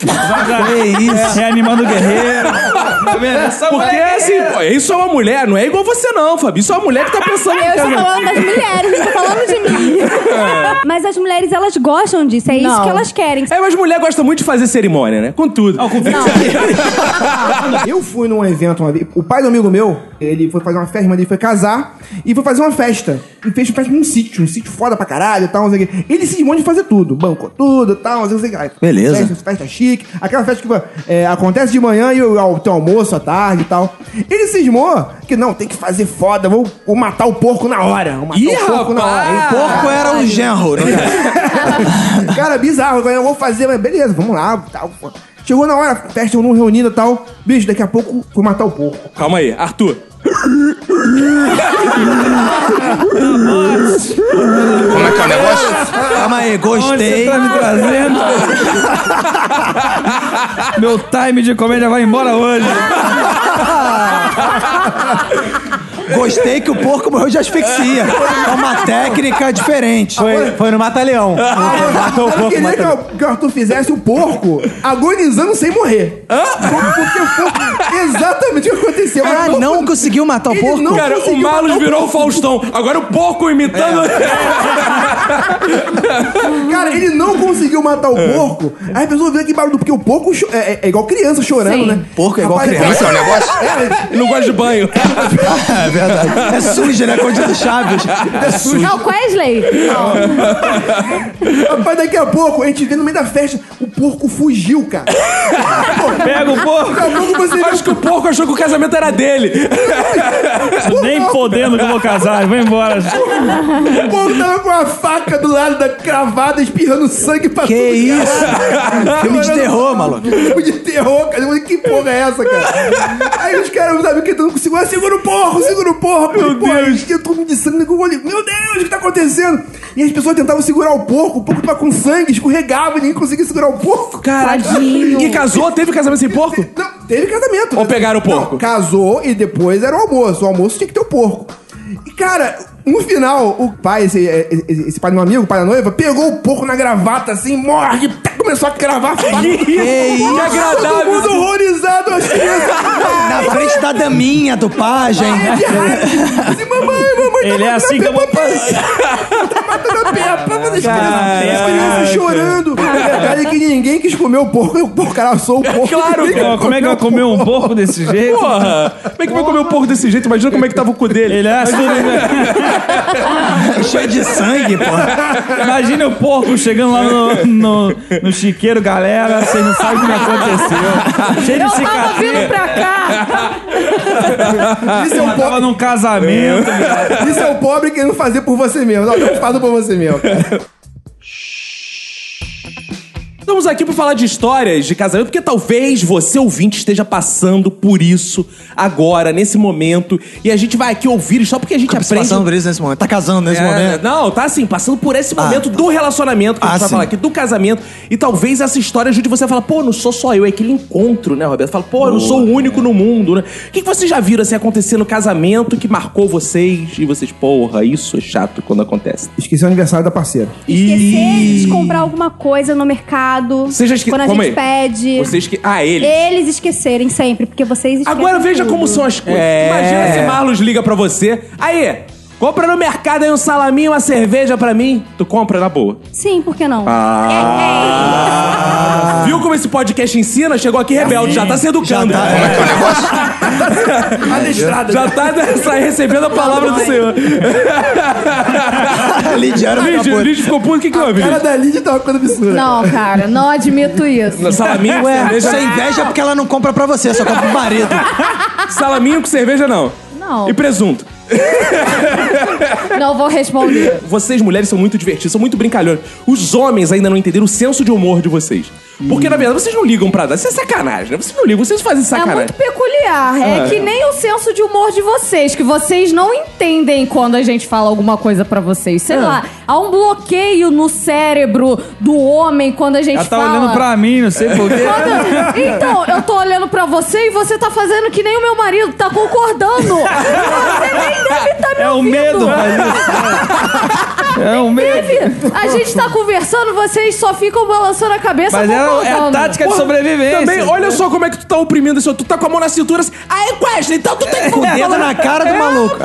[SPEAKER 9] Que isso? É, Reanimando o guerreiro.
[SPEAKER 1] Tá Porque assim, pô, isso é uma mulher, não é igual você não, Fabi. Isso é uma mulher que tá pensando em
[SPEAKER 6] Ah, Eu estou
[SPEAKER 1] casamento.
[SPEAKER 6] falando das mulheres, não estou falando de mim. Mas as mulheres, elas gostam disso. É isso
[SPEAKER 1] Não.
[SPEAKER 6] que elas querem.
[SPEAKER 1] É, mas mulher gosta muito de fazer cerimônia, né? Com tudo.
[SPEAKER 5] Eu fui num evento uma vez. O pai do amigo meu, ele foi fazer uma festa, irmã dele foi casar e foi fazer uma festa. E fez uma festa num sítio, um sítio foda pra caralho e tal, não sei o quê. Ele se esmou de fazer tudo, bancou tudo e tal, não sei o que.
[SPEAKER 2] Beleza.
[SPEAKER 5] Festa, festa chique, aquela festa que é, acontece de manhã e o ao- tem almoço à tarde e tal. Ele cismou que não, tem que fazer foda, vou, vou matar o porco na hora. Vou matar
[SPEAKER 2] Ih,
[SPEAKER 5] o porco na hora.
[SPEAKER 2] rapaz! O porco era um genro,
[SPEAKER 5] Cara, bizarro. Eu vou fazer, mas beleza, vamos lá. Tal. pô. Chegou na hora, festa eu não reunindo e tal. Bicho, daqui a pouco fui matar o porco.
[SPEAKER 1] Calma aí, Arthur.
[SPEAKER 2] Como é que é o negócio? Calma aí, gostei.
[SPEAKER 9] Tá me trazendo? Meu time de comédia vai embora hoje.
[SPEAKER 2] Gostei que o porco morreu de asfixia. É uma técnica diferente. Foi,
[SPEAKER 16] foi no Mata-Leão.
[SPEAKER 2] Ah,
[SPEAKER 16] Matou
[SPEAKER 5] Ah, eu queria que, o- que o Arthur fizesse o porco agonizando sem morrer. Porque o porco. Exatamente o que aconteceu.
[SPEAKER 2] Ah,
[SPEAKER 5] Mas
[SPEAKER 2] não conseguiu matar o porco?
[SPEAKER 5] não
[SPEAKER 1] Cara, o
[SPEAKER 5] conseguiu
[SPEAKER 1] Marlos
[SPEAKER 5] matar o
[SPEAKER 1] virou o
[SPEAKER 5] porco.
[SPEAKER 1] Faustão. Agora o porco imitando.
[SPEAKER 5] Cara, ele não conseguiu matar o porco. Aí a pessoa vê que barulho, porque o porco cho- é, é- é igual criança chorando,
[SPEAKER 2] Sim.
[SPEAKER 5] né?
[SPEAKER 2] Porco é igual criança.
[SPEAKER 5] Como é que é o negócio?
[SPEAKER 1] Não gosta de banho.
[SPEAKER 2] É verdade. É sujo, né? Como diz o Chaves. É sujo.
[SPEAKER 3] Não, Wesley.
[SPEAKER 5] Rapaz, daqui a pouco a gente vê no meio da festa, o porco fugiu, cara.
[SPEAKER 9] Pega o porco.
[SPEAKER 5] Daqui a pouco você vê
[SPEAKER 1] Acho que o porco achou que o casamento era dele.
[SPEAKER 9] Nem podendo que eu vou casar. Vou embora.
[SPEAKER 5] o porco tava com a faca do lado da cravada, espirrando sangue pra
[SPEAKER 2] Que
[SPEAKER 5] tudo,
[SPEAKER 2] isso?
[SPEAKER 5] cara.
[SPEAKER 2] Filme de terror, maluco.
[SPEAKER 5] um Filme de terror, cara. Eu falei, Que porra é essa, cara? Aí os caras, "Ah, sabe, que tentando segurar, segura o porco, segura o porco. Meu Deus. todo mundo de sangue, eu olhei, meu Deus, o que tá acontecendo? E as pessoas tentavam segurar o porco, o porco tava com sangue, escorregava e ninguém conseguia segurar o porco.
[SPEAKER 1] Caralho. E casou? Teve casamento sem porco?
[SPEAKER 5] Não, teve casamento. né?
[SPEAKER 1] Ou pegaram o porco?
[SPEAKER 5] casou e depois era o almoço. O almoço tinha que ter o porco. E, cara, no final, o pai, esse, esse- esse pai de um amigo, o pai da noiva, pegou o porco na gravata, assim, morre, pá, começou a gravar. Que
[SPEAKER 2] isso?
[SPEAKER 5] Todo
[SPEAKER 2] agradável.
[SPEAKER 5] mundo horrorizado, as crianças.
[SPEAKER 2] Na frente da daminha, do pajem.
[SPEAKER 5] Assim, tá
[SPEAKER 9] Ele é assim que eu vou
[SPEAKER 5] As crianças chorando. A verdade é que ninguém quis comer o porco, e o porco cara assou o porco.
[SPEAKER 9] Claro,
[SPEAKER 5] Ninguém
[SPEAKER 9] cara. Como é que vai comer um porco desse jeito?
[SPEAKER 1] Porra! Como é que vai comer um porco desse jeito? Imagina como é que tava o cu dele.
[SPEAKER 9] Ele é assim,
[SPEAKER 2] Cheio de sangue,
[SPEAKER 9] porra. Imagina o porco chegando lá no, no, no chiqueiro, galera. Vocês não sabem o que aconteceu. Cheio de
[SPEAKER 3] Eu tava
[SPEAKER 9] cicatriz.
[SPEAKER 3] vindo pra cá.
[SPEAKER 5] Isso é um
[SPEAKER 9] Ela tava num casamento.
[SPEAKER 5] Isso é o pobre querendo fazer por você mesmo. Não, eu falo por você mesmo.
[SPEAKER 1] Estamos aqui para falar de histórias de casamento, porque talvez você, ouvinte, esteja passando por isso agora, nesse momento. E a gente vai aqui ouvir só porque a gente aprende.
[SPEAKER 2] Passando por isso nesse momento. Tá casando nesse
[SPEAKER 1] É,
[SPEAKER 2] momento.
[SPEAKER 1] Não, tá assim, passando por esse momento do relacionamento que a gente
[SPEAKER 2] Ah,
[SPEAKER 1] vai
[SPEAKER 2] sim.
[SPEAKER 1] falar aqui, do casamento. E talvez essa história ajude você a falar, pô, não sou só eu, é aquele encontro, né, Roberto? Fala, pô, eu não sou o único no mundo, né? O que, que vocês já viram assim acontecer no casamento que marcou vocês? E vocês, porra, isso é chato quando acontece.
[SPEAKER 5] Esqueci o aniversário da parceira.
[SPEAKER 6] Esquecer de comprar alguma coisa no mercado.
[SPEAKER 1] Vocês já esque-
[SPEAKER 6] Quando a
[SPEAKER 1] Calma
[SPEAKER 6] gente
[SPEAKER 1] aí.
[SPEAKER 6] pede.
[SPEAKER 1] Vocês que. Ah, ele.
[SPEAKER 6] Eles esquecerem sempre, porque vocês esquecem
[SPEAKER 1] Agora veja
[SPEAKER 6] tudo.
[SPEAKER 1] como são as coisas. Imagina se Marlos liga pra você. Aí, compra no mercado aí um salaminho, uma cerveja pra mim. Tu compra na boa.
[SPEAKER 6] Sim, por que não?
[SPEAKER 1] Ah. Viu como esse podcast ensina? Chegou aqui rebelde, já tá se educando. Já tá,
[SPEAKER 5] Adestrado.
[SPEAKER 1] já tá nessa- recebendo a palavra do senhor.
[SPEAKER 2] Lidiana
[SPEAKER 1] Lídia,
[SPEAKER 2] acabou.
[SPEAKER 1] Lídia ficou puto, o que que houve?
[SPEAKER 5] cara da Lid tá uma coisa absurda.
[SPEAKER 3] Não, cara, não admito isso.
[SPEAKER 1] Salaminho,
[SPEAKER 2] Ué,
[SPEAKER 1] cerveja.
[SPEAKER 2] você inveja É porque ela não compra pra você, só compra pro marido.
[SPEAKER 1] Salaminho com cerveja não.
[SPEAKER 3] Não.
[SPEAKER 1] E presunto.
[SPEAKER 3] Não vou responder.
[SPEAKER 1] Vocês, mulheres, são muito divertidas, são muito brincalhonas. Os homens ainda não entenderam o senso de humor de vocês. Porque, na verdade, vocês não ligam pra dar. Isso é sacanagem, né? Vocês não ligam, vocês
[SPEAKER 9] Tá,
[SPEAKER 1] fazem
[SPEAKER 3] É
[SPEAKER 1] sacanagem.
[SPEAKER 3] muito peculiar. É
[SPEAKER 1] Ah,
[SPEAKER 3] que
[SPEAKER 1] é.
[SPEAKER 3] nem o senso de humor de vocês, que vocês não entendem quando a gente fala alguma coisa pra vocês. Sei
[SPEAKER 9] Ah.
[SPEAKER 3] lá, há um bloqueio no cérebro do homem quando a gente
[SPEAKER 9] Ela tá
[SPEAKER 3] fala.
[SPEAKER 9] olhando pra mim, não sei porquê.
[SPEAKER 3] Quando- Então, eu tô olhando pra você e você tá fazendo que nem o meu marido, tá concordando. Você nem deve tá me
[SPEAKER 9] É o
[SPEAKER 3] ouvindo.
[SPEAKER 9] medo, faz isso. É o medo.
[SPEAKER 3] Deve. A gente tá conversando, vocês só ficam balançando a cabeça
[SPEAKER 9] Mas é- é a
[SPEAKER 3] concordando.
[SPEAKER 9] tática
[SPEAKER 1] Porra, Também, olha
[SPEAKER 3] só.
[SPEAKER 1] só como é que tu tá oprimindo esse outro. Tu tá com a mão na cintura assim. Aí, Wesley, então tu tem
[SPEAKER 2] É, Com o dedo na cara do maluco.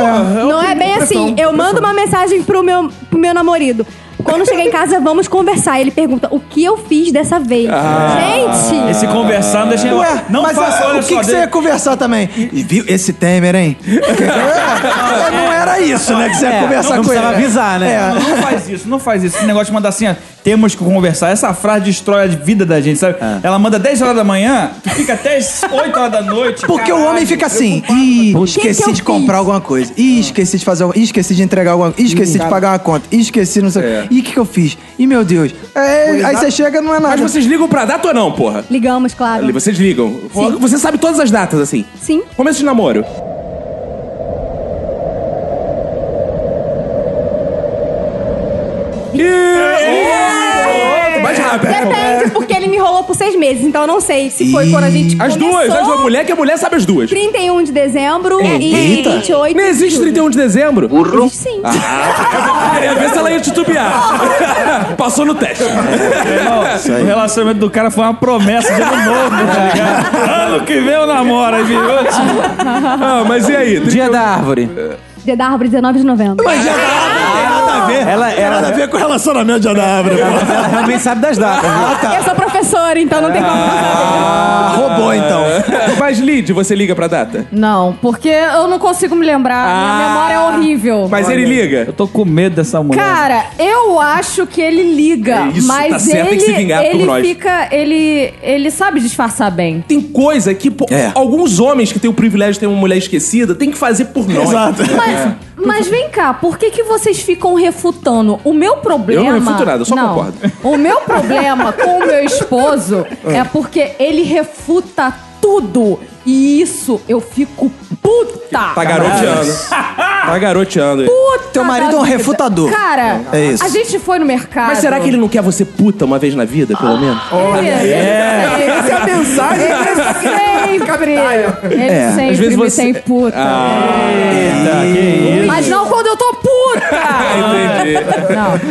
[SPEAKER 6] Não é bem assim. Eu mando uma mensagem pro meu, pro meu namorado. Quando chegar em casa, vamos conversar. Ele pergunta o que eu fiz dessa vez.
[SPEAKER 1] Ah,
[SPEAKER 6] Gente!
[SPEAKER 9] Esse conversando deixa eu.
[SPEAKER 2] Ué,
[SPEAKER 9] não
[SPEAKER 2] mas
[SPEAKER 9] faça,
[SPEAKER 2] ah,
[SPEAKER 9] olha
[SPEAKER 2] o que,
[SPEAKER 9] só.
[SPEAKER 2] que você ia conversar também? E viu esse Temer, hein? É, não era isso, né? Que você ia
[SPEAKER 9] É,
[SPEAKER 2] conversar
[SPEAKER 9] não
[SPEAKER 2] com ele. É.
[SPEAKER 9] precisava né?
[SPEAKER 2] avisar,
[SPEAKER 9] Não, não faz isso, não faz isso. Esse negócio de mandar assim, ó, temos que conversar. Essa frase destrói a vida da gente, sabe? Ela manda 10 horas da manhã, tu fica até as 8 horas da noite.
[SPEAKER 2] Porque o
[SPEAKER 9] caralho.
[SPEAKER 2] homem fica assim, ih,
[SPEAKER 6] Que que
[SPEAKER 2] esqueci
[SPEAKER 6] eu
[SPEAKER 2] de comprar
[SPEAKER 6] fiz?
[SPEAKER 2] alguma coisa, ih, esqueci de fazer alguma ih, esqueci de entregar alguma coisa, esqueci de pagar uma conta, ih, esqueci não sei o que, ih, o que que eu fiz? Ih, meu Deus. É, aí você chega não é nada.
[SPEAKER 1] Mas vocês ligam pra data ou não, porra?
[SPEAKER 6] Ligamos, claro.
[SPEAKER 1] Ali, Vocês ligam.
[SPEAKER 6] Sim.
[SPEAKER 1] Você sabe todas as datas, assim.
[SPEAKER 6] Sim.
[SPEAKER 1] Começo de namoro. Ih! oh, Mais rápido.
[SPEAKER 6] Depende, porque ele me enrolou por seis meses, então eu não sei se foi quando a gente
[SPEAKER 1] As
[SPEAKER 6] começou.
[SPEAKER 1] duas, as duas. Mulher que é mulher sabe as duas.
[SPEAKER 6] 31 de dezembro e
[SPEAKER 1] Eita.
[SPEAKER 6] 28
[SPEAKER 1] Não existe 31 de Ah. dezembro? Burro.
[SPEAKER 6] de sim.
[SPEAKER 1] Queria ver se ela ia titubear. Passou no teste.
[SPEAKER 9] Não, o relacionamento do cara foi uma promessa de ano novo, tá ligado? Ano que vem eu namoro, aí virou tipo.
[SPEAKER 1] Ah, mas e aí? um.
[SPEAKER 4] Dia da árvore.
[SPEAKER 6] Dia da árvore, 19 de novembro.
[SPEAKER 2] Ah, Nada a ver.
[SPEAKER 4] Ela, ela,
[SPEAKER 2] Nada a ver com relacionamento de árvore.
[SPEAKER 4] mas ela realmente sabe das datas. viu?
[SPEAKER 1] ah, tá.
[SPEAKER 6] Eu sou professora, então não tem como não saber.
[SPEAKER 2] Ah, roubou então.
[SPEAKER 1] Mas, Lid, você liga pra data?
[SPEAKER 3] Não, porque eu não consigo me lembrar.
[SPEAKER 1] Ah.
[SPEAKER 3] Minha memória é horrível.
[SPEAKER 1] Mas ele liga?
[SPEAKER 9] Eu tô com medo dessa mulher.
[SPEAKER 3] Cara, eu acho que ele liga,
[SPEAKER 1] É isso,
[SPEAKER 3] mas
[SPEAKER 1] tá certo, tem
[SPEAKER 3] ele,
[SPEAKER 1] que se vingar por
[SPEAKER 3] ele
[SPEAKER 1] nós.
[SPEAKER 3] fica, ele, ele sabe disfarçar bem.
[SPEAKER 1] Tem coisa que pô, alguns homens que têm o privilégio de ter uma mulher esquecida tem que fazer por nós.
[SPEAKER 2] Exato.
[SPEAKER 3] Mas, mas vem cá, por que, que vocês ficam refutando? O meu problema.
[SPEAKER 1] Eu não refuto nada, eu só concordo. Ah.
[SPEAKER 3] O meu problema com o meu esposo é porque ele refuta tudo. E isso eu fico puta.
[SPEAKER 1] Tá garoteando. Tá garoteando aí.
[SPEAKER 3] Puta
[SPEAKER 1] Teu marido é
[SPEAKER 3] da
[SPEAKER 1] um
[SPEAKER 3] vida.
[SPEAKER 1] refutador.
[SPEAKER 3] Cara,
[SPEAKER 1] É. É isso.
[SPEAKER 3] a gente foi no mercado.
[SPEAKER 1] Mas será que ele tá não quer você puta uma vez na vida,
[SPEAKER 3] Ah,
[SPEAKER 1] pelo menos?
[SPEAKER 3] É.
[SPEAKER 5] Essa é a mensagem.
[SPEAKER 3] Sempre. Ele
[SPEAKER 1] É.
[SPEAKER 3] sempre
[SPEAKER 1] Às vezes
[SPEAKER 3] me
[SPEAKER 1] você- Ah,
[SPEAKER 3] tem puta.
[SPEAKER 1] isso.
[SPEAKER 3] Mas não quando eu tô puta!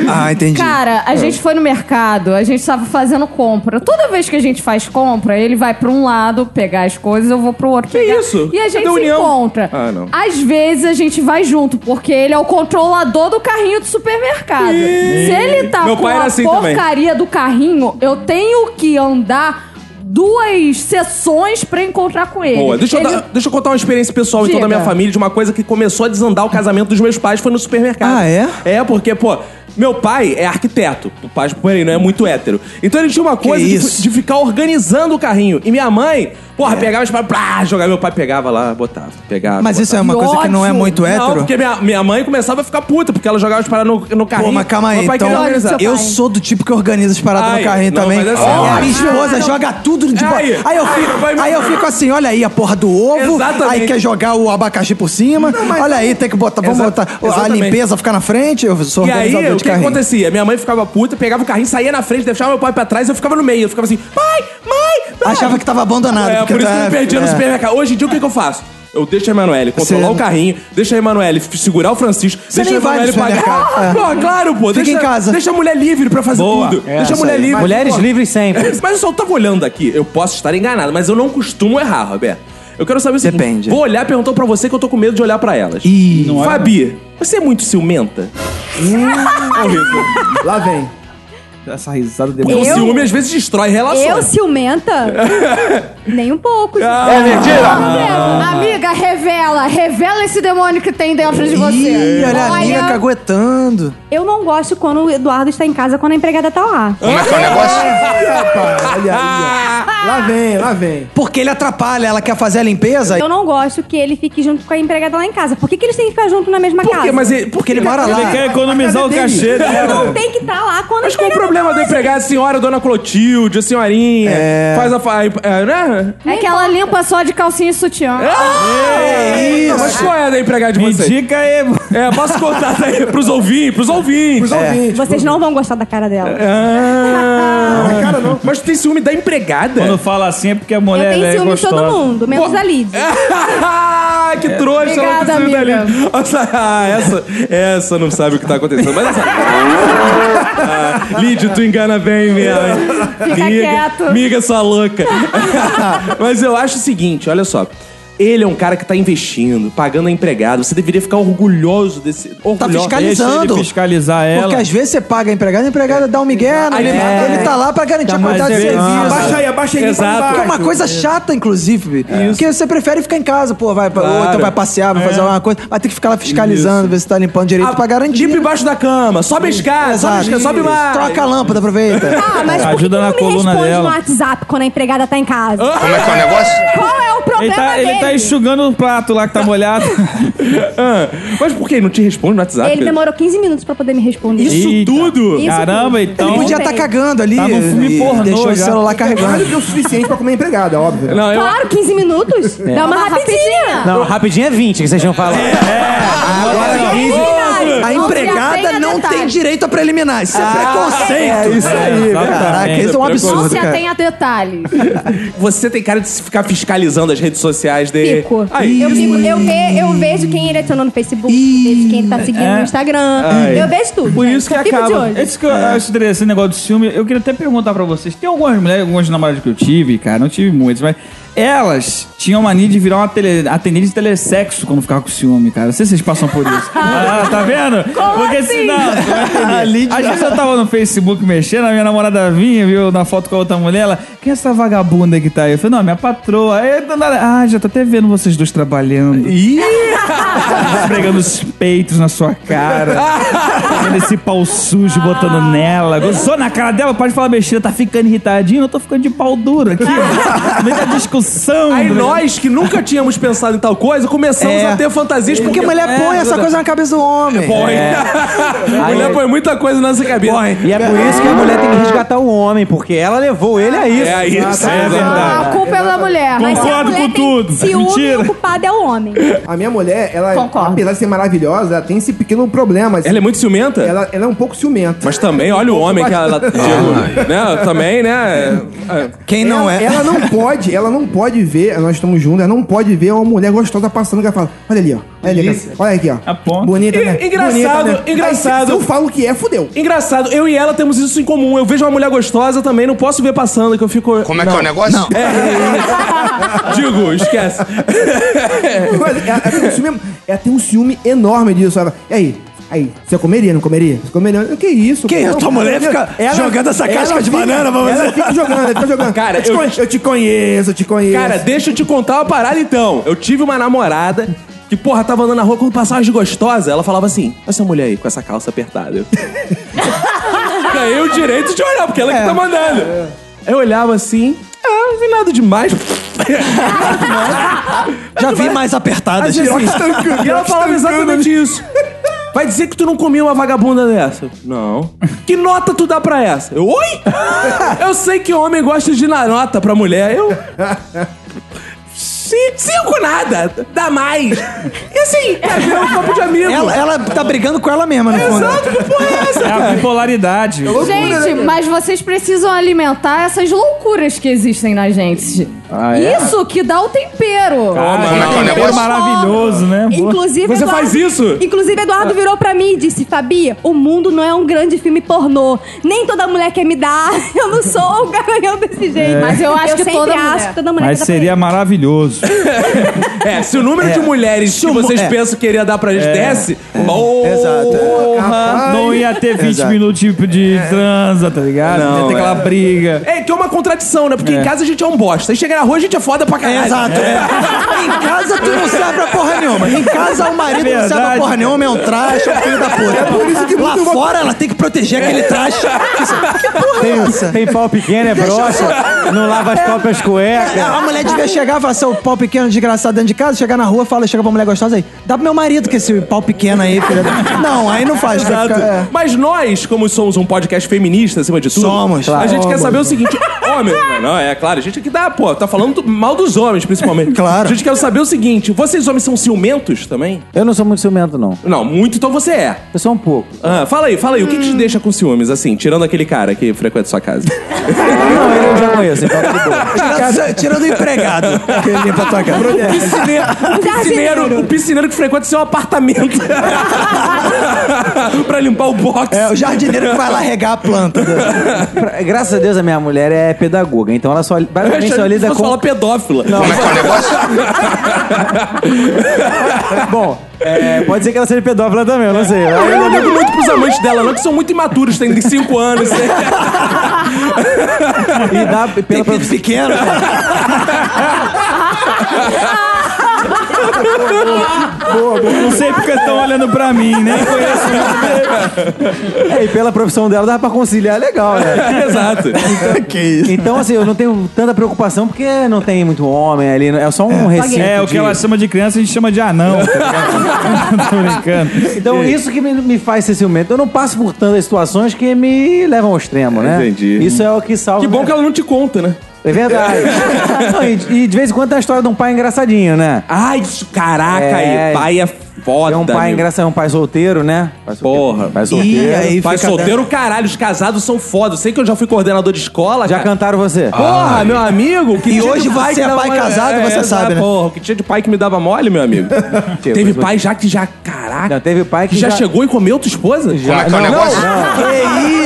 [SPEAKER 2] Ah, entendi.
[SPEAKER 3] Cara,
[SPEAKER 1] É.
[SPEAKER 3] a gente foi no mercado, a gente tava fazendo compra. Toda vez que a gente faz compra, ele vai pra um lado pegar as coisas, eu vou pro outro que pegar.
[SPEAKER 1] isso?
[SPEAKER 3] E a gente
[SPEAKER 1] Cadê a
[SPEAKER 3] se
[SPEAKER 1] união?
[SPEAKER 3] encontra.
[SPEAKER 1] Ah, não.
[SPEAKER 3] Às vezes a gente vai junto, porque ele é o controlador do carrinho do supermercado. Se ele tá
[SPEAKER 1] Meu
[SPEAKER 3] com
[SPEAKER 1] pai era
[SPEAKER 3] a
[SPEAKER 1] assim também.
[SPEAKER 3] porcaria do carrinho, eu tenho que andar duas sessões pra encontrar com ele.
[SPEAKER 1] Boa, deixa eu,
[SPEAKER 3] Ele-
[SPEAKER 1] dar- deixa eu contar uma experiência pessoal então da
[SPEAKER 3] Diga.
[SPEAKER 1] minha família de uma coisa que começou a desandar o casamento dos meus pais foi no supermercado. Ah, é? É, porque, pô, meu pai é arquiteto. O pai porém não é muito hétero. Então ele tinha uma coisa de, de ficar organizando o carrinho. E minha mãe, porra, pegava as paradas, plá, jogava, meu pai pegava lá, botava, pegava.
[SPEAKER 2] Mas isso
[SPEAKER 1] botava.
[SPEAKER 2] é uma coisa que não é muito
[SPEAKER 1] Não,
[SPEAKER 2] hétero?
[SPEAKER 1] porque minha, minha mãe começava a ficar puta, porque ela jogava as paradas no, no carrinho.
[SPEAKER 2] Pô, mas calma aí,
[SPEAKER 1] Meu pai
[SPEAKER 2] então.
[SPEAKER 1] queria organizar.
[SPEAKER 2] Eu sou do tipo que organiza as paradas
[SPEAKER 1] Aí,
[SPEAKER 2] no carrinho
[SPEAKER 1] não,
[SPEAKER 2] também.
[SPEAKER 1] mas assim,
[SPEAKER 2] e a
[SPEAKER 1] aí,
[SPEAKER 2] minha esposa
[SPEAKER 1] não.
[SPEAKER 2] joga tudo de boa.
[SPEAKER 1] Aí,
[SPEAKER 2] Aí, eu
[SPEAKER 1] aí,
[SPEAKER 2] fico,
[SPEAKER 1] vai me-
[SPEAKER 2] aí eu fico assim, olha aí a porra do ovo.
[SPEAKER 1] Exatamente.
[SPEAKER 2] Aí quer jogar o abacaxi por cima. olha aí, tem que botar, vamos
[SPEAKER 1] Exa-
[SPEAKER 2] botar a
[SPEAKER 1] exatamente.
[SPEAKER 2] limpeza ficar na frente. Eu sou
[SPEAKER 1] e aí,
[SPEAKER 2] organizador
[SPEAKER 1] o
[SPEAKER 2] de
[SPEAKER 1] que
[SPEAKER 2] carrinho.
[SPEAKER 1] acontecia? Minha mãe ficava puta, pegava o carrinho, saía na frente, deixava meu pai pra trás, eu ficava no meio. Eu ficava assim, pai, mãe, pai.
[SPEAKER 2] Achava que tava abandonado.
[SPEAKER 1] É,
[SPEAKER 2] porque
[SPEAKER 1] por isso
[SPEAKER 2] tá-
[SPEAKER 1] que eu perdi no
[SPEAKER 2] é.
[SPEAKER 1] supermercado. Hoje em dia, o que, que eu faço? Eu deixo a Emanuele controlar
[SPEAKER 2] Você-
[SPEAKER 1] o carrinho, deixo a Emanuele f- segurar o Francisco,
[SPEAKER 2] Você
[SPEAKER 1] deixa a
[SPEAKER 2] nem vai
[SPEAKER 1] Emanuele
[SPEAKER 2] no
[SPEAKER 1] pagar.
[SPEAKER 2] supermercado. É.
[SPEAKER 1] Pô, claro, pô.
[SPEAKER 2] Fica
[SPEAKER 1] deixa,
[SPEAKER 2] em casa.
[SPEAKER 1] Deixa a mulher livre pra fazer
[SPEAKER 2] Boa.
[SPEAKER 1] tudo.
[SPEAKER 2] É,
[SPEAKER 1] deixa a
[SPEAKER 2] isso
[SPEAKER 1] mulher
[SPEAKER 2] aí.
[SPEAKER 1] livre.
[SPEAKER 2] Mulheres livres
[SPEAKER 1] sempre. Mas eu só tava olhando aqui. Eu posso estar enganado, mas eu não costumo errar, Roberto. Eu quero saber o seguinte. Depende. Vou olhar, perguntou pra você que eu tô com medo de olhar pra elas. Ih,
[SPEAKER 9] Não é?
[SPEAKER 1] Fabi, você é muito ciumenta? Horrível.
[SPEAKER 5] Lá vem.
[SPEAKER 9] Essa risada de
[SPEAKER 1] Porque o ciúme às vezes destrói relações.
[SPEAKER 6] Eu ciumenta? Nem um pouco. gente.
[SPEAKER 1] Ah, é mentira?
[SPEAKER 6] Ah.
[SPEAKER 3] Amiga, revela, revela esse demônio que tem dentro de você.
[SPEAKER 2] Ih, olha a amiga caguetando.
[SPEAKER 6] Eu não gosto quando o Eduardo está em casa quando a empregada tá lá.
[SPEAKER 2] Como é que é o negócio?
[SPEAKER 5] Ih, rapaz, olha aí. ó. Lá vem, lá vem.
[SPEAKER 2] Porque ele atrapalha, ela quer fazer a limpeza.
[SPEAKER 6] Eu não gosto que ele fique junto com a empregada lá em casa. Por que, que eles têm que ficar junto na mesma
[SPEAKER 2] Por quê?
[SPEAKER 6] casa?
[SPEAKER 2] Mas ele- porque ele mora lá.
[SPEAKER 9] Ele quer economizar o
[SPEAKER 6] Não
[SPEAKER 9] cachê dela.
[SPEAKER 6] tem que estar lá quando a
[SPEAKER 1] Mas qual o
[SPEAKER 6] empregada
[SPEAKER 1] problema do empregado, senhora, dona Clotilde, a senhorinha? Faz a. fa- É, né?
[SPEAKER 3] É que ela limpa só de calcinha e sutiã.
[SPEAKER 1] Não, mas qual é a da empregada de vocês?
[SPEAKER 9] Dica aí, mano.
[SPEAKER 1] É, posso contar daí pros ouvintes, pros ouvintes.
[SPEAKER 6] tá lá. Vocês não vão gostar da cara dela.
[SPEAKER 1] Ah, cara, não. Mas tu tem ciúme da empregada?
[SPEAKER 9] Quando fala assim é porque a mulher
[SPEAKER 6] Eu tenho
[SPEAKER 9] é
[SPEAKER 6] ciúme de
[SPEAKER 9] gostosa.
[SPEAKER 6] todo mundo, menos da Lidia.
[SPEAKER 1] É. Ah, que trouxa,
[SPEAKER 6] Obrigada,
[SPEAKER 1] ela não precisa
[SPEAKER 6] amiga.
[SPEAKER 1] ali. Nossa, ah, essa, essa não sabe o que tá acontecendo. Mas essa. Ah, Lídio, tu engana bem, minha.
[SPEAKER 3] Fica quieto.
[SPEAKER 1] Miga sua louca. Mas eu acho o seguinte, olha só. Ele é um cara que tá investindo, pagando a empregada. Você deveria ficar orgulhoso desse.
[SPEAKER 2] Tá
[SPEAKER 1] orgulhoso.
[SPEAKER 9] Deixa
[SPEAKER 2] fiscalizando.
[SPEAKER 9] ele fiscalizar ela.
[SPEAKER 2] Porque às vezes você paga a empregada, a empregada dá um migué, não
[SPEAKER 1] Aí
[SPEAKER 2] ele,
[SPEAKER 1] é.
[SPEAKER 2] ele tá lá pra garantir a qualidade de
[SPEAKER 9] vezes.
[SPEAKER 2] serviço.
[SPEAKER 9] Ah,
[SPEAKER 5] Abaixa aí, abaixa aí.
[SPEAKER 1] Exato.
[SPEAKER 5] pra
[SPEAKER 2] Que é
[SPEAKER 5] baixo.
[SPEAKER 2] uma coisa chata, inclusive. Porque você prefere ficar em casa, pô, vai, pra- ou então vai passear, vai fazer alguma coisa, vai ter que ficar lá fiscalizando, ver se tá limpando direito pra garantir. Ah,
[SPEAKER 1] Limpa embaixo da cama, sobe a escada, sobe a
[SPEAKER 9] é
[SPEAKER 1] escada, sobe mais.
[SPEAKER 2] Troca a lâmpada, aproveita.
[SPEAKER 6] Ah, mas por que
[SPEAKER 9] Ajuda
[SPEAKER 6] que não
[SPEAKER 9] na
[SPEAKER 6] me
[SPEAKER 9] coluna
[SPEAKER 6] responde
[SPEAKER 9] dela.
[SPEAKER 6] no WhatsApp quando a empregada tá em casa?
[SPEAKER 17] Como é que é o negócio?
[SPEAKER 6] Qual é o
[SPEAKER 9] Ele
[SPEAKER 6] problema
[SPEAKER 9] tá,
[SPEAKER 6] dele?
[SPEAKER 9] ele tá enxugando o prato lá que tá molhado.
[SPEAKER 1] Ah, Mas por que? Não te responde no WhatsApp?
[SPEAKER 6] Ele demorou 15 minutos pra poder me responder.
[SPEAKER 1] Isso
[SPEAKER 9] Eita.
[SPEAKER 1] tudo?
[SPEAKER 6] Isso
[SPEAKER 9] Caramba,
[SPEAKER 6] tudo.
[SPEAKER 9] então.
[SPEAKER 2] Ele podia estar
[SPEAKER 6] Ontem.
[SPEAKER 2] cagando ali.
[SPEAKER 9] Tá num filme
[SPEAKER 2] e
[SPEAKER 9] pornô
[SPEAKER 2] Deixou o
[SPEAKER 9] já.
[SPEAKER 2] celular
[SPEAKER 5] É mais
[SPEAKER 2] carregando.
[SPEAKER 5] do que o suficiente pra comer empregada, óbvio.
[SPEAKER 1] Não, eu,
[SPEAKER 6] Claro, 15 minutos. Dá uma rapidinha.
[SPEAKER 10] Não, rapidinho é 20 que vocês tinham falado.
[SPEAKER 2] Agora,
[SPEAKER 3] Não
[SPEAKER 2] a
[SPEAKER 3] se
[SPEAKER 2] empregada
[SPEAKER 3] atenha a
[SPEAKER 2] não tem
[SPEAKER 3] detalhes.
[SPEAKER 2] direito a preliminar. Isso é preconceito. É isso
[SPEAKER 9] aí,
[SPEAKER 2] Caraca,
[SPEAKER 9] exatamente.
[SPEAKER 2] isso é um
[SPEAKER 3] Não
[SPEAKER 2] absurdo,
[SPEAKER 3] se
[SPEAKER 2] cara.
[SPEAKER 3] atenha a detalhes.
[SPEAKER 1] Você tem cara de se ficar fiscalizando as redes sociais dele.
[SPEAKER 6] Fico.
[SPEAKER 1] Aí,
[SPEAKER 6] eu, fico- eu, ve- eu vejo quem ele adicionou no Facebook, vejo quem ele tá seguindo no Instagram.
[SPEAKER 9] É. Ai.
[SPEAKER 6] Eu vejo tudo.
[SPEAKER 9] Por
[SPEAKER 3] Né?
[SPEAKER 6] gente.
[SPEAKER 9] isso que
[SPEAKER 6] Fico de
[SPEAKER 9] acaba.
[SPEAKER 6] olho.
[SPEAKER 9] É isso que eu acho interessante esse negócio do ciúme. Eu queria até perguntar pra vocês: tem algumas mulheres, algumas namoradas que eu tive, cara, não tive muitas, mas elas tinham mania de virar uma tele, atendente de telesexo quando ficava com ciúme, cara. Não sei se vocês passam por isso. ah, tá vendo?
[SPEAKER 3] Como
[SPEAKER 9] Porque
[SPEAKER 3] assim?
[SPEAKER 9] senão. Às vezes eu tava no Facebook mexendo, a minha namorada vinha, viu, na foto com a outra mulher, ela, quem é essa vagabunda que tá aí? Eu falei, não, minha patroa. Aí, do nada, ah, já tô até vendo vocês dois trabalhando. Ih! Esfregando os peitos na sua cara. Fazendo esse pau sujo, botando nela. Gozou na cara dela, pode falar besteira, tá ficando irritadinho, eu tô ficando de pau duro aqui. Muita discussão.
[SPEAKER 1] Aí nós, que nunca tínhamos pensado em tal coisa, começamos
[SPEAKER 9] É.
[SPEAKER 1] a ter fantasias É,
[SPEAKER 9] Porque mulher põe essa coisa
[SPEAKER 2] na cabeça do homem.
[SPEAKER 1] Põe.
[SPEAKER 16] É.
[SPEAKER 1] mulher põe muita coisa nessa cabeça.
[SPEAKER 16] E é por isso que a mulher tem que resgatar o homem, porque ela levou ele a isso.
[SPEAKER 1] É a isso, é
[SPEAKER 6] A culpa é da mulher. Mas se a
[SPEAKER 5] Concordo
[SPEAKER 6] mulher
[SPEAKER 5] com
[SPEAKER 6] tem
[SPEAKER 5] tudo.
[SPEAKER 6] ciúme,
[SPEAKER 5] Mentira.
[SPEAKER 6] o culpado é o homem.
[SPEAKER 5] A minha mulher, ela, apesar de ser maravilhosa, ela tem esse pequeno problema. assim.
[SPEAKER 1] Ela é muito ciumenta?
[SPEAKER 5] Ela, ela é um pouco ciumenta.
[SPEAKER 1] Mas também, olha o homem que ela. Diego, né? Também, né?
[SPEAKER 2] Quem
[SPEAKER 5] ela, Ela não é. pode, ela não pode ver, nós estamos juntos, ela não pode ver uma mulher gostosa passando que ela fala, olha ali, ó. Olha ali, cara, olha aqui, ó. Bonita, né?
[SPEAKER 1] E- engraçado,
[SPEAKER 5] Bonita, né?
[SPEAKER 1] engraçado.
[SPEAKER 5] Aí, se eu falo que é, fudeu.
[SPEAKER 1] Engraçado, eu e ela temos isso em comum. Eu vejo uma mulher gostosa também, não posso ver passando, que eu fico. Como é que é o negócio? Não. É. Digo, esquece.
[SPEAKER 5] Mas é, ela, ela tem um ciúme, ela tem um ciúme enorme disso. Ela, e aí? Aí, você comeria, não comeria? Você comeria? Eu, Que isso?
[SPEAKER 2] Que
[SPEAKER 5] pô,
[SPEAKER 2] isso?
[SPEAKER 5] não,
[SPEAKER 2] Tua mulher
[SPEAKER 5] cara,
[SPEAKER 2] fica jogando essa casca de banana pra você?
[SPEAKER 5] Ela fica jogando, ela fica jogando.
[SPEAKER 1] Cara,
[SPEAKER 5] eu te,
[SPEAKER 1] eu-
[SPEAKER 5] conhe- eu te conheço, eu te conheço.
[SPEAKER 1] Cara, deixa eu te contar uma parada então. Eu tive uma namorada que, porra, tava andando na rua quando passava de gostosa. Ela falava assim: olha essa mulher aí com essa calça apertada. Eu- Ganhei o direito de olhar, porque ela que tá mandando. Eu olhava assim. Ah, não vi nada demais.
[SPEAKER 2] Já vi mais apertada.
[SPEAKER 1] Mas, assim, E ela falava exatamente isso. Vai dizer que tu não comia uma vagabunda dessa? Não. Que nota tu dá pra essa? Eu, oi? Eu sei que homem gosta de dar nota pra mulher. Eu. Ci- Cinco nada. Dá mais. E assim, é meu um papo de amigo.
[SPEAKER 2] Ela, ela tá brigando com ela mesma, no fundo.
[SPEAKER 1] Exato, que porra é essa?
[SPEAKER 9] É a bipolaridade.
[SPEAKER 3] Gente, mas vocês precisam alimentar essas loucuras que existem na gente.
[SPEAKER 9] Ah, é?
[SPEAKER 3] Isso que dá o tempero.
[SPEAKER 9] é maravilhoso, né? Boa.
[SPEAKER 6] Inclusive, Eduardo- Inclusive, Eduardo virou pra mim e disse: Fabi, o mundo não é um grande filme pornô. Nem toda mulher quer me dar. Eu não sou um garanhão desse jeito.
[SPEAKER 9] É. Mas eu
[SPEAKER 3] acho que
[SPEAKER 6] sempre
[SPEAKER 3] toda
[SPEAKER 6] acho
[SPEAKER 3] mulher.
[SPEAKER 6] que toda mulher
[SPEAKER 9] Mas
[SPEAKER 6] quer dar pra
[SPEAKER 9] seria maravilhoso.
[SPEAKER 1] É, se o número de mulheres que vocês
[SPEAKER 9] é.
[SPEAKER 1] pensam que iria dar pra gente
[SPEAKER 9] É.
[SPEAKER 1] desce, oh,
[SPEAKER 9] Exato.
[SPEAKER 1] Rapaz.
[SPEAKER 9] Não ia ter 20
[SPEAKER 1] Exato.
[SPEAKER 9] minutos de, de transa, tá ligado? Não, ia ter aquela briga.
[SPEAKER 1] É, que é uma contradição, né? Porque em casa a gente é um bosta. Aí chega na rua a gente é foda pra caralho.
[SPEAKER 2] Exato. Em casa tu não serve pra porra nenhuma. Em casa o marido não serve pra
[SPEAKER 1] Verdade,
[SPEAKER 2] porra
[SPEAKER 1] cara.
[SPEAKER 2] nenhuma, é um traste, é um filho da puta.
[SPEAKER 1] É por isso que
[SPEAKER 2] Lá
[SPEAKER 1] muito-
[SPEAKER 2] fora ela tem que proteger aquele traste. Que porra é essa?
[SPEAKER 4] Tem pau pequeno, é
[SPEAKER 2] Deixa eu
[SPEAKER 4] broxa,
[SPEAKER 2] só- É.
[SPEAKER 4] não lava as próprias cuecas.
[SPEAKER 2] A mulher devia chegar, passar o pau pequeno desgraçado dentro de casa, chegar na rua, fala, chega pra mulher gostosa aí. Dá pro meu marido que esse pau pequeno aí, filha da... Não, aí não faz. vai
[SPEAKER 1] Exato.
[SPEAKER 2] ficar- é.
[SPEAKER 1] Mas nós, como somos um podcast feminista, acima de tudo,
[SPEAKER 2] Somos,
[SPEAKER 1] a
[SPEAKER 2] claro.
[SPEAKER 1] gente quer
[SPEAKER 2] Somos.
[SPEAKER 1] saber o seguinte: homem. Não, não, é claro, a gente aqui dá, pô, tá falando do- mal dos homens, principalmente. Claro. A gente quer saber o seguinte: vocês homens são ciumentos também?
[SPEAKER 4] Eu não sou muito ciumento, não.
[SPEAKER 1] Não, muito então você é.
[SPEAKER 4] Eu sou um pouco.
[SPEAKER 1] Ah, fala aí, fala aí, o que, que te deixa com ciúmes, assim, tirando aquele cara que frequenta sua casa?
[SPEAKER 4] Não, eu já conheço, então
[SPEAKER 2] Tirando, tirando o empregado que limpa a tua casa.
[SPEAKER 1] O piscineiro, o piscineiro, o piscineiro que frequenta seu apartamento pra limpar o box.
[SPEAKER 2] É, o jardineiro que vai lá regar a planta.
[SPEAKER 4] Pra- Graças a Deus, a minha mulher é pedagoga, então ela só, basicamente,
[SPEAKER 1] Eu
[SPEAKER 4] só
[SPEAKER 1] achei que
[SPEAKER 4] lida
[SPEAKER 1] fosse
[SPEAKER 4] com...
[SPEAKER 1] falar pedófila.
[SPEAKER 4] Não. Bom, é, pode ser que ela seja pedófila também, eu não sei.
[SPEAKER 1] Eu não ligo É um muito pros amantes dela, não, que são muito imaturos, tem 5 anos.
[SPEAKER 4] E dá pela
[SPEAKER 2] Tem pequeno.
[SPEAKER 9] Boa, boa. Não sei porque estão olhando pra mim, né? Conheço
[SPEAKER 4] É, e pela profissão dela dá pra conciliar legal, né?
[SPEAKER 1] Exato.
[SPEAKER 4] que isso. Então, assim, eu não tenho tanta preocupação porque não tem muito homem ali, é só um recinto.
[SPEAKER 9] É, o que
[SPEAKER 4] de-
[SPEAKER 9] ela chama de criança, a gente chama de anão. tá ligado? Tô brincando.
[SPEAKER 4] Então,
[SPEAKER 9] É.
[SPEAKER 4] isso que me, me faz ser ciumento. Eu não passo por tantas situações que me levam ao extremo, né?
[SPEAKER 1] Entendi.
[SPEAKER 4] Isso é o que salva.
[SPEAKER 1] Que bom que ela não te conta, né?
[SPEAKER 4] É verdade. Não, e, e de vez em quando tem a história de um pai engraçadinho, né?
[SPEAKER 1] Ai, isso, caraca, aí, pai é foda.
[SPEAKER 4] É um pai
[SPEAKER 1] amigo.
[SPEAKER 4] engraçadinho, um pai solteiro, né? Pai solteiro.
[SPEAKER 1] Porra.
[SPEAKER 4] Pai solteiro.
[SPEAKER 1] Ih, aí Pai
[SPEAKER 4] fica
[SPEAKER 1] solteiro, caralho, os casados são foda. Eu sei que eu já fui coordenador de escola.
[SPEAKER 4] Já cantaram você?
[SPEAKER 1] Porra, meu amigo. Que
[SPEAKER 2] E
[SPEAKER 1] dia de
[SPEAKER 2] hoje
[SPEAKER 1] pai
[SPEAKER 2] você
[SPEAKER 1] que
[SPEAKER 2] é
[SPEAKER 1] dava
[SPEAKER 2] pai
[SPEAKER 1] mole-
[SPEAKER 2] casado, você
[SPEAKER 1] exato,
[SPEAKER 2] sabe, né?
[SPEAKER 1] Porra, que tinha de pai que me dava mole, meu amigo. Teve pai já que já, caraca.
[SPEAKER 4] Não, teve pai que
[SPEAKER 1] já,
[SPEAKER 4] já-
[SPEAKER 1] chegou e comeu tua esposa? Já.
[SPEAKER 4] é que é o Não, negócio? não.
[SPEAKER 2] Que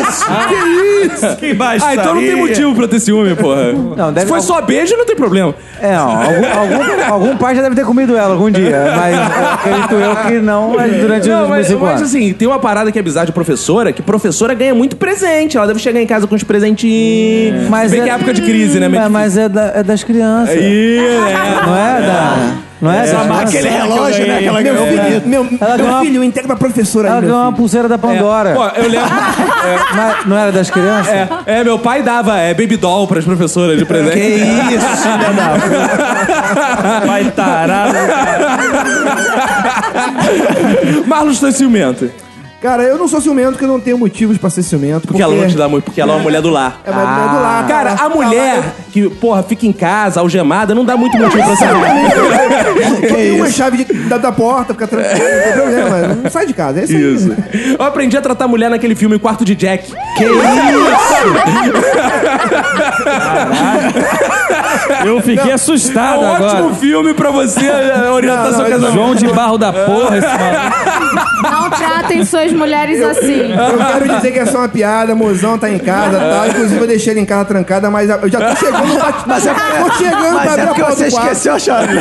[SPEAKER 2] isso?
[SPEAKER 1] que isso?
[SPEAKER 9] Que baixaria.
[SPEAKER 1] Ah, então não tem motivo pra ter ciúme, porra.
[SPEAKER 4] Não, deve-
[SPEAKER 1] Se foi só beijo, não tem problema.
[SPEAKER 4] É, ó, algum, algum, algum pai já deve ter comido ela algum dia, mas eu acredito eu que não mas durante
[SPEAKER 1] Não,
[SPEAKER 4] os
[SPEAKER 1] mas,
[SPEAKER 4] 25
[SPEAKER 1] mas
[SPEAKER 4] anos.
[SPEAKER 1] assim, tem uma parada que é bizarra de professora, que professora ganha muito presente. Ela deve chegar em casa com os presentinhos. Se bem que é época de crise, né?
[SPEAKER 4] Mas, mas é, da- é das crianças.
[SPEAKER 1] Aí, é.
[SPEAKER 4] Não é da.
[SPEAKER 16] Não é?
[SPEAKER 5] Essa
[SPEAKER 16] Dessa
[SPEAKER 5] máquina,
[SPEAKER 16] criança.
[SPEAKER 5] aquele relógio, né, que ela
[SPEAKER 16] meu
[SPEAKER 5] ganhou,
[SPEAKER 16] filho,
[SPEAKER 5] né?
[SPEAKER 16] meu,
[SPEAKER 5] Ela
[SPEAKER 16] meu
[SPEAKER 5] ganhou-
[SPEAKER 16] filho
[SPEAKER 5] entrega pra professora.
[SPEAKER 16] Ela
[SPEAKER 5] aí, meu
[SPEAKER 16] ganhou uma
[SPEAKER 5] filho.
[SPEAKER 16] pulseira da Pandora.
[SPEAKER 1] Pô, eu lembro.
[SPEAKER 16] Mas não era das crianças?
[SPEAKER 1] É, meu pai dava é, baby doll pras professoras de presente.
[SPEAKER 16] Que isso,
[SPEAKER 9] Vai tarado.
[SPEAKER 1] Marlos tá ciumento.
[SPEAKER 5] Cara, eu não sou ciumento porque eu não tenho motivos pra ser ciumento.
[SPEAKER 1] Porque ela não te dá muito, porque ela é uma mulher do lar.
[SPEAKER 5] É uma mulher do lar,
[SPEAKER 1] Ah. Cara, a mulher que, porra, fica em casa, algemada, não dá muito motivo pra ser
[SPEAKER 5] Só tem uma chave de- da, da porta, fica tranquilo, não tem problema. Não sai de casa, é isso. aí.
[SPEAKER 1] Isso. Eu aprendi a tratar mulher naquele filme O Quarto de Jack.
[SPEAKER 5] Que
[SPEAKER 9] Eu fiquei assustado
[SPEAKER 1] é um
[SPEAKER 9] agora.
[SPEAKER 1] Ótimo filme pra você eh, orientar
[SPEAKER 9] Não,
[SPEAKER 1] seu
[SPEAKER 9] não,
[SPEAKER 1] casamento.
[SPEAKER 9] João de Barro da Porra, esse
[SPEAKER 3] Não tratem suas mulheres assim.
[SPEAKER 5] Eu quero dizer que é só uma piada, mozão tá em casa e tal. Inclusive eu deixei ele em casa trancada, mas eu já tô chegando pra.
[SPEAKER 13] Mas é porque-
[SPEAKER 5] tô chegando
[SPEAKER 13] mas
[SPEAKER 5] pra
[SPEAKER 13] é
[SPEAKER 5] abrir a
[SPEAKER 13] porque
[SPEAKER 5] porta
[SPEAKER 13] você
[SPEAKER 5] do quarto.
[SPEAKER 13] esqueceu a chave.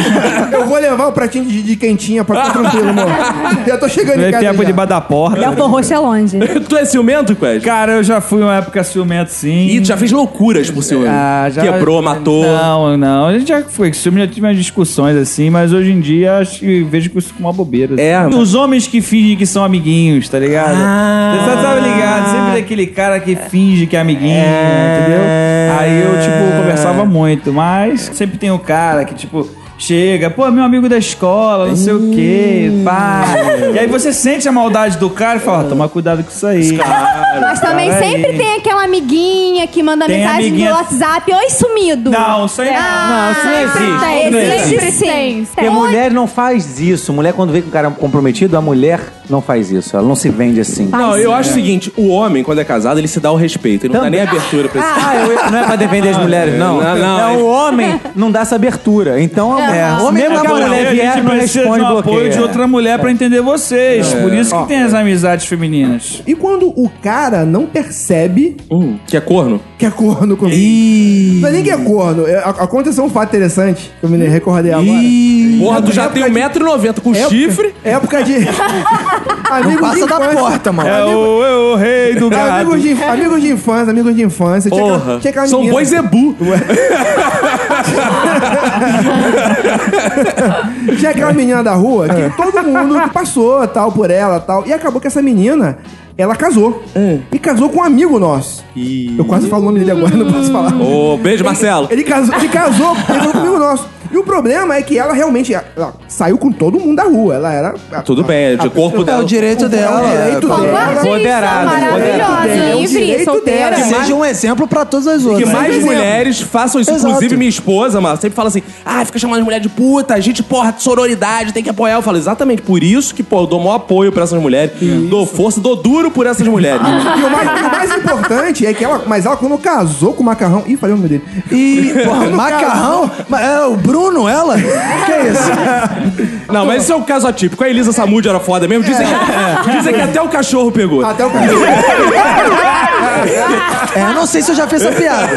[SPEAKER 5] Eu vou levar o pratinho de, de quentinha pra ficar tranquilo, amor. Já tô chegando em
[SPEAKER 9] Não é
[SPEAKER 5] casa.
[SPEAKER 9] tempo
[SPEAKER 5] já.
[SPEAKER 9] de da porta.
[SPEAKER 6] Belfor Roxo é longe.
[SPEAKER 1] tu é ciumento, Quest?
[SPEAKER 9] Cara, eu já fui uma época ciumento, sim.
[SPEAKER 1] E tu já fez loucuras por ciúme.
[SPEAKER 9] Ah, já...
[SPEAKER 1] Quebrou, matou.
[SPEAKER 9] Não, não. A gente já foi com ciúme, já tive umas discussões assim, mas hoje em dia acho que vejo isso como uma bobeira. assim.
[SPEAKER 1] É,
[SPEAKER 9] Os homens que fingem que são amiguinhos, tá ligado? Você só sabe ligado, sempre aquele cara que finge que Ah. é amiguinho, entendeu? Aí eu, tipo, conversava muito, mas sempre tem o cara que, tipo. Chega, pô, meu amigo da escola, não sei o quê, pá. E aí você sente a maldade do cara e fala, ó, toma cuidado com isso aí.
[SPEAKER 6] Mas também
[SPEAKER 9] É. Cara, é
[SPEAKER 6] sempre
[SPEAKER 9] aí.
[SPEAKER 6] tem aquela amiguinha que manda
[SPEAKER 9] Tem
[SPEAKER 6] mensagem
[SPEAKER 9] amiguinha-
[SPEAKER 6] no WhatsApp, oi sumido.
[SPEAKER 9] Não, isso aí não.
[SPEAKER 6] Ah,
[SPEAKER 9] Não, isso não existe.
[SPEAKER 6] tem,
[SPEAKER 9] Não
[SPEAKER 6] sempre
[SPEAKER 9] existe.
[SPEAKER 6] tem.
[SPEAKER 16] Porque a mulher não faz isso. Mulher, quando vê que o cara é comprometido, a mulher não faz isso. Ela não se vende assim.
[SPEAKER 1] Não, eu acho o seguinte, o homem, quando é casado, ele se dá o respeito. Ele não dá nem abertura pra esse
[SPEAKER 16] Ah, eu- não é pra defender as mulheres, não.
[SPEAKER 1] Não, não,
[SPEAKER 16] É,
[SPEAKER 1] é-
[SPEAKER 16] o homem não dá essa abertura. Então,
[SPEAKER 9] É,
[SPEAKER 16] o homem mesmo que a mulher
[SPEAKER 9] a
[SPEAKER 16] vier,
[SPEAKER 9] gente
[SPEAKER 16] não
[SPEAKER 9] precisa
[SPEAKER 16] responde
[SPEAKER 9] de um apoio
[SPEAKER 16] bloqueio.
[SPEAKER 9] de outra mulher pra entender vocês.
[SPEAKER 1] É.
[SPEAKER 9] Por isso que
[SPEAKER 1] Ó.
[SPEAKER 9] tem as amizades femininas.
[SPEAKER 5] E quando o cara não percebe
[SPEAKER 1] Hum, que é corno?
[SPEAKER 5] que é corno comigo. Não é nem que é corno. é- a- Aconteceu um fato interessante que eu me recordei agora.
[SPEAKER 1] Porra, tu já tem 1,90m com
[SPEAKER 5] Época-
[SPEAKER 1] chifre.
[SPEAKER 5] Época de. Amigos
[SPEAKER 1] passa
[SPEAKER 5] de
[SPEAKER 1] da
[SPEAKER 5] infância.
[SPEAKER 1] porta, mano.
[SPEAKER 9] É o, é o rei do
[SPEAKER 5] É,
[SPEAKER 9] gado.
[SPEAKER 5] Amigos de, amigos de infância, amigos de infância. Tinha aquela-
[SPEAKER 1] Porra.
[SPEAKER 5] tinha aquela
[SPEAKER 1] São
[SPEAKER 5] menina-
[SPEAKER 1] bois zebu.
[SPEAKER 5] Tinha é aquela menina da rua que todo mundo que passou tal por ela tal. E acabou que essa menina, ela casou. E casou com um amigo nosso. Eu quase falo o nome dele agora, não posso falar.
[SPEAKER 1] Ô, beijo, Marcelo.
[SPEAKER 5] Ele casou, ele casou, ele casou com um amigo nosso. E o problema é que ela realmente ela saiu com todo mundo da rua. Ela era.
[SPEAKER 1] Tudo bem, é de corpo dela.
[SPEAKER 5] direito dela. É o direito dela. É
[SPEAKER 3] livre, solteira.
[SPEAKER 2] Que
[SPEAKER 1] Que
[SPEAKER 2] seja um exemplo pra todas as
[SPEAKER 1] Que
[SPEAKER 2] outras.
[SPEAKER 1] mais
[SPEAKER 2] Exemplo.
[SPEAKER 1] mulheres façam isso.
[SPEAKER 2] Exato.
[SPEAKER 1] Inclusive, minha esposa, mano, sempre fala assim: ah, fica chamando as mulheres de puta, a gente, porra, de sororidade, tem que apoiar. Eu falo, exatamente por isso que, pô, eu dou maior apoio pra essas mulheres, dou força, dou duro por essas mulheres.
[SPEAKER 2] Ah.
[SPEAKER 5] E o mais, o mais importante é que ela. Mas ela, quando casou com o macarrão. Ih, falei o nome dele.
[SPEAKER 2] E
[SPEAKER 5] Quando
[SPEAKER 2] porra,
[SPEAKER 5] casou-
[SPEAKER 2] macarrão? Mas é o Bruno, ela? Que isso?
[SPEAKER 1] Não, mas isso é um caso atípico. A Elisa Samud era foda mesmo. Dizem, que, dizem que até o cachorro pegou.
[SPEAKER 5] Até o cachorro.
[SPEAKER 2] É, eu não sei se eu já fiz essa piada.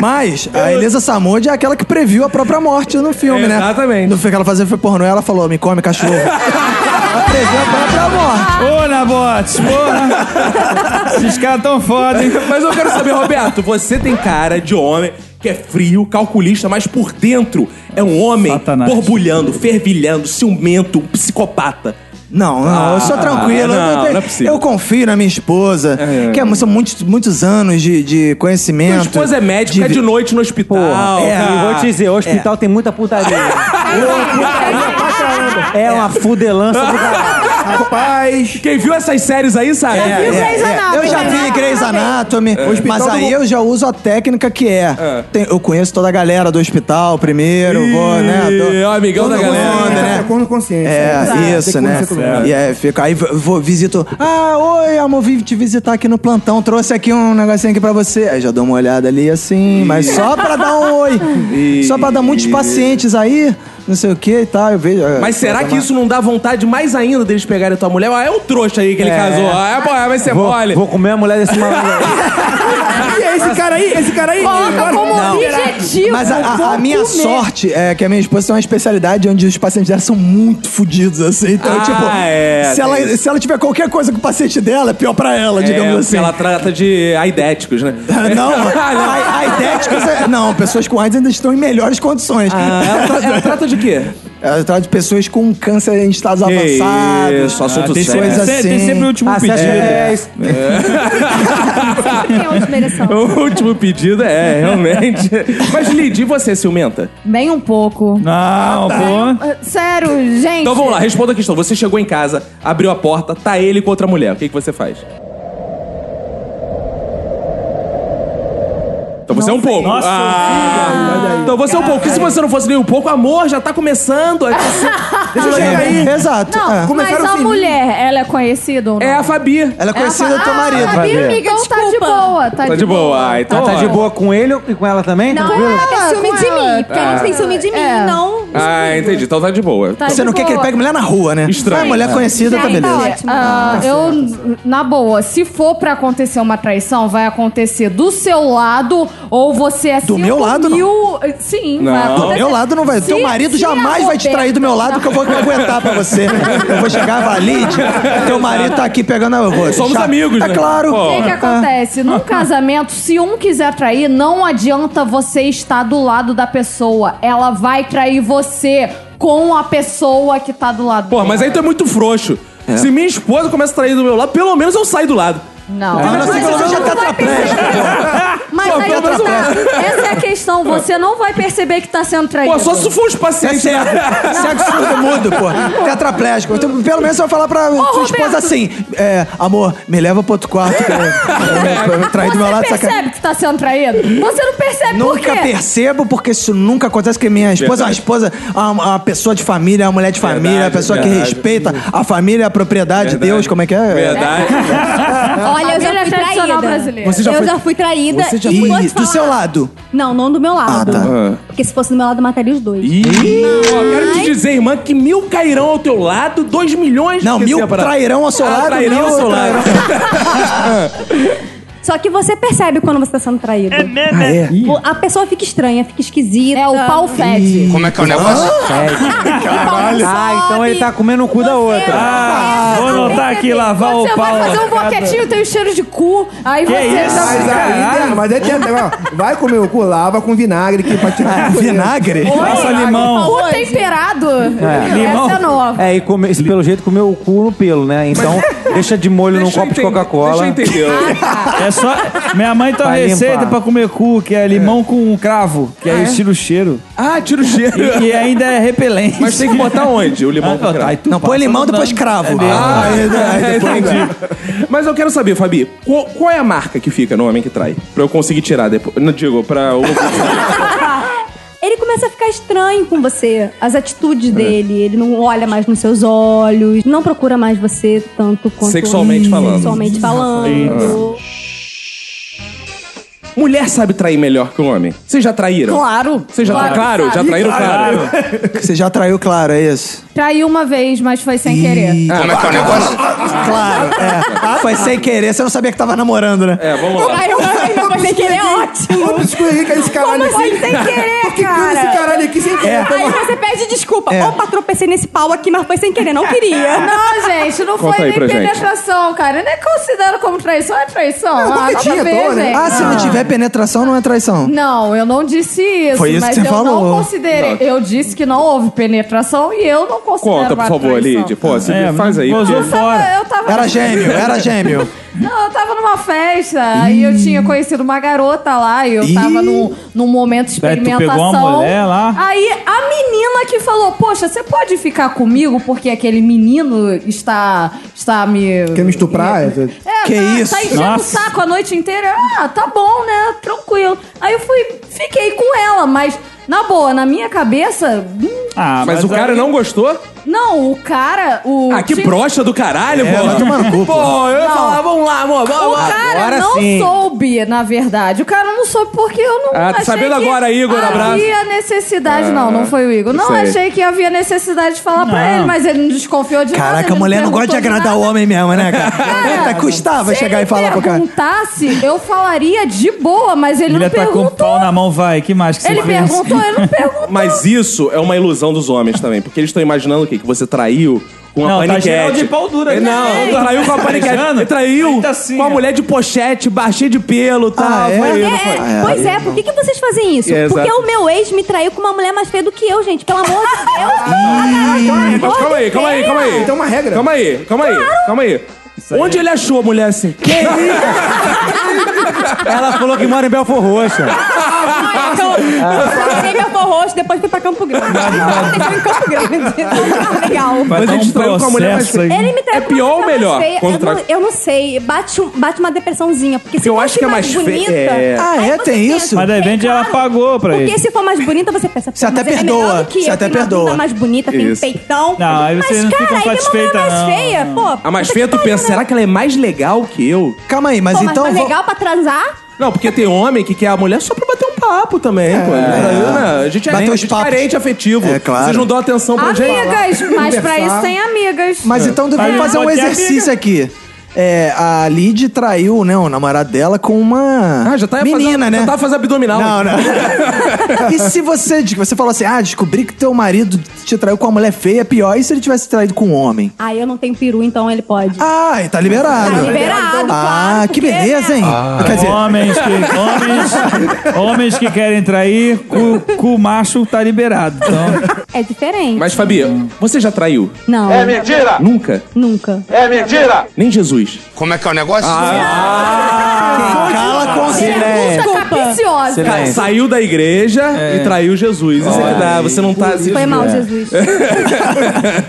[SPEAKER 2] Mas a Elisa Samud é aquela que previu a própria morte no filme, né? Exatamente. No filme que ela fazia foi pornô, ela falou: me come, cachorro. ela previu a própria morte.
[SPEAKER 9] Ô, Nabotes, porra. Esses caras tão foda, hein?
[SPEAKER 1] Mas eu quero saber, Roberto, você tem cara de homem que é frio, calculista, mas por dentro é um homem borbulhando, fervilhando, ciumento, um psicopata.
[SPEAKER 2] Não, não, eu sou tranquilo. eu,
[SPEAKER 1] Ah, Não,
[SPEAKER 2] tenho-
[SPEAKER 1] não é possível.
[SPEAKER 2] eu confio na minha esposa,
[SPEAKER 1] É.
[SPEAKER 2] que é- são muitos, muitos anos de, de conhecimento.
[SPEAKER 1] Minha esposa é médica, é de noite no hospital.
[SPEAKER 2] Porra, é,
[SPEAKER 1] cara.
[SPEAKER 2] e vou te dizer,
[SPEAKER 16] O hospital tem muita putaria. É uma fudelança do
[SPEAKER 5] Rapaz.
[SPEAKER 1] Quem viu essas séries aí sabe.
[SPEAKER 2] É, é, é. Eu já vi Grey's Anatomy, É. mas
[SPEAKER 5] Hospital
[SPEAKER 2] aí
[SPEAKER 5] do-
[SPEAKER 2] eu já uso a técnica que é. tem- eu conheço toda a galera do hospital primeiro, vou, né?
[SPEAKER 1] Ih,
[SPEAKER 2] dou-
[SPEAKER 1] É, ó, amigão
[SPEAKER 2] todo
[SPEAKER 1] da
[SPEAKER 2] mundo,
[SPEAKER 1] galera.
[SPEAKER 2] né?
[SPEAKER 5] É corno consciente.
[SPEAKER 2] É, isso, né? E aí, fico, aí vou- vou, visito. Ah, oi, amor, vim te visitar aqui no plantão. Trouxe aqui um negocinho aqui pra você. Aí já dou uma olhada ali assim, mas só pra dar um oi. Só pra dar muitos pacientes aí, não sei o que e tal. Eu vejo, é,
[SPEAKER 1] Mas será que isso não dá vontade mais ainda deles pegarem a tua mulher? Ah, é um trouxa aí que ele
[SPEAKER 16] É.
[SPEAKER 1] casou. Ah, é, bom, vai ser mole.
[SPEAKER 16] Vou comer a mulher desse maluco.
[SPEAKER 5] E é esse cara aí, esse cara aí. Agora- Não.
[SPEAKER 2] Mas a, a-
[SPEAKER 5] Vou
[SPEAKER 2] a minha
[SPEAKER 5] comer.
[SPEAKER 2] sorte é que a minha esposa tem uma especialidade onde os pacientes dela são muito fodidos, assim. Então,
[SPEAKER 1] Ah,
[SPEAKER 2] tipo,
[SPEAKER 1] é,
[SPEAKER 2] se,
[SPEAKER 1] tem
[SPEAKER 2] ela,
[SPEAKER 1] isso.
[SPEAKER 2] se ela tiver qualquer coisa com o paciente dela, é pior pra ela,
[SPEAKER 1] É,
[SPEAKER 2] digamos
[SPEAKER 1] porque
[SPEAKER 2] assim.
[SPEAKER 1] Ela trata de aidéticos, né?
[SPEAKER 2] Não,
[SPEAKER 1] Ah, não.
[SPEAKER 2] a, a idéticos é- Não, pessoas com AIDS ainda estão em melhores condições.
[SPEAKER 1] um Ah, ela, tra- ela trata de quê?
[SPEAKER 2] Ela trata de pessoas com câncer em estados
[SPEAKER 1] Que
[SPEAKER 2] avançados. Ah,
[SPEAKER 1] isso, assunto
[SPEAKER 2] tem
[SPEAKER 1] sério. É,
[SPEAKER 2] coisas
[SPEAKER 1] Tem- tem
[SPEAKER 2] assim.
[SPEAKER 1] sempre o último
[SPEAKER 2] Acesso
[SPEAKER 1] pedido.
[SPEAKER 2] direto.
[SPEAKER 1] O último pedido é, realmente. Mas, Lid, e você, ciumenta?
[SPEAKER 6] Bem um pouco.
[SPEAKER 9] Não, pô.
[SPEAKER 6] Ah, Sério, gente.
[SPEAKER 1] Então vamos lá, responda a questão. Você chegou em casa, abriu a porta, tá ele com outra mulher. O que, que você faz? Então você é um pouco.
[SPEAKER 9] Nossa,
[SPEAKER 1] Ah, então você é um pouco. Porque se você não fosse nem um pouco, amor, já tá começando. Aí você...
[SPEAKER 2] Deixa eu chegar aí. Exato.
[SPEAKER 3] Não,
[SPEAKER 2] É.
[SPEAKER 3] mas a mulher, ela é conhecida ou não?
[SPEAKER 1] É a Fabi.
[SPEAKER 2] Ela é conhecida do teu marido.
[SPEAKER 3] Ah, Fabi, amiga, então tá de boa. Tá,
[SPEAKER 1] Tá de boa. Ah, então.
[SPEAKER 16] Ela tá de
[SPEAKER 1] ó.
[SPEAKER 16] boa com ele e com ela também?
[SPEAKER 6] Não,
[SPEAKER 16] Tranquilo?
[SPEAKER 6] ela tem ciúme de
[SPEAKER 3] ela. tá é.
[SPEAKER 6] mim. Porque a gente tem ciúme de mim,
[SPEAKER 9] É.
[SPEAKER 6] não.
[SPEAKER 1] Ah, entendi. Então tá de boa.
[SPEAKER 6] Tá
[SPEAKER 2] Você
[SPEAKER 6] de
[SPEAKER 2] não quer que ele
[SPEAKER 6] boa.
[SPEAKER 2] pegue mulher na rua, né?
[SPEAKER 1] Estranho.
[SPEAKER 2] Vai, mulher
[SPEAKER 1] É.
[SPEAKER 2] conhecida, tá
[SPEAKER 3] Gente,
[SPEAKER 2] beleza. tá
[SPEAKER 3] ah, eu, na boa, se for pra acontecer uma traição, vai acontecer do seu lado ou você é
[SPEAKER 2] Do meu lado, não.
[SPEAKER 3] mil... eh, Sim,
[SPEAKER 2] Não,
[SPEAKER 3] vai
[SPEAKER 2] do
[SPEAKER 3] acontecer.
[SPEAKER 2] meu lado não vai.
[SPEAKER 3] Se-
[SPEAKER 2] Teu marido
[SPEAKER 3] se
[SPEAKER 2] jamais vai te
[SPEAKER 3] acontecer-
[SPEAKER 2] trair do meu lado, que eu vou aguentar pra você. Eu vou chegar, valide. Teu marido tá aqui pegando a. eu vou
[SPEAKER 1] Somos
[SPEAKER 2] deixar-
[SPEAKER 1] amigos,
[SPEAKER 2] É
[SPEAKER 1] né?
[SPEAKER 2] claro.
[SPEAKER 3] O que, que acontece? Num casamento, se um quiser trair, não adianta você estar do lado da pessoa. Ela vai trair você com a pessoa que tá do lado
[SPEAKER 1] Pô,
[SPEAKER 3] dela.
[SPEAKER 1] mas aí tu é muito frouxo. Se minha esposa começa a trair do meu lado, pelo menos eu saio do lado.
[SPEAKER 3] Não.
[SPEAKER 1] Ah,
[SPEAKER 3] Mas
[SPEAKER 1] não,
[SPEAKER 3] você
[SPEAKER 1] pelo menos
[SPEAKER 3] não vai perceber. Mas aí que tá.
[SPEAKER 6] Essa é a questão. Você não vai perceber que tá sendo traído.
[SPEAKER 1] Pô, só se for os
[SPEAKER 2] É
[SPEAKER 1] pacientes.
[SPEAKER 2] cego. Cego surdo mudo, pô. Tetraplégico. Tu- Pelo menos eu vou falar pra sua esposa assim: é, amor, me leva pro outro quarto. que eu- eu- eu- eu Traí do meu lado,
[SPEAKER 3] Você
[SPEAKER 2] sacanagem.
[SPEAKER 3] percebe que tá sendo traído? Você não percebe por quê?
[SPEAKER 2] Nunca percebo, porque isso nunca acontece, porque minha esposa é uma
[SPEAKER 1] Verdade.
[SPEAKER 2] esposa, uma, uma pessoa de família, uma mulher de família,
[SPEAKER 1] Verdade,
[SPEAKER 2] uma pessoa que
[SPEAKER 1] verdade.
[SPEAKER 2] respeita a família, a propriedade de Deus, como é que é?
[SPEAKER 1] Verdade.
[SPEAKER 6] Olha, eu já
[SPEAKER 3] Família
[SPEAKER 6] fui
[SPEAKER 3] é tradicional
[SPEAKER 6] traída.
[SPEAKER 3] brasileira. Você já
[SPEAKER 6] eu
[SPEAKER 3] foi-
[SPEAKER 6] já fui traída.
[SPEAKER 2] Você já
[SPEAKER 6] e
[SPEAKER 2] foi-
[SPEAKER 6] vou te
[SPEAKER 2] do seu
[SPEAKER 6] falar.
[SPEAKER 2] lado. tá.
[SPEAKER 6] Não, não do meu lado.
[SPEAKER 1] Ah.
[SPEAKER 6] Porque se fosse do meu lado, eu mataria os dois.
[SPEAKER 1] Ih, ó, quero te dizer, irmã, que mil cairão ao teu lado, dois milhões...
[SPEAKER 2] Não,
[SPEAKER 1] que
[SPEAKER 2] mil
[SPEAKER 1] separa-
[SPEAKER 2] trairão ao seu
[SPEAKER 1] Ah,
[SPEAKER 2] lado,
[SPEAKER 1] trairão ao
[SPEAKER 2] mil
[SPEAKER 1] seu lado.
[SPEAKER 6] Só que você percebe quando você tá sendo traído. É mesmo? A pessoa fica estranha, fica esquisita.
[SPEAKER 3] É, o pau fede.
[SPEAKER 10] Como é que é o negócio?
[SPEAKER 3] Caralho.
[SPEAKER 16] Ah,
[SPEAKER 2] é
[SPEAKER 16] então ele tá comendo o cu da outra.
[SPEAKER 9] Ah, vou anotar aqui, lavar o
[SPEAKER 3] Você
[SPEAKER 9] pau.
[SPEAKER 3] vai fazer um boquetinho, tem o cheiro de cu. Aí você
[SPEAKER 9] isso?
[SPEAKER 3] já
[SPEAKER 5] Mas, ah,
[SPEAKER 3] fica-
[SPEAKER 5] aí, mas aí tem até, ó, vai comer o cu, lava com vinagre que pra tirar a coisa.
[SPEAKER 2] Vinagre?
[SPEAKER 9] Passa limão.
[SPEAKER 3] Cu temperado.
[SPEAKER 9] Limão?
[SPEAKER 3] Essa é nova.
[SPEAKER 16] É, e come, esse, pelo jeito comeu o cu no pelo, né? Então, deixa de molho num
[SPEAKER 1] Deixa eu
[SPEAKER 16] copo de
[SPEAKER 1] entender-
[SPEAKER 16] Coca-Cola.
[SPEAKER 1] Deixa eu entender.
[SPEAKER 9] É só. Minha mãe tem uma
[SPEAKER 16] Vai
[SPEAKER 9] receita
[SPEAKER 16] limpar.
[SPEAKER 9] pra comer cu, que é limão com cravo, que aí tira o cheiro.
[SPEAKER 1] ah, tira o cheiro.
[SPEAKER 9] E, Ah, e ainda é repelente. tá,
[SPEAKER 1] Mas tem que botar onde o limão? com cravo?
[SPEAKER 2] Não, põe limão, depois
[SPEAKER 16] É
[SPEAKER 2] cravo.
[SPEAKER 1] Ah,
[SPEAKER 2] Aí- aí
[SPEAKER 1] é,
[SPEAKER 2] depois-
[SPEAKER 1] entendi. Mas eu quero saber, Fabi, qual, qual é a marca que fica no homem que trai? Pra eu conseguir tirar depois. Não digo, pra. eu-
[SPEAKER 6] Ele começa a ficar estranho com você. As atitudes dele. Ele não olha mais nos seus olhos. Não procura mais você tanto quanto...
[SPEAKER 1] Sexualmente falando.
[SPEAKER 6] Sexualmente falando.
[SPEAKER 1] Mulher sabe trair melhor que o homem. Vocês já traíram?
[SPEAKER 3] Claro.
[SPEAKER 1] Vocês já claro, claro já traíram, claro.
[SPEAKER 2] Você já traiu, claro, é isso?
[SPEAKER 3] Traí uma vez, mas foi sem querer.
[SPEAKER 10] Como é que é o negócio?
[SPEAKER 2] Claro, é. Foi sem querer, você não sabia que tava namorando, né?
[SPEAKER 1] É, vamos lá.
[SPEAKER 6] Aí eu falei, não, mas sem querer é ótimo.
[SPEAKER 5] Vamos escolher que é esse caralho
[SPEAKER 6] Como
[SPEAKER 5] aqui.
[SPEAKER 6] assim, sem querer,
[SPEAKER 5] Por que que
[SPEAKER 6] cara?
[SPEAKER 5] esse caralho aqui sem
[SPEAKER 3] É.
[SPEAKER 5] querer? Toma-
[SPEAKER 6] Aí você pede desculpa.
[SPEAKER 2] É.
[SPEAKER 6] Opa, tropecei nesse pau aqui, mas foi sem querer, não queria.
[SPEAKER 3] Não, gente, não
[SPEAKER 1] Conta
[SPEAKER 3] foi
[SPEAKER 1] aí
[SPEAKER 3] nem
[SPEAKER 1] pra gente.
[SPEAKER 3] penetração, cara. Eu nem considero como traição. É traição.
[SPEAKER 5] É um
[SPEAKER 3] ah, nada
[SPEAKER 5] boquetinho
[SPEAKER 3] a ver,
[SPEAKER 5] à toa, né?
[SPEAKER 3] gente.
[SPEAKER 2] Ah, se não tiver penetração, não é traição.
[SPEAKER 3] Não, eu não disse isso,
[SPEAKER 2] Foi isso
[SPEAKER 3] mas
[SPEAKER 2] que você
[SPEAKER 3] eu
[SPEAKER 2] falou.
[SPEAKER 3] não considerei. Eu disse que não houve penetração e eu não considero.
[SPEAKER 1] Conta, por
[SPEAKER 3] uma
[SPEAKER 1] favor,
[SPEAKER 3] traição.
[SPEAKER 1] Lid. Pô, se
[SPEAKER 9] É,
[SPEAKER 1] faz aí.
[SPEAKER 9] gozou
[SPEAKER 1] porque-
[SPEAKER 9] fora.
[SPEAKER 3] Eu tava.
[SPEAKER 2] Era gêmeo, era gêmeo.
[SPEAKER 3] Não, eu tava numa festa e eu tinha conhecido uma garota lá e eu tava num, num momento de
[SPEAKER 9] Peraí, tu pegou
[SPEAKER 3] experimentação.
[SPEAKER 9] uma mulher lá?
[SPEAKER 3] Aí a menina que falou: Poxa, você pode ficar comigo porque aquele menino está, está me.
[SPEAKER 5] Quer me estuprar?
[SPEAKER 3] É,
[SPEAKER 2] Que
[SPEAKER 3] tá,
[SPEAKER 2] isso?
[SPEAKER 3] Tá enchendo
[SPEAKER 9] Nossa.
[SPEAKER 3] o saco a noite inteira. Ah, tá bom, né? Tranquilo. Aí eu fui, fiquei com ela, mas na boa, na minha cabeça. hum,
[SPEAKER 9] Ah,
[SPEAKER 1] Mas o cara
[SPEAKER 9] aí-
[SPEAKER 1] não gostou?
[SPEAKER 3] Não, o cara. O
[SPEAKER 1] Ah, É, que
[SPEAKER 3] tinha-
[SPEAKER 1] brocha do caralho, pô. Pô, eu ia
[SPEAKER 3] Não.
[SPEAKER 1] falar, vamos lá, amor.
[SPEAKER 3] O
[SPEAKER 1] Vamos lá.
[SPEAKER 3] cara não soube, na verdade. O cara não soube porque eu não
[SPEAKER 1] Ah, tá
[SPEAKER 3] achei
[SPEAKER 1] sabendo
[SPEAKER 3] que
[SPEAKER 1] agora, Igor, abraço. Ah,
[SPEAKER 3] havia necessidade. não, não foi o Igor. Não
[SPEAKER 1] isso aí.
[SPEAKER 3] achei que havia necessidade de falar pra
[SPEAKER 9] Não.
[SPEAKER 3] ele, mas ele não desconfiou de nada.
[SPEAKER 2] Caraca,
[SPEAKER 3] ele
[SPEAKER 2] a mulher não gosta de
[SPEAKER 3] perguntou
[SPEAKER 2] agradar o
[SPEAKER 3] nada.
[SPEAKER 2] homem mesmo, né, cara?
[SPEAKER 3] Cara,
[SPEAKER 2] Puta, custava
[SPEAKER 3] se
[SPEAKER 2] chegar
[SPEAKER 3] ele
[SPEAKER 2] e falar pro cara.
[SPEAKER 3] perguntasse, eu falaria de boa, mas ele
[SPEAKER 9] Ele
[SPEAKER 3] não
[SPEAKER 9] tá com o
[SPEAKER 3] perguntou.
[SPEAKER 9] pau na mão, vai. Que mais que você
[SPEAKER 3] Ele
[SPEAKER 9] fez?
[SPEAKER 3] perguntou, eu não perguntou.
[SPEAKER 1] Mas isso é uma ilusão dos homens também, porque eles estão imaginando o quê? Que você traiu com a
[SPEAKER 9] Não, tá geral
[SPEAKER 1] paniquete.
[SPEAKER 9] de pau dura
[SPEAKER 1] É,
[SPEAKER 9] aqui.
[SPEAKER 1] Não,
[SPEAKER 9] Ei,
[SPEAKER 1] traiu com a
[SPEAKER 9] tá
[SPEAKER 1] paniquete.
[SPEAKER 9] beijando?
[SPEAKER 1] Ele traiu com a mulher de pochete, baixinha de pelo tá? e tal.
[SPEAKER 6] É,
[SPEAKER 1] Foi,
[SPEAKER 6] é,
[SPEAKER 1] não foi?
[SPEAKER 2] Ah,
[SPEAKER 6] é. Pois é, por que, que vocês fazem isso?
[SPEAKER 1] É,
[SPEAKER 6] Porque
[SPEAKER 1] exato.
[SPEAKER 6] o meu ex me traiu com uma mulher mais feia do que eu, gente. Pelo amor de Deus.
[SPEAKER 1] Calma aí,
[SPEAKER 3] é
[SPEAKER 1] calma aí, calma aí, calma aí.
[SPEAKER 6] Então
[SPEAKER 5] uma regra.
[SPEAKER 1] Calma aí, calma aí, calma aí. Onde ele achou a mulher assim? Que
[SPEAKER 16] Ela falou que mora em Belfor Roxa.
[SPEAKER 6] Ah, então, eu peguei meu forroxo, depois fui pra Campo Grande. Aconteceu em Campo Grande. Legal.
[SPEAKER 1] Mas ele te traiu com a mulher mais feia.
[SPEAKER 6] Ele me traiu
[SPEAKER 1] É
[SPEAKER 6] com uma
[SPEAKER 1] pior ou
[SPEAKER 6] mulher
[SPEAKER 1] melhor?
[SPEAKER 6] mais feia. Eu
[SPEAKER 1] Contra-
[SPEAKER 6] não, eu não sei. Bate, um- bate uma depressãozinha. Porque se
[SPEAKER 9] Eu
[SPEAKER 6] fosse
[SPEAKER 9] acho que é mais feia,
[SPEAKER 6] bonita...
[SPEAKER 9] é. Ah,
[SPEAKER 6] aí
[SPEAKER 9] é?
[SPEAKER 6] você
[SPEAKER 9] Tem
[SPEAKER 6] pensa,
[SPEAKER 9] isso? Mas de repente ela pagou pra
[SPEAKER 6] Porque
[SPEAKER 9] ele.
[SPEAKER 6] se for mais bonita, você pensa... é Você
[SPEAKER 9] até perdoa, você até perdoa.
[SPEAKER 6] mais bonita, tem
[SPEAKER 9] Isso.
[SPEAKER 6] peitão.
[SPEAKER 9] Não, aí você
[SPEAKER 6] Mas,
[SPEAKER 9] não
[SPEAKER 6] cara,
[SPEAKER 9] fica
[SPEAKER 6] aí tem uma
[SPEAKER 9] satisfeita,
[SPEAKER 6] mulher mais
[SPEAKER 9] não.
[SPEAKER 6] feia, pô.
[SPEAKER 1] A mais feia,
[SPEAKER 3] tá
[SPEAKER 1] tu pensa,
[SPEAKER 3] né?
[SPEAKER 1] será que ela é mais legal que eu?
[SPEAKER 2] Calma aí, então
[SPEAKER 6] Mas né? pô, mas tá legal pra transar?
[SPEAKER 1] Não, porque tem homem que quer a mulher só pra bater um papo também, pô. Né? A gente é,
[SPEAKER 2] Bater
[SPEAKER 1] a
[SPEAKER 2] uns
[SPEAKER 1] gente é
[SPEAKER 2] papos.
[SPEAKER 1] carente afetivo. É,
[SPEAKER 2] claro.
[SPEAKER 1] Vocês não dão atenção
[SPEAKER 3] Ah,
[SPEAKER 1] pra
[SPEAKER 3] Amigas,
[SPEAKER 1] gente.
[SPEAKER 3] mas pra isso tem amigas.
[SPEAKER 2] Mas então vamos fazer um exercício aqui. É, a Lid traiu, né, o namorado dela com uma
[SPEAKER 1] Ah, já tá
[SPEAKER 2] menina,
[SPEAKER 1] fazendo,
[SPEAKER 2] né?
[SPEAKER 1] Já tá fazendo abdominal.
[SPEAKER 2] Não, não. e se você, você falou assim, ah, descobri que teu marido te traiu com uma mulher feia, é pior. E se ele tivesse traído com um homem?
[SPEAKER 6] Ah, eu não tenho peru, então ele pode.
[SPEAKER 2] Ah, tá liberado.
[SPEAKER 6] Tá liberado,
[SPEAKER 2] Ah, que beleza, hein? Quer dizer,
[SPEAKER 9] Homens que, homens, homens que querem trair, cu, cu macho tá liberado. Então.
[SPEAKER 6] É diferente.
[SPEAKER 1] Mas, Fabi, você já traiu?
[SPEAKER 6] Não.
[SPEAKER 9] É mentira!
[SPEAKER 1] Nunca?
[SPEAKER 6] Nunca.
[SPEAKER 1] É mentira! Nem Jesus. Como é que é o negócio?
[SPEAKER 6] Ah,
[SPEAKER 2] cala
[SPEAKER 6] é
[SPEAKER 3] Pergunta capiciosa.
[SPEAKER 16] É.
[SPEAKER 1] Saiu da igreja e traiu Jesus. Isso é que dá. Você não tá.
[SPEAKER 3] Foi mal, Jesus.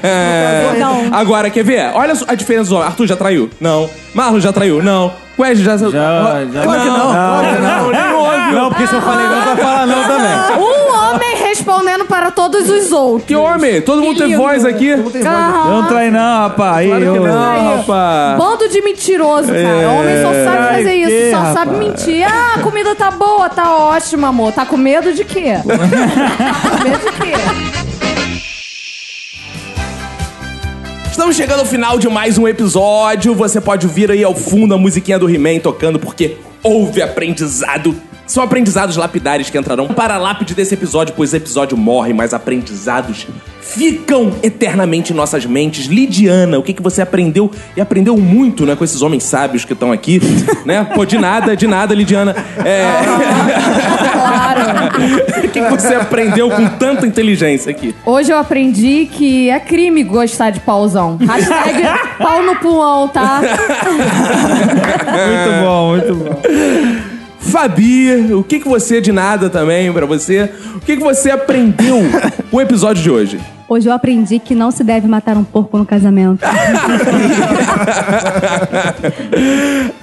[SPEAKER 1] É.
[SPEAKER 3] Não.
[SPEAKER 1] Agora, quer ver? Olha a diferença dos homens. Arthur já traiu? Não. Marlon já traiu? Não. Wesley já... Já,
[SPEAKER 9] já.
[SPEAKER 1] Claro que não. Claro que não. Não, óbvio.
[SPEAKER 16] Não, porque se eu falei não, vai falar não
[SPEAKER 6] Ah,
[SPEAKER 16] também.
[SPEAKER 3] Um homem respondendo para todos os outros.
[SPEAKER 1] Que homem? Todo mundo tem
[SPEAKER 3] lindo.
[SPEAKER 1] voz aqui?
[SPEAKER 3] Aham.
[SPEAKER 9] Eu não traí não, rapaz.
[SPEAKER 1] Claro que
[SPEAKER 9] eu...
[SPEAKER 1] não, rapaz.
[SPEAKER 3] Bando de mentiroso, cara. Homem só sabe
[SPEAKER 9] É. Ai,
[SPEAKER 3] fazer isso,
[SPEAKER 9] que,
[SPEAKER 3] só
[SPEAKER 9] rapaz.
[SPEAKER 3] sabe mentir. Ah, a comida tá boa, tá ótima, amor. Tá com medo de quê? tá com medo de quê?
[SPEAKER 1] Estamos chegando ao final de mais um episódio. Você pode ouvir aí ao fundo a musiquinha do He-Man tocando, porque houve aprendizado. São aprendizados lapidares que entrarão para a lápide desse episódio, pois o episódio morre, mas aprendizados ficam eternamente em nossas mentes. Lidiana, o que, que você aprendeu? E aprendeu muito, né, com esses homens sábios que estão aqui, né? Pô, de nada, de nada, Lidiana. É... o que, que você aprendeu com tanta inteligência aqui?
[SPEAKER 3] Hoje eu aprendi que é crime gostar de pauzão. Hashtag pau no pulmão, tá?
[SPEAKER 9] Muito bom, muito bom.
[SPEAKER 1] Fabi, o que, que você de nada também pra você? O que, que você aprendeu com o episódio de hoje?
[SPEAKER 6] Hoje eu aprendi que não se deve matar um porco no casamento.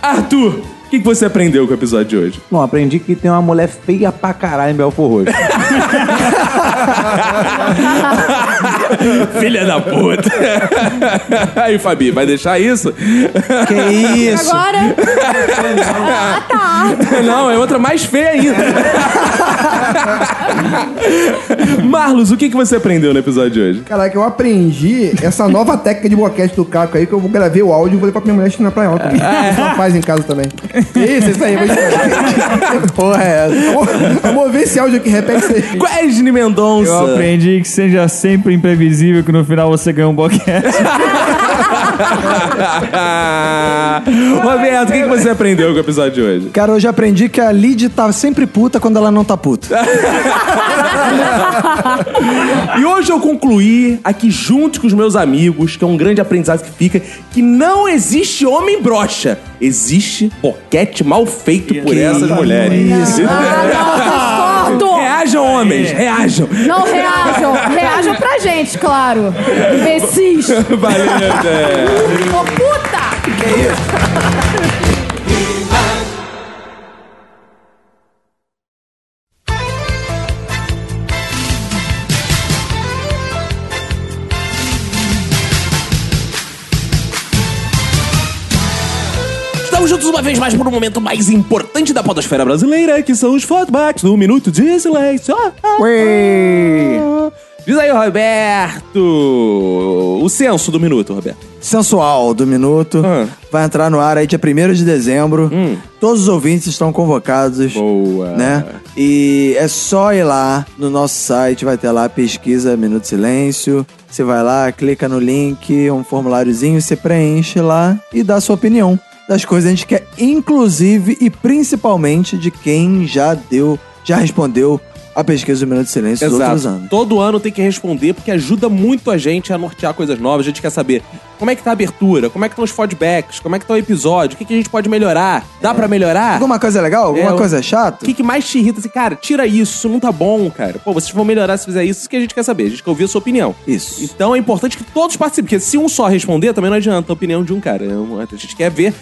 [SPEAKER 1] Arthur, o que, que você aprendeu com o episódio de hoje?
[SPEAKER 4] Bom, aprendi que tem uma mulher feia pra caralho em Belfor Roxo.
[SPEAKER 1] Filha da puta! Aí, Fabi, vai deixar isso? Que
[SPEAKER 2] isso?
[SPEAKER 3] Agora. Ah, tá.
[SPEAKER 1] Não, é outra mais feia ainda. Marlos, o que, que você aprendeu no episódio de hoje?
[SPEAKER 5] Caraca, eu aprendi essa nova técnica de boquete do Caco aí que eu gravei o áudio e vou levar pra minha mulher na praia alta. Ela faz em casa também. Isso, isso aí. Mas... Porra, é essa? Amor, vê esse áudio aqui, repete isso aí.
[SPEAKER 1] Wesley Mendonça.
[SPEAKER 9] Eu aprendi que seja sempre imprevisível que no final você ganha um boquete.
[SPEAKER 1] Ah, Roberto, o que, que você aprendeu com o episódio de hoje?
[SPEAKER 2] Cara, eu já aprendi que a Lid tá sempre puta quando ela não tá puta.
[SPEAKER 1] É, E hoje eu concluí aqui junto com os meus amigos, que é um grande aprendizado que fica, que não existe homem brocha. Existe boquete mal feito por essas mulheres. Isso. Ah, Reajam, homens, reajam.
[SPEAKER 3] Não reajam. Reajam pra gente, claro. Imbecis.
[SPEAKER 1] Valeu, André.
[SPEAKER 3] Ô, puta!
[SPEAKER 1] Estamos juntos uma vez mais por um momento mais importante da podosfera brasileira, que são os fotbacks do Minuto de Silêncio. Ah, ah, ah. Diz aí, Roberto, o censo do minuto, Roberto.
[SPEAKER 2] Sensual do Minuto. Vai entrar no ar aí dia 1 de dezembro. Todos os ouvintes estão convocados. Boa. Né? E é só ir lá no nosso site, vai ter lá pesquisa Minuto Silêncio. Você vai lá, clica no link, um formuláriozinho, você preenche lá e dá a sua opinião das coisas. A gente quer, inclusive e principalmente, de quem já deu, já respondeu a pesquisa do Minuto Silêncio dos outros anos.
[SPEAKER 1] Todo ano tem que responder, porque ajuda muito a gente a nortear coisas novas. A gente quer saber como é que tá a abertura, como é que estão os feedbacks, como é que tá o episódio, o que, que a gente pode melhorar, dá pra melhorar?
[SPEAKER 2] Alguma coisa legal? Alguma
[SPEAKER 1] É, o-
[SPEAKER 2] coisa chata?
[SPEAKER 1] O que, que mais te irrita? Assim, cara, tira isso, isso não tá bom, cara. Pô, vocês vão melhorar se fizer isso, isso que a gente quer saber. A gente quer ouvir a sua opinião.
[SPEAKER 2] Isso.
[SPEAKER 1] Então é importante que todos participem, porque se um só responder, também não adianta a opinião de um cara. É um- A gente quer ver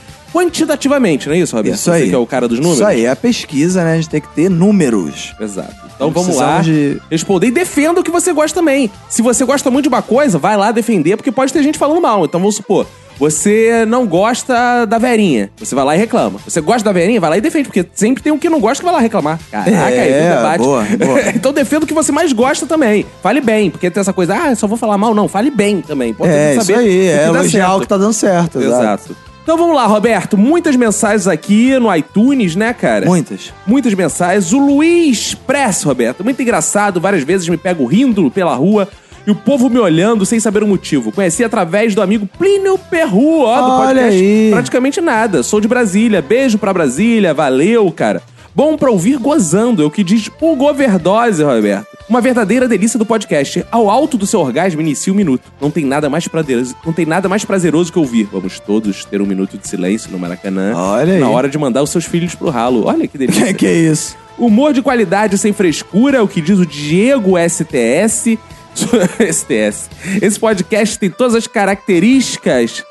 [SPEAKER 1] quantitativamente, não é isso, Roberto?
[SPEAKER 2] Isso aí.
[SPEAKER 1] Você que é o cara dos números?
[SPEAKER 2] Isso aí, é a pesquisa, né? A gente tem que ter números.
[SPEAKER 1] Exato. Então
[SPEAKER 2] Não
[SPEAKER 1] vamos
[SPEAKER 2] precisamos
[SPEAKER 1] lá
[SPEAKER 2] de-
[SPEAKER 1] responder e defenda o que você gosta também. Se você gosta muito de uma coisa, vai lá defender, porque pode ter gente falando mal. Então vamos supor, você não gosta da verinha, você vai lá e reclama. Você gosta da verinha, vai lá e defende, porque sempre tem um que não gosta que vai lá reclamar. Caraca,
[SPEAKER 2] É,
[SPEAKER 1] aí tem um debate.
[SPEAKER 2] boa, boa.
[SPEAKER 1] então defenda o que você mais gosta também. Fale bem, porque tem essa coisa, ah, eu só vou falar mal. Não, fale bem também. Pode
[SPEAKER 2] é,
[SPEAKER 1] saber
[SPEAKER 2] isso aí.
[SPEAKER 1] o
[SPEAKER 2] É
[SPEAKER 1] que dá
[SPEAKER 2] elogiar
[SPEAKER 1] certo.
[SPEAKER 2] o que tá dando certo.
[SPEAKER 1] Exato. Então vamos lá, Roberto. Muitas mensagens aqui no iTunes, né, cara?
[SPEAKER 2] Muitas.
[SPEAKER 1] Muitas mensagens. O Luiz Press, Roberto. Muito engraçado. Várias vezes me pego rindo pela rua e o povo me olhando sem saber o motivo. Conheci através do amigo Plínio Perru, ó, do
[SPEAKER 2] Olha
[SPEAKER 1] podcast
[SPEAKER 2] aí.
[SPEAKER 1] Praticamente Nada. Sou de Brasília. Beijo pra Brasília. Valeu, cara. Bom pra ouvir gozando, é o que diz Hugo Overdose, Roberto. Uma verdadeira delícia do podcast. Ao alto do seu orgasmo, inicia o minuto. Não tem nada mais prazeroso, não tem nada mais prazeroso que ouvir. Vamos todos ter um minuto de silêncio no Maracanã. Olha
[SPEAKER 2] aí.
[SPEAKER 1] Na hora de mandar os seus filhos pro ralo. Olha que delícia.
[SPEAKER 2] que isso?
[SPEAKER 1] Humor de qualidade sem frescura, é o que diz o Diego STS. STS. Esse podcast tem todas as características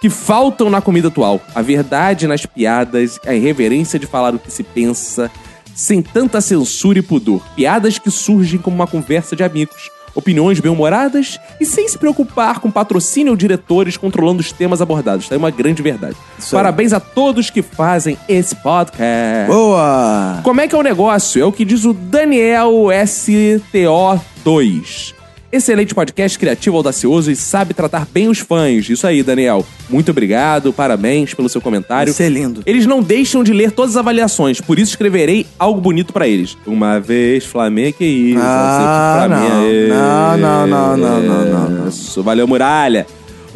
[SPEAKER 1] que faltam na comida atual. A verdade nas piadas, a irreverência de falar o que se pensa, sem tanta censura e pudor. Piadas que surgem como uma conversa de amigos. Opiniões bem-humoradas e sem se preocupar com patrocínio ou diretores controlando os temas abordados. Tá aí uma grande verdade.
[SPEAKER 2] aí.
[SPEAKER 1] Parabéns a todos que fazem esse podcast.
[SPEAKER 2] Boa!
[SPEAKER 1] Como é que é o negócio? É o que diz o Daniel STO2. Excelente podcast, criativo, audacioso e sabe tratar bem os fãs. Isso aí, Daniel. Muito obrigado, parabéns pelo seu comentário.
[SPEAKER 2] Você é lindo.
[SPEAKER 1] Eles não deixam de ler todas as avaliações, por isso escreverei algo bonito pra eles. Uma vez, Flamengo, que é isso.
[SPEAKER 2] Ah,
[SPEAKER 1] sempre Flamengo.
[SPEAKER 2] não.
[SPEAKER 1] Ê,
[SPEAKER 2] Não, não, não, não, não, não,
[SPEAKER 1] É isso. Valeu, Muralha.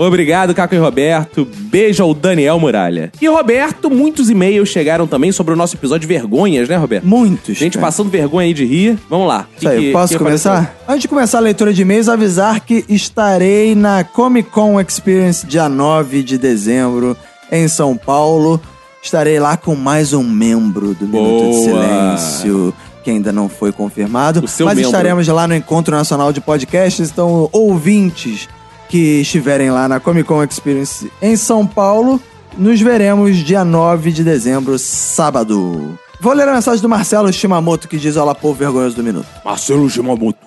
[SPEAKER 1] Obrigado, Caco e Roberto. Beijo ao Daniel Muralha. E, Roberto, muitos e-mails chegaram também sobre o nosso episódio de vergonhas, né, Roberto?
[SPEAKER 2] Muitos.
[SPEAKER 1] Gente passando vergonha aí de rir. Vamos lá.
[SPEAKER 2] Isso aí, posso começar? Tá. Antes de começar a leitura de e-mails, avisar que estarei na Comic Con Experience dia 9 de dezembro em São Paulo. Estarei lá com mais um membro do Minuto de
[SPEAKER 1] Boa.
[SPEAKER 2] Silêncio, que ainda não foi confirmado.
[SPEAKER 1] seu
[SPEAKER 2] mas
[SPEAKER 1] membro.
[SPEAKER 2] estaremos lá no Encontro Nacional de Podcasts, então ouvintes que estiverem lá na Comic Con Experience em São Paulo, nos veremos dia 9 de dezembro, sábado. Vou ler a mensagem do Marcelo Shimamoto que diz: Olá, povo vergonhoso do minuto.
[SPEAKER 1] Marcelo Shimamoto.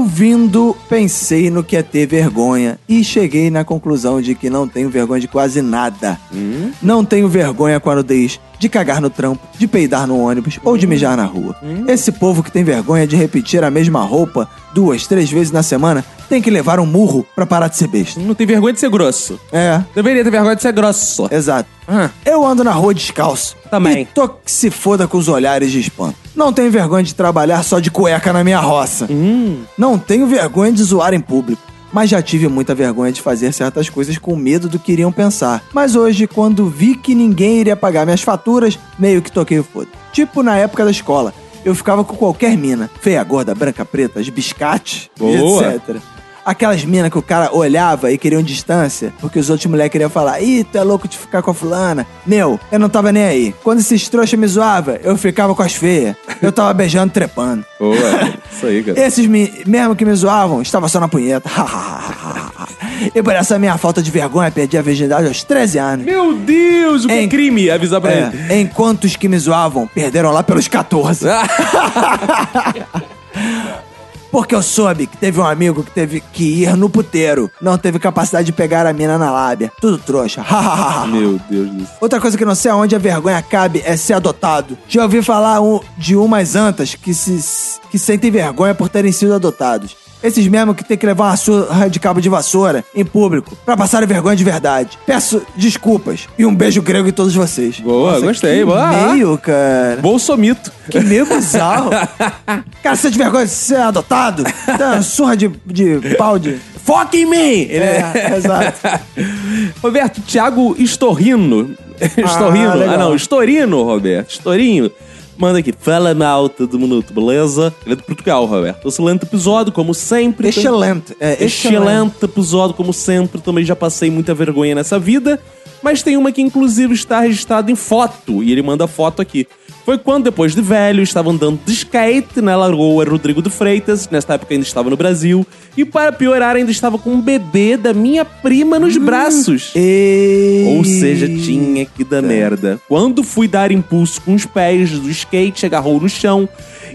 [SPEAKER 2] Ouvindo, pensei no que é ter vergonha e cheguei na conclusão de que não tenho vergonha de quase nada. Não tenho vergonha com a nudez, de cagar no trampo, de peidar no ônibus ou de mijar na rua.
[SPEAKER 1] Hum.
[SPEAKER 2] Esse povo que tem vergonha de repetir a mesma roupa duas, três vezes na semana tem que levar um murro pra parar de ser besta.
[SPEAKER 1] Não tem vergonha de ser grosso.
[SPEAKER 2] É.
[SPEAKER 1] Deveria ter vergonha de ser grosso.
[SPEAKER 2] Exato. Eu ando na rua descalço. Também. E tô que se foda com os olhares de espanto. Não tenho vergonha de trabalhar só de cueca na minha roça.
[SPEAKER 1] Hum.
[SPEAKER 2] Não tenho vergonha de zoar em público. Mas já tive muita vergonha de fazer certas coisas com medo do que iriam pensar. Mas hoje, quando vi que ninguém iria pagar minhas faturas, meio que toquei o foda. Tipo na época da escola. Eu ficava com qualquer mina. Feia, gorda, branca, preta, as biscates,
[SPEAKER 1] Boa.
[SPEAKER 2] etc. Aquelas minas que o cara olhava e queriam distância, porque os outros moleques queriam falar: Ih, tu é louco de ficar com a fulana. Meu, eu não tava nem aí. Quando esses trouxas me zoavam, eu ficava com as feias. Eu tava beijando, trepando.
[SPEAKER 1] Boa. Isso aí, cara.
[SPEAKER 2] Esses me- mesmo que me zoavam, estava só na punheta. e por essa minha falta de vergonha, perdi a virgindade aos 13 anos.
[SPEAKER 1] Meu Deus, o que é crime avisar pra ele.
[SPEAKER 2] É, enquanto os que me zoavam perderam lá pelos 14. Porque eu soube que teve um amigo que teve que ir no puteiro. Não teve capacidade de pegar a mina na lábia. Tudo trouxa.
[SPEAKER 1] Meu Deus do céu.
[SPEAKER 2] Outra coisa que eu não sei aonde a vergonha cabe é ser adotado. Já ouvi falar um- de umas antas que se que sentem vergonha por terem sido adotados. Esses mesmos que tem que levar uma surra de cabo de vassoura em público pra passarem vergonha de verdade. Peço desculpas e um beijo grego em todos vocês.
[SPEAKER 1] Boa, gostei.
[SPEAKER 2] que
[SPEAKER 1] Boa.
[SPEAKER 2] meio, cara.
[SPEAKER 1] Bolsomito.
[SPEAKER 2] Que meio bizarro. cara, você é de vergonha de ser adotado? Dá uma surra de, de pau de...
[SPEAKER 1] Foca em mim! Ele
[SPEAKER 2] É, exato.
[SPEAKER 1] Roberto, Thiago Estorrino. Estorrino? Ah,
[SPEAKER 2] legal.
[SPEAKER 1] não, Estorino, Roberto. Estorinho. Manda aqui. Fala mal, todo minuto, beleza? Ele é de Portugal, Roberto. Excelente episódio, como sempre.
[SPEAKER 2] Excelente, é,
[SPEAKER 1] excelente.
[SPEAKER 2] excelente.
[SPEAKER 1] episódio, como sempre. Também já passei muita vergonha nessa vida. Mas tem uma que, inclusive, está registrada em foto. E ele manda foto aqui. Foi quando, depois de velho, estava andando de skate na Lagoa Rodrigo de Freitas. Nesta época ainda estava no Brasil. E para piorar, ainda estava com um bebê da minha prima nos braços. Ou seja, tinha que dar merda. Quando fui dar impulso com os pés do skate, agarrou no chão.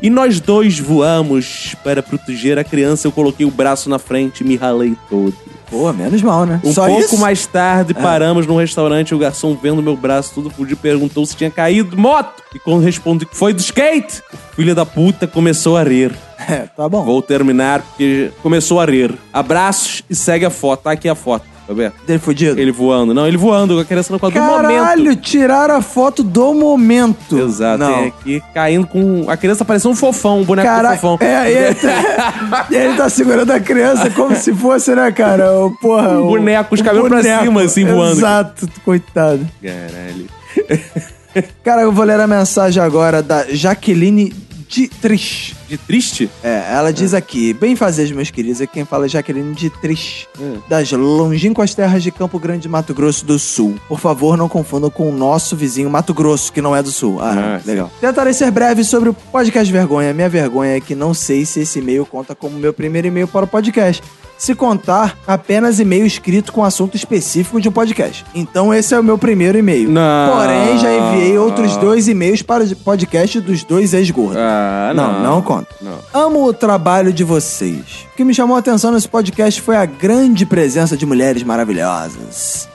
[SPEAKER 1] E nós dois voamos. Para proteger a criança, eu coloquei o braço na frente e me ralei todo.
[SPEAKER 2] Pô, menos mal, né?
[SPEAKER 1] Um
[SPEAKER 2] Só
[SPEAKER 1] pouco
[SPEAKER 2] isso? Ah.
[SPEAKER 1] mais tarde, paramos num restaurante o garçom vendo meu braço tudo fudido perguntou se tinha caído de moto. E quando respondi que foi do skate, o filho da puta começou a rir.
[SPEAKER 2] É, tá bom.
[SPEAKER 1] Vou terminar porque começou a rir. Abraços e segue a foto. Tá aqui a foto. Roberto.
[SPEAKER 2] Ele fudido?
[SPEAKER 1] Ele voando. Não, ele voando. com A criança no quadro do momento.
[SPEAKER 2] Caralho, tiraram a foto do momento.
[SPEAKER 1] Exato.
[SPEAKER 2] Não.
[SPEAKER 1] Tem aqui caindo com... A criança parecendo um fofão, um boneco
[SPEAKER 2] Cara,
[SPEAKER 1] fofão.
[SPEAKER 2] é, ele tá, ele tá segurando a criança como se fosse, né, cara? O, porra,
[SPEAKER 1] Um
[SPEAKER 2] o-
[SPEAKER 1] boneco, os cabelos pra cima, assim, voando.
[SPEAKER 2] Exato, coitado.
[SPEAKER 1] Caralho.
[SPEAKER 2] Cara, eu vou ler a mensagem agora da Jaqueline Dietrich.
[SPEAKER 1] De triste?
[SPEAKER 2] É, ela diz aqui, bem fazer, meus queridos, é quem fala é Jaqueline Dietrich, das longínquas terras de Campo Grande, Mato Grosso do Sul. Por favor, não confundam com o nosso vizinho Mato Grosso, que não é do Sul. Ah,
[SPEAKER 1] Ah, sim.
[SPEAKER 2] legal. Tentarei ser breve sobre o podcast Vergonha. Minha vergonha é que não sei se esse e-mail conta como meu primeiro e-mail para o podcast. Se contar, apenas e-mail escrito com assunto específico de um podcast. Então esse é o meu primeiro e-mail.
[SPEAKER 1] Não.
[SPEAKER 2] Porém, já enviei outros dois e-mails para o podcast dos dois ex-gordos.
[SPEAKER 1] Ah,
[SPEAKER 2] não, não conta.
[SPEAKER 1] Não.
[SPEAKER 2] Amo o trabalho de vocês. O que me chamou a atenção nesse podcast foi a grande presença de mulheres maravilhosas.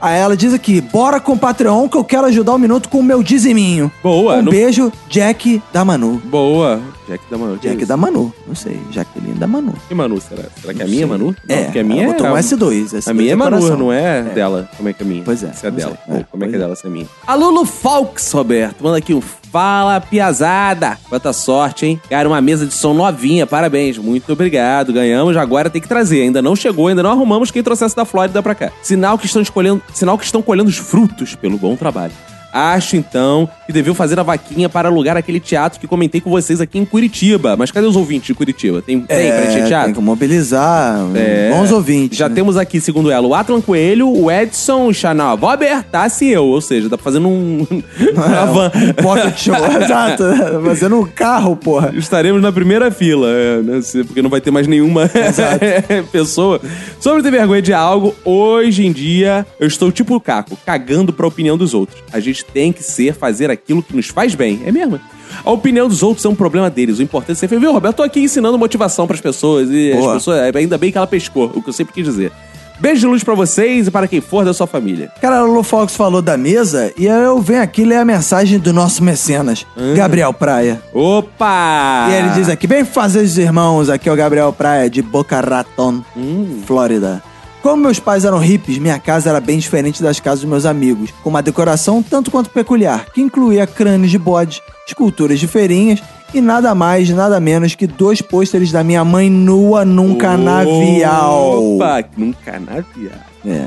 [SPEAKER 2] Aí ela diz aqui: bora com o Patreon que eu quero ajudar o minuto com o meu diziminho.
[SPEAKER 1] Boa,
[SPEAKER 2] Um
[SPEAKER 1] não-
[SPEAKER 2] beijo, Jack da Manu.
[SPEAKER 1] Boa. Jack da Manu.
[SPEAKER 2] Jack da Manu. Não sei, Jaqueline da Manu.
[SPEAKER 1] E Manu, será? Será que é a minha, Manu? Não,
[SPEAKER 2] É,
[SPEAKER 1] porque a minha
[SPEAKER 2] ela botou
[SPEAKER 1] é
[SPEAKER 2] um
[SPEAKER 1] a-
[SPEAKER 2] S2, S2
[SPEAKER 1] a minha é
[SPEAKER 2] é
[SPEAKER 1] Manu,
[SPEAKER 2] coração.
[SPEAKER 1] não é,
[SPEAKER 2] É.
[SPEAKER 1] dela. Como é que é a minha?
[SPEAKER 2] Pois é,
[SPEAKER 1] Se é
[SPEAKER 2] não
[SPEAKER 1] dela.
[SPEAKER 2] sei.
[SPEAKER 1] Pô, como é que é dela, se é minha? A Lulu Falks, Roberto, manda aqui um Fala Piazada. Quanta sorte, hein? Cara, uma mesa de som novinha, parabéns. Muito obrigado, ganhamos. Agora tem que trazer. Ainda não chegou, ainda não arrumamos quem trouxesse da Flórida pra cá. Sinal que estão escolhendo, sinal que estão colhendo os frutos pelo bom trabalho. Acho então que deviam fazer a vaquinha para alugar aquele teatro que comentei com vocês aqui em Curitiba. Mas cadê os ouvintes de Curitiba? Tem, tem pra encher teatro?
[SPEAKER 2] tem que mobilizar
[SPEAKER 1] É.
[SPEAKER 2] bons ouvintes.
[SPEAKER 1] Já temos aqui, segundo ela, o Atlan Coelho, o Edson, o Xanal Robert, Tassi e eu. Ou seja, tá fazendo um. uma van.
[SPEAKER 2] Um pocket show, exato. Fazendo um carro, porra.
[SPEAKER 1] Estaremos na primeira fila, é, né, se- porque não vai ter mais nenhuma pessoa. Sobre ter vergonha de algo, hoje em dia eu estou tipo o Caco, cagando pra opinião dos outros. A gente tem que ser, fazer aquilo que nos faz bem, é mesmo? A opinião dos outros é um problema deles. O importante é ser viu, Roberto? Eu tô aqui ensinando motivação pras pessoas e as
[SPEAKER 2] Boa.
[SPEAKER 1] pessoas, é, ainda bem que ela pescou, o que eu sempre quis dizer. Beijo de luz pra vocês e para quem for da sua família.
[SPEAKER 2] Cara, a Lulu Fox falou da mesa e aí eu venho aqui ler a mensagem do nosso mecenas, Gabriel Praia.
[SPEAKER 1] Opa!
[SPEAKER 2] E ele diz aqui, bem fazer os irmãos, aqui é o Gabriel Praia, de Boca Raton, Flórida. Como meus pais eram hippies, minha casa era bem diferente das casas dos meus amigos, com uma decoração tanto quanto peculiar, que incluía crânios de bodes, esculturas de feirinhas e nada mais, nada menos que dois pôsteres da minha mãe nua num canavial.
[SPEAKER 1] Opa, num canavial.
[SPEAKER 2] É.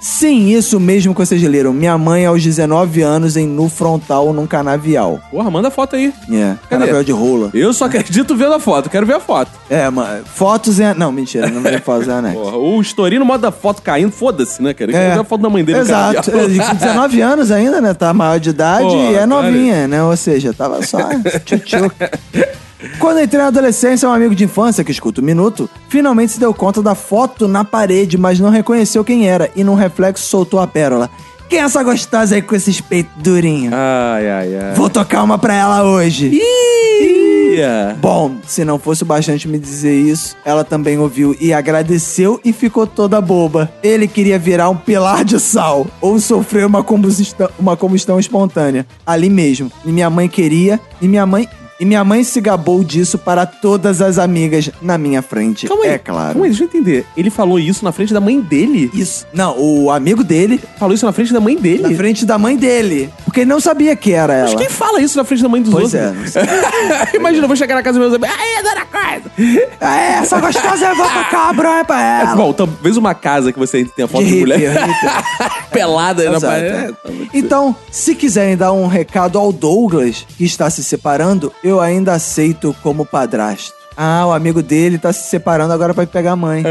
[SPEAKER 2] Sim, isso mesmo que vocês leram. Minha mãe aos 19 anos em nu frontal num canavial.
[SPEAKER 1] Porra, manda a foto aí.
[SPEAKER 2] É,
[SPEAKER 1] Cadê?
[SPEAKER 2] canavial de rola.
[SPEAKER 1] Eu só acredito vendo a foto, quero ver a foto.
[SPEAKER 2] É, ma- fotos em... Não, mentira, não vem né? fotos em anexo.
[SPEAKER 1] Porra, o Storino manda a foto caindo, foda-se, né, cara? Eu quero ver a foto da mãe dele.
[SPEAKER 2] É. Exato. é,
[SPEAKER 1] cara.
[SPEAKER 2] Ele Com 19 anos ainda, né? Tá maior de idade
[SPEAKER 1] Pô,
[SPEAKER 2] e é
[SPEAKER 1] cara.
[SPEAKER 2] novinha, né? Ou seja, tava só tchutchuca. Quando entrei na adolescência, um amigo de infância que escuta o minuto finalmente se deu conta da foto na parede, mas não reconheceu quem era e num reflexo soltou a pérola. Quem é essa gostosa aí com esses peitos durinhos?
[SPEAKER 1] Ah, Ai, ai, ai.
[SPEAKER 2] Vou tocar uma pra ela hoje.
[SPEAKER 1] Ia.
[SPEAKER 2] Bom, se não fosse o bastante me dizer isso, ela também ouviu e agradeceu e ficou toda boba. Ele queria virar um pilar de sal ou sofrer uma combustão, uma combustão espontânea. Ali mesmo. E minha mãe queria, e minha mãe E minha mãe se gabou disso para todas as amigas na minha frente.
[SPEAKER 1] Calma aí.
[SPEAKER 2] É claro.
[SPEAKER 1] Calma aí, deixa eu entender. Ele falou isso na frente da mãe dele?
[SPEAKER 2] Isso. Não, o amigo dele.
[SPEAKER 1] Falou isso na frente da mãe dele?
[SPEAKER 2] Na frente da mãe dele. Porque ele não sabia que era ela.
[SPEAKER 1] Mas quem fala isso na frente da mãe dos
[SPEAKER 2] Pois é, não
[SPEAKER 1] outros? É, Imagina, eu vou chegar na casa dos meus amigos. Aí, dona Coisa!
[SPEAKER 2] É, essa gostosa é vaca cabra, é pra ela.
[SPEAKER 1] É, bom, talvez uma casa que você tenha foto de,
[SPEAKER 2] De
[SPEAKER 1] mulher
[SPEAKER 2] hippie,
[SPEAKER 1] pelada né, na
[SPEAKER 2] Exato, é.
[SPEAKER 1] parede.
[SPEAKER 2] Então, se quiserem dar um recado ao Douglas, que está se separando, eu ainda aceito como padrasto. Ah, o amigo dele tá se separando agora pra ir pegar a mãe.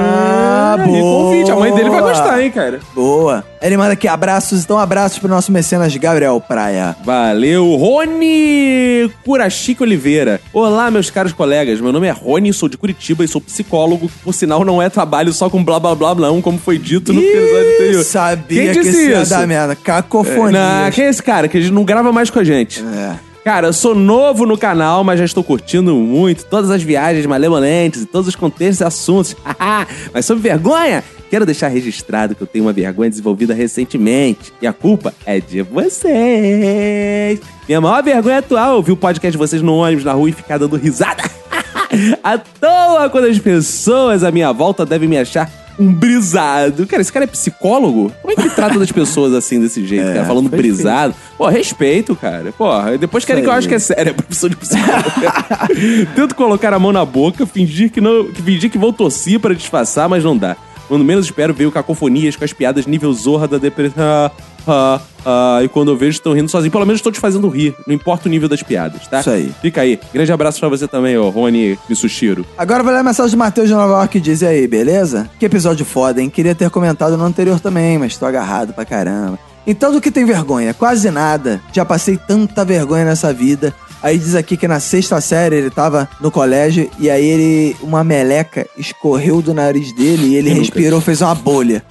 [SPEAKER 2] ah,
[SPEAKER 1] Aí,
[SPEAKER 2] boa.
[SPEAKER 1] É, convite, a mãe dele vai gostar, hein, cara?
[SPEAKER 2] Boa. Ele manda aqui abraços, então abraços pro nosso mecenas Gabriel Praia.
[SPEAKER 1] Valeu, Rony Curachique Oliveira. Olá, meus caros colegas. Meu nome é Rony, sou de Curitiba e sou psicólogo. Por sinal, não é trabalho só com blá blá blá blá, como foi dito no episódio anterior.
[SPEAKER 2] sabia que isso ia dar merda. Cacofonias.
[SPEAKER 1] Não, quem é esse cara? Que ele não grava mais com a gente. Cara, eu sou novo no canal, mas já estou curtindo muito todas as viagens malevolentes e todos os contextos e assuntos. mas sobre vergonha, quero deixar registrado que eu tenho uma vergonha desenvolvida recentemente. E a culpa é de vocês. Minha maior vergonha atual é ouvir o podcast de vocês no ônibus, na rua e ficar dando risada. à toa quando as pessoas à minha volta devem me achar um brisado. Cara, esse cara é psicólogo? Como é que ele trata das pessoas assim, desse jeito, cara? Falando
[SPEAKER 10] É, foi difícil.
[SPEAKER 1] brisado. Pô, respeito, cara. Porra, depois querem que eu
[SPEAKER 10] aí.
[SPEAKER 1] acho que é sério, é profissão de psicólogo. Tento colocar a mão na boca, fingir que não, que fingir que vou torcer para disfarçar, mas não dá. Quando menos espero, veio cacofonias com as piadas nível zorra da depressão. Ah, ah, ah, e quando eu vejo, estão rindo sozinho. Pelo menos estou te fazendo rir. Não importa o nível das piadas, tá?
[SPEAKER 2] Isso aí.
[SPEAKER 1] Fica aí. Grande abraço pra você também, ô Rony Missushiro.
[SPEAKER 2] Agora vai ler a mensagem do Matheus de Nova York que diz e aí, beleza? Que episódio foda, hein? Queria ter comentado no anterior também, mas tô agarrado pra caramba. Então do que tem vergonha? Quase nada. Já passei tanta vergonha nessa vida. Aí diz aqui que na sexta série ele tava no colégio e aí ele. uma meleca escorreu do nariz dele e ele respirou, fez uma bolha.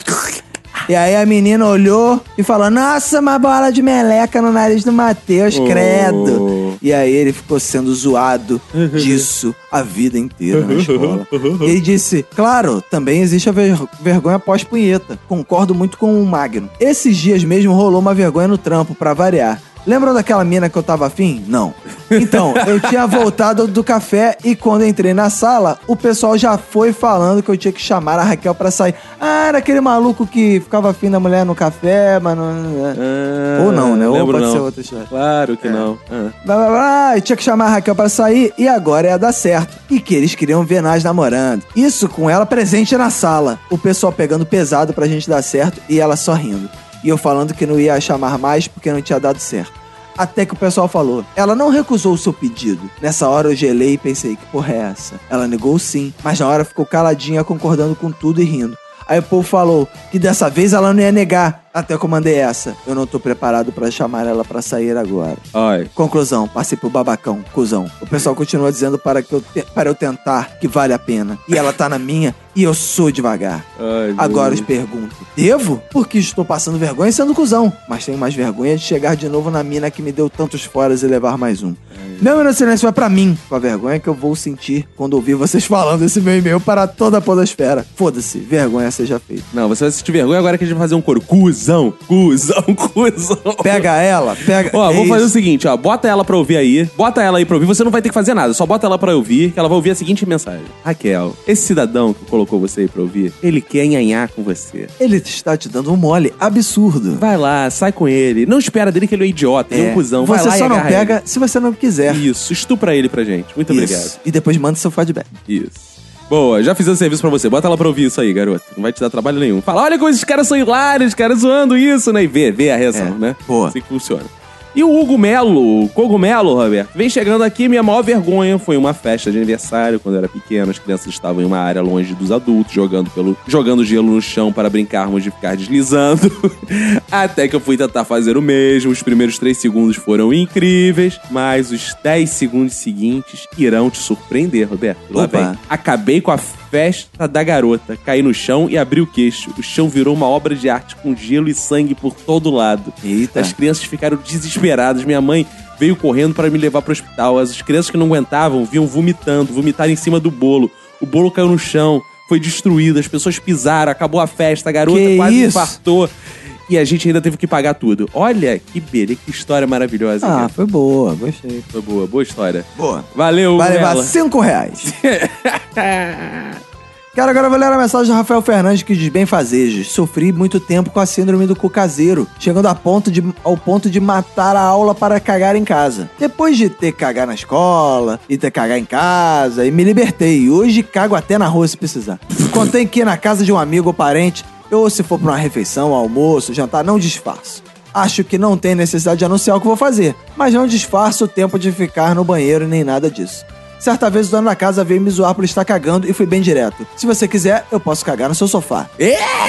[SPEAKER 2] E aí a menina olhou e falou: Nossa, uma bola de meleca no nariz do Matheus,
[SPEAKER 1] Uhum.
[SPEAKER 2] credo. E aí ele ficou sendo zoado disso a vida inteira
[SPEAKER 1] Uhum.
[SPEAKER 2] na escola. E ele disse: Claro, também existe a ver- vergonha pós-punheta. Concordo muito com o Magno. Esses dias mesmo rolou uma vergonha no trampo, pra variar. Lembram daquela mina que eu tava afim? Não. Então, eu tinha voltado do café e quando eu entrei na sala, o pessoal já foi falando que eu tinha que chamar a Raquel pra sair. Ah, era aquele maluco que ficava afim da mulher no café, mas não. Ou não, né? Ou
[SPEAKER 1] Ah, Lembro
[SPEAKER 2] pode
[SPEAKER 1] não.
[SPEAKER 2] ser outra história. É.
[SPEAKER 1] Claro que não. Ah.
[SPEAKER 2] Blá, blá, blá, eu tinha que chamar a Raquel pra sair e agora ia dar certo. E que eles queriam ver nós namorando. Isso com ela presente na sala. O pessoal pegando pesado pra gente dar certo e ela só rindo. E eu falando que não ia chamar mais porque não tinha dado certo. Até que o pessoal falou. Ela não recusou o seu pedido. Nessa hora eu gelei e pensei, que porra é essa? Ela negou sim, mas na hora ficou caladinha, concordando com tudo e rindo. Aí o povo falou que dessa vez ela não ia negar. Até que eu mandei essa. Eu não tô preparado pra chamar ela pra sair agora.
[SPEAKER 1] Ai.
[SPEAKER 2] Conclusão, passei pro babacão, cuzão. O pessoal continua dizendo para, que eu te- para eu tentar, que vale a pena. E ela tá na minha, e eu sou devagar.
[SPEAKER 1] Ai,
[SPEAKER 2] Agora os
[SPEAKER 1] meu Deus.
[SPEAKER 2] pergunto, devo? Porque estou passando vergonha sendo cuzão. Mas tenho mais vergonha de chegar de novo na mina que me deu tantos foras e levar mais
[SPEAKER 1] É.
[SPEAKER 2] um. Meu Minuto de Silêncio é pra mim, com a vergonha que eu vou sentir quando ouvir vocês falando esse meu e-mail para toda a podosfera. Foda-se, vergonha seja feita.
[SPEAKER 1] Não, você vai sentir vergonha agora que a gente vai fazer um coro. Cusão, cuzão, cuzão.
[SPEAKER 2] Pega ela, pega...
[SPEAKER 1] Ó,
[SPEAKER 2] É
[SPEAKER 1] vou fazer
[SPEAKER 2] isso.
[SPEAKER 1] o seguinte, ó. Bota ela pra ouvir aí. Bota ela aí pra ouvir. Você não vai ter que fazer nada. Só bota ela pra ouvir, que ela vai ouvir a seguinte mensagem. Raquel, esse cidadão que colocou você aí pra ouvir, ele quer nhanhar com você.
[SPEAKER 2] Ele está te dando um mole absurdo.
[SPEAKER 1] Vai lá, sai com ele. Não espera dele que ele é um idiota, ele é um cuzão. Vai
[SPEAKER 2] Você
[SPEAKER 1] lá e
[SPEAKER 2] só não
[SPEAKER 1] agarra
[SPEAKER 2] pega se você não quiser.
[SPEAKER 1] ele. Isso, estupra ele pra gente. Muito
[SPEAKER 2] Isso. E depois manda seu feedback.
[SPEAKER 1] obrigado. Isso. Boa, já fizemos serviço pra você. Bota ela pra ouvir isso aí, garoto. Não vai te dar trabalho nenhum. Fala, olha como esses caras são hilários, caras zoando isso, né? E vê, vê a reação, né? Boa. Assim que funciona. E o Hugo Melo, o Cogumelo, Roberto, vem chegando aqui. Minha maior vergonha foi uma festa de aniversário quando eu era pequeno. As crianças estavam em uma área longe dos adultos, jogando, pelo, jogando gelo no chão para brincarmos de ficar deslizando. Até que eu fui tentar fazer o mesmo. Os primeiros três segundos foram incríveis, mas os 10 segundos seguintes irão te surpreender, Roberto. Lá
[SPEAKER 2] Opa.
[SPEAKER 1] vem. Acabei com a festa da garota. Caí no chão e abri o queixo. O chão virou uma obra de arte com gelo e sangue por todo lado.
[SPEAKER 2] Eita.
[SPEAKER 1] As crianças ficaram desesperadas. Minha mãe veio correndo para me levar pro hospital. As crianças que não aguentavam vinham vomitando, vomitaram em cima do bolo. O bolo caiu no chão, foi destruído, as pessoas pisaram, acabou a festa, a garota
[SPEAKER 2] Que
[SPEAKER 1] quase
[SPEAKER 2] isso?
[SPEAKER 1] infartou. E a gente ainda teve que pagar tudo. Olha que beleza, que história maravilhosa.
[SPEAKER 5] Ah,
[SPEAKER 1] cara.
[SPEAKER 5] foi boa, gostei.
[SPEAKER 1] Foi boa, boa história.
[SPEAKER 5] Boa.
[SPEAKER 1] Valeu,
[SPEAKER 5] Vai levar
[SPEAKER 1] Vilela.
[SPEAKER 5] 5 reais. Cara, agora eu vou ler a mensagem do Rafael Fernandes que diz bem fazejos. Sofri muito tempo com a síndrome do cu caseiro, chegando a ponto de- ao ponto de matar a aula para cagar em casa. Depois de ter que cagar na escola, e ter que cagar em casa, e me libertei. E hoje cago até na rua se precisar. Contei que na casa de um amigo ou parente, ou se for pra uma refeição, almoço, jantar, não disfarço. Acho que não tem necessidade de anunciar o que vou fazer, mas não disfarço o tempo de ficar no banheiro nem nada disso. Certa vez o dono da casa veio me zoar por estar cagando e fui bem direto. Se você quiser, eu posso cagar no seu sofá.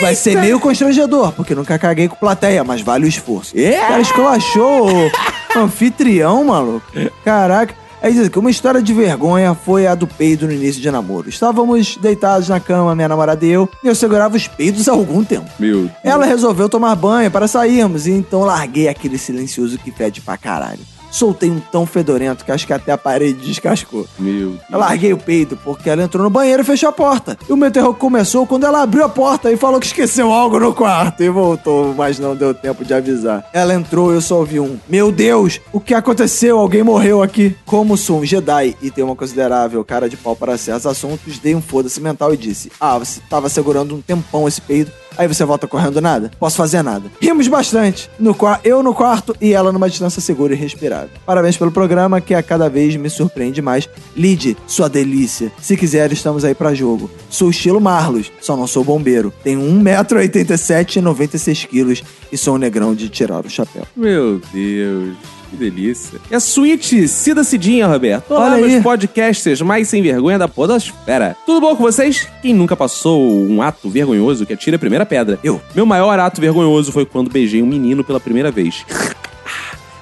[SPEAKER 5] Vai ser meio constrangedor, porque nunca caguei com plateia, mas vale o esforço. O cara esculachou o anfitrião, maluco. Caraca. Aí diz que uma história de vergonha foi a do peido no início de namoro. Estávamos deitados na cama, minha namorada e eu, e eu segurava os peidos há algum tempo.
[SPEAKER 1] Meu
[SPEAKER 5] Ela resolveu tomar banho para sairmos, e então larguei aquele silencioso que fede pra caralho. Soltei um tão fedorento que acho que até a parede descascou.
[SPEAKER 1] Meu
[SPEAKER 5] Eu larguei o peido porque ela entrou no banheiro e fechou a porta. E o meu terror começou quando ela abriu a porta e falou que esqueceu algo no quarto e voltou, mas não deu tempo de avisar. Ela entrou e eu só ouvi um: Meu Deus, o que aconteceu? Alguém morreu aqui. Como sou um Jedi e tenho uma considerável cara de pau para certos assuntos, dei um foda-se mental e disse: Ah, você tava segurando um tempão esse peido. Aí você volta correndo nada? Posso fazer nada. Rimos bastante. No qua- eu no quarto e ela numa distância segura e respirável. Parabéns pelo programa que a cada vez me surpreende mais. Lide, sua delícia. Se quiser, estamos aí pra jogo. Sou estilo Marlos, só não sou bombeiro. Tenho 1,87m e 96kg e sou um negrão de tirar o chapéu.
[SPEAKER 1] Meu Deus, que delícia. É a suíte Cida Cidinha, Roberto. Olá,
[SPEAKER 5] Olha
[SPEAKER 1] meus
[SPEAKER 5] aí.
[SPEAKER 1] podcasters mais sem vergonha da podosfera. Tudo bom com vocês? Quem nunca passou um ato vergonhoso que atira a primeira pedra? Eu. Meu maior ato vergonhoso foi quando beijei um menino pela primeira vez.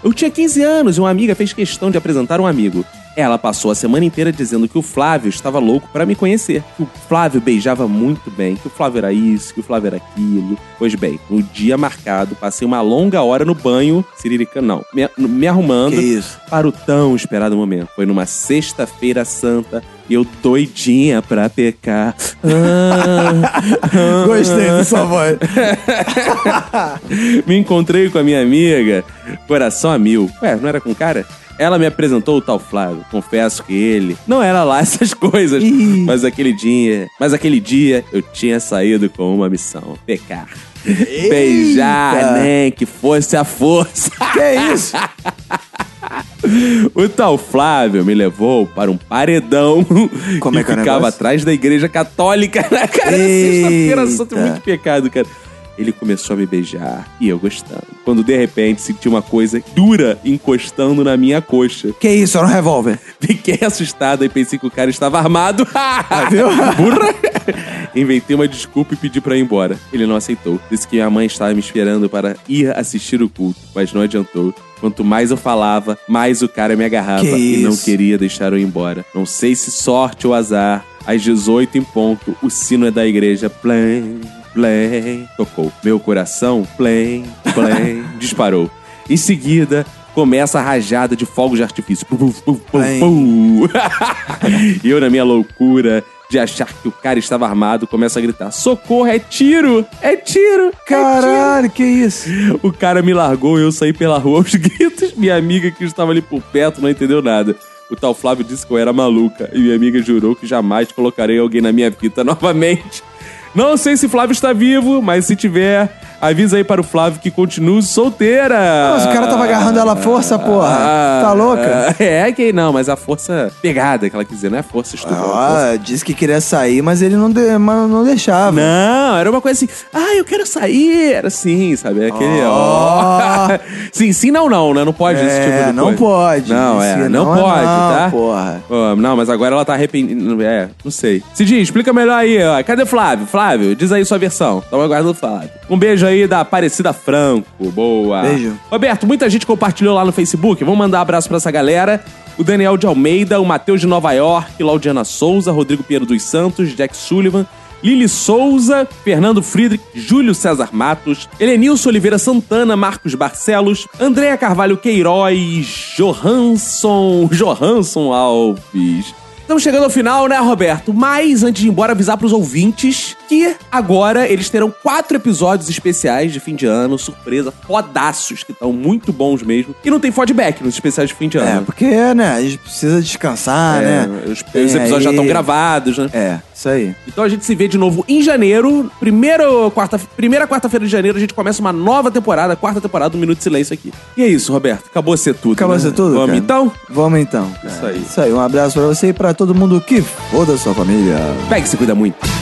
[SPEAKER 1] Eu tinha 15 anos e uma amiga fez questão de apresentar um amigo. Ela passou a semana inteira dizendo que o Flávio estava louco pra me conhecer, que o Flávio beijava muito bem, que o Flávio era isso, que o Flávio era aquilo. Pois bem, no dia marcado, passei uma longa hora no banho, Siririca, não, me, me arrumando para o tão esperado momento. Foi numa sexta-feira santa e eu doidinha pra pecar. Ah,
[SPEAKER 5] Gostei da sua voz.
[SPEAKER 1] me encontrei com a minha amiga, coração a mil. Ué, não era com cara? Ela me apresentou o tal Flávio. Confesso que ele não era lá essas coisas. mas aquele dia, mas aquele dia eu tinha saído com uma missão: pecar. Beijar, né? Que fosse a força.
[SPEAKER 5] Que isso?
[SPEAKER 1] O tal Flávio me levou para um paredão Como
[SPEAKER 5] é que é o
[SPEAKER 1] ficava
[SPEAKER 5] negócio?
[SPEAKER 1] atrás da igreja católica. né, Cara, sexta-feira santa, muito pecado, cara. Ele começou a me beijar e eu gostando. Quando de repente senti uma coisa dura encostando na minha coxa.
[SPEAKER 5] Que isso, era um revólver?
[SPEAKER 1] Fiquei assustado e pensei que o cara estava armado. Viu? Burra! Inventei uma desculpa e pedi pra ir embora. Ele não aceitou. Disse que minha mãe estava me esperando para ir assistir o culto, mas não adiantou. Quanto mais eu falava, mais o cara me agarrava
[SPEAKER 5] Que
[SPEAKER 1] e não
[SPEAKER 5] isso?
[SPEAKER 1] queria deixar eu ir embora. Não sei se sorte ou azar. Às 18 em ponto, o sino é da igreja. Plém, plém. Tocou. Meu coração, plém, plém. disparou. Em seguida, começa a rajada de fogos de artifício. Pum, pum, pum, pum, pum. e eu, na minha loucura de achar que o cara estava armado, começo a gritar: Socorro, é tiro! É tiro!
[SPEAKER 5] Caralho, que isso?
[SPEAKER 1] O cara me largou e eu saí pela rua aos gritos. Minha amiga que estava ali por perto não entendeu nada. O tal Flávio disse que eu era maluca e minha amiga jurou que jamais colocarei alguém na minha vida novamente. Não sei se Flávio está vivo, mas se tiver, avisa aí para o Flávio que continuo solteira.
[SPEAKER 5] Mas o cara tava agarrando ela à força, porra. Tá louca?
[SPEAKER 1] É que não, mas a força pegada que ela quis dizer, não é força estúpida.
[SPEAKER 5] Ah, disse que queria sair, mas ele não, de- mas não deixava.
[SPEAKER 1] Não, era uma coisa assim, ah, eu quero sair. Era assim, sabe? Era Aquele, ó. sim, sim, não, não, né? Não pode esse
[SPEAKER 5] É,
[SPEAKER 1] tipo de coisa.
[SPEAKER 5] não pode.
[SPEAKER 1] Não,
[SPEAKER 5] Se
[SPEAKER 1] é, não,
[SPEAKER 5] não é
[SPEAKER 1] pode,
[SPEAKER 5] não,
[SPEAKER 1] tá?
[SPEAKER 5] porra.
[SPEAKER 1] Ó, não, mas agora ela tá arrependida. É, não sei. Cidinho, explica melhor aí, ó. Cadê Flávio? Flávio, diz aí sua versão. Tamo aguardando o Flávio. Um beijo aí da Aparecida Franco. Boa.
[SPEAKER 5] Beijo.
[SPEAKER 1] Roberto, muita gente compartilhou lá no Facebook. Vamos mandar um abraço pra essa galera. O Daniel de Almeida, o Matheus de Nova York, Laudiana Souza, Rodrigo Pinheiro dos Santos, Jack Sullivan, Lili Souza, Fernando Friedrich, Júlio César Matos, Helenilson Oliveira Santana, Marcos Barcelos, Andréa Carvalho Queiroz, Johansson, Johansson Alves. Estamos chegando ao final, né, Roberto? Mas antes de ir embora, avisar pros ouvintes que agora eles terão quatro episódios especiais de fim de ano, surpresa, fodaços, que estão muito bons mesmo. E não tem feedback nos especiais de fim de ano.
[SPEAKER 2] É, porque, né, a gente precisa descansar,
[SPEAKER 1] Uhum. É,
[SPEAKER 2] né?
[SPEAKER 1] Os, os episódios já estão gravados, né?
[SPEAKER 2] É, isso aí.
[SPEAKER 1] Então a gente se vê de novo em janeiro. Primeiro, quarta, primeira quarta-feira de janeiro, a gente começa uma nova temporada, a quarta temporada do Minuto de Silêncio aqui. E é isso, Roberto. Acabou ser tudo.
[SPEAKER 2] Acabou
[SPEAKER 1] né?
[SPEAKER 2] ser tudo?
[SPEAKER 1] Vamos
[SPEAKER 2] cara?
[SPEAKER 1] então?
[SPEAKER 2] Vamos então.
[SPEAKER 1] Isso aí.
[SPEAKER 2] Isso aí, um abraço pra você e pra todo mundo que foda sua família.
[SPEAKER 1] Pega e se cuida muito.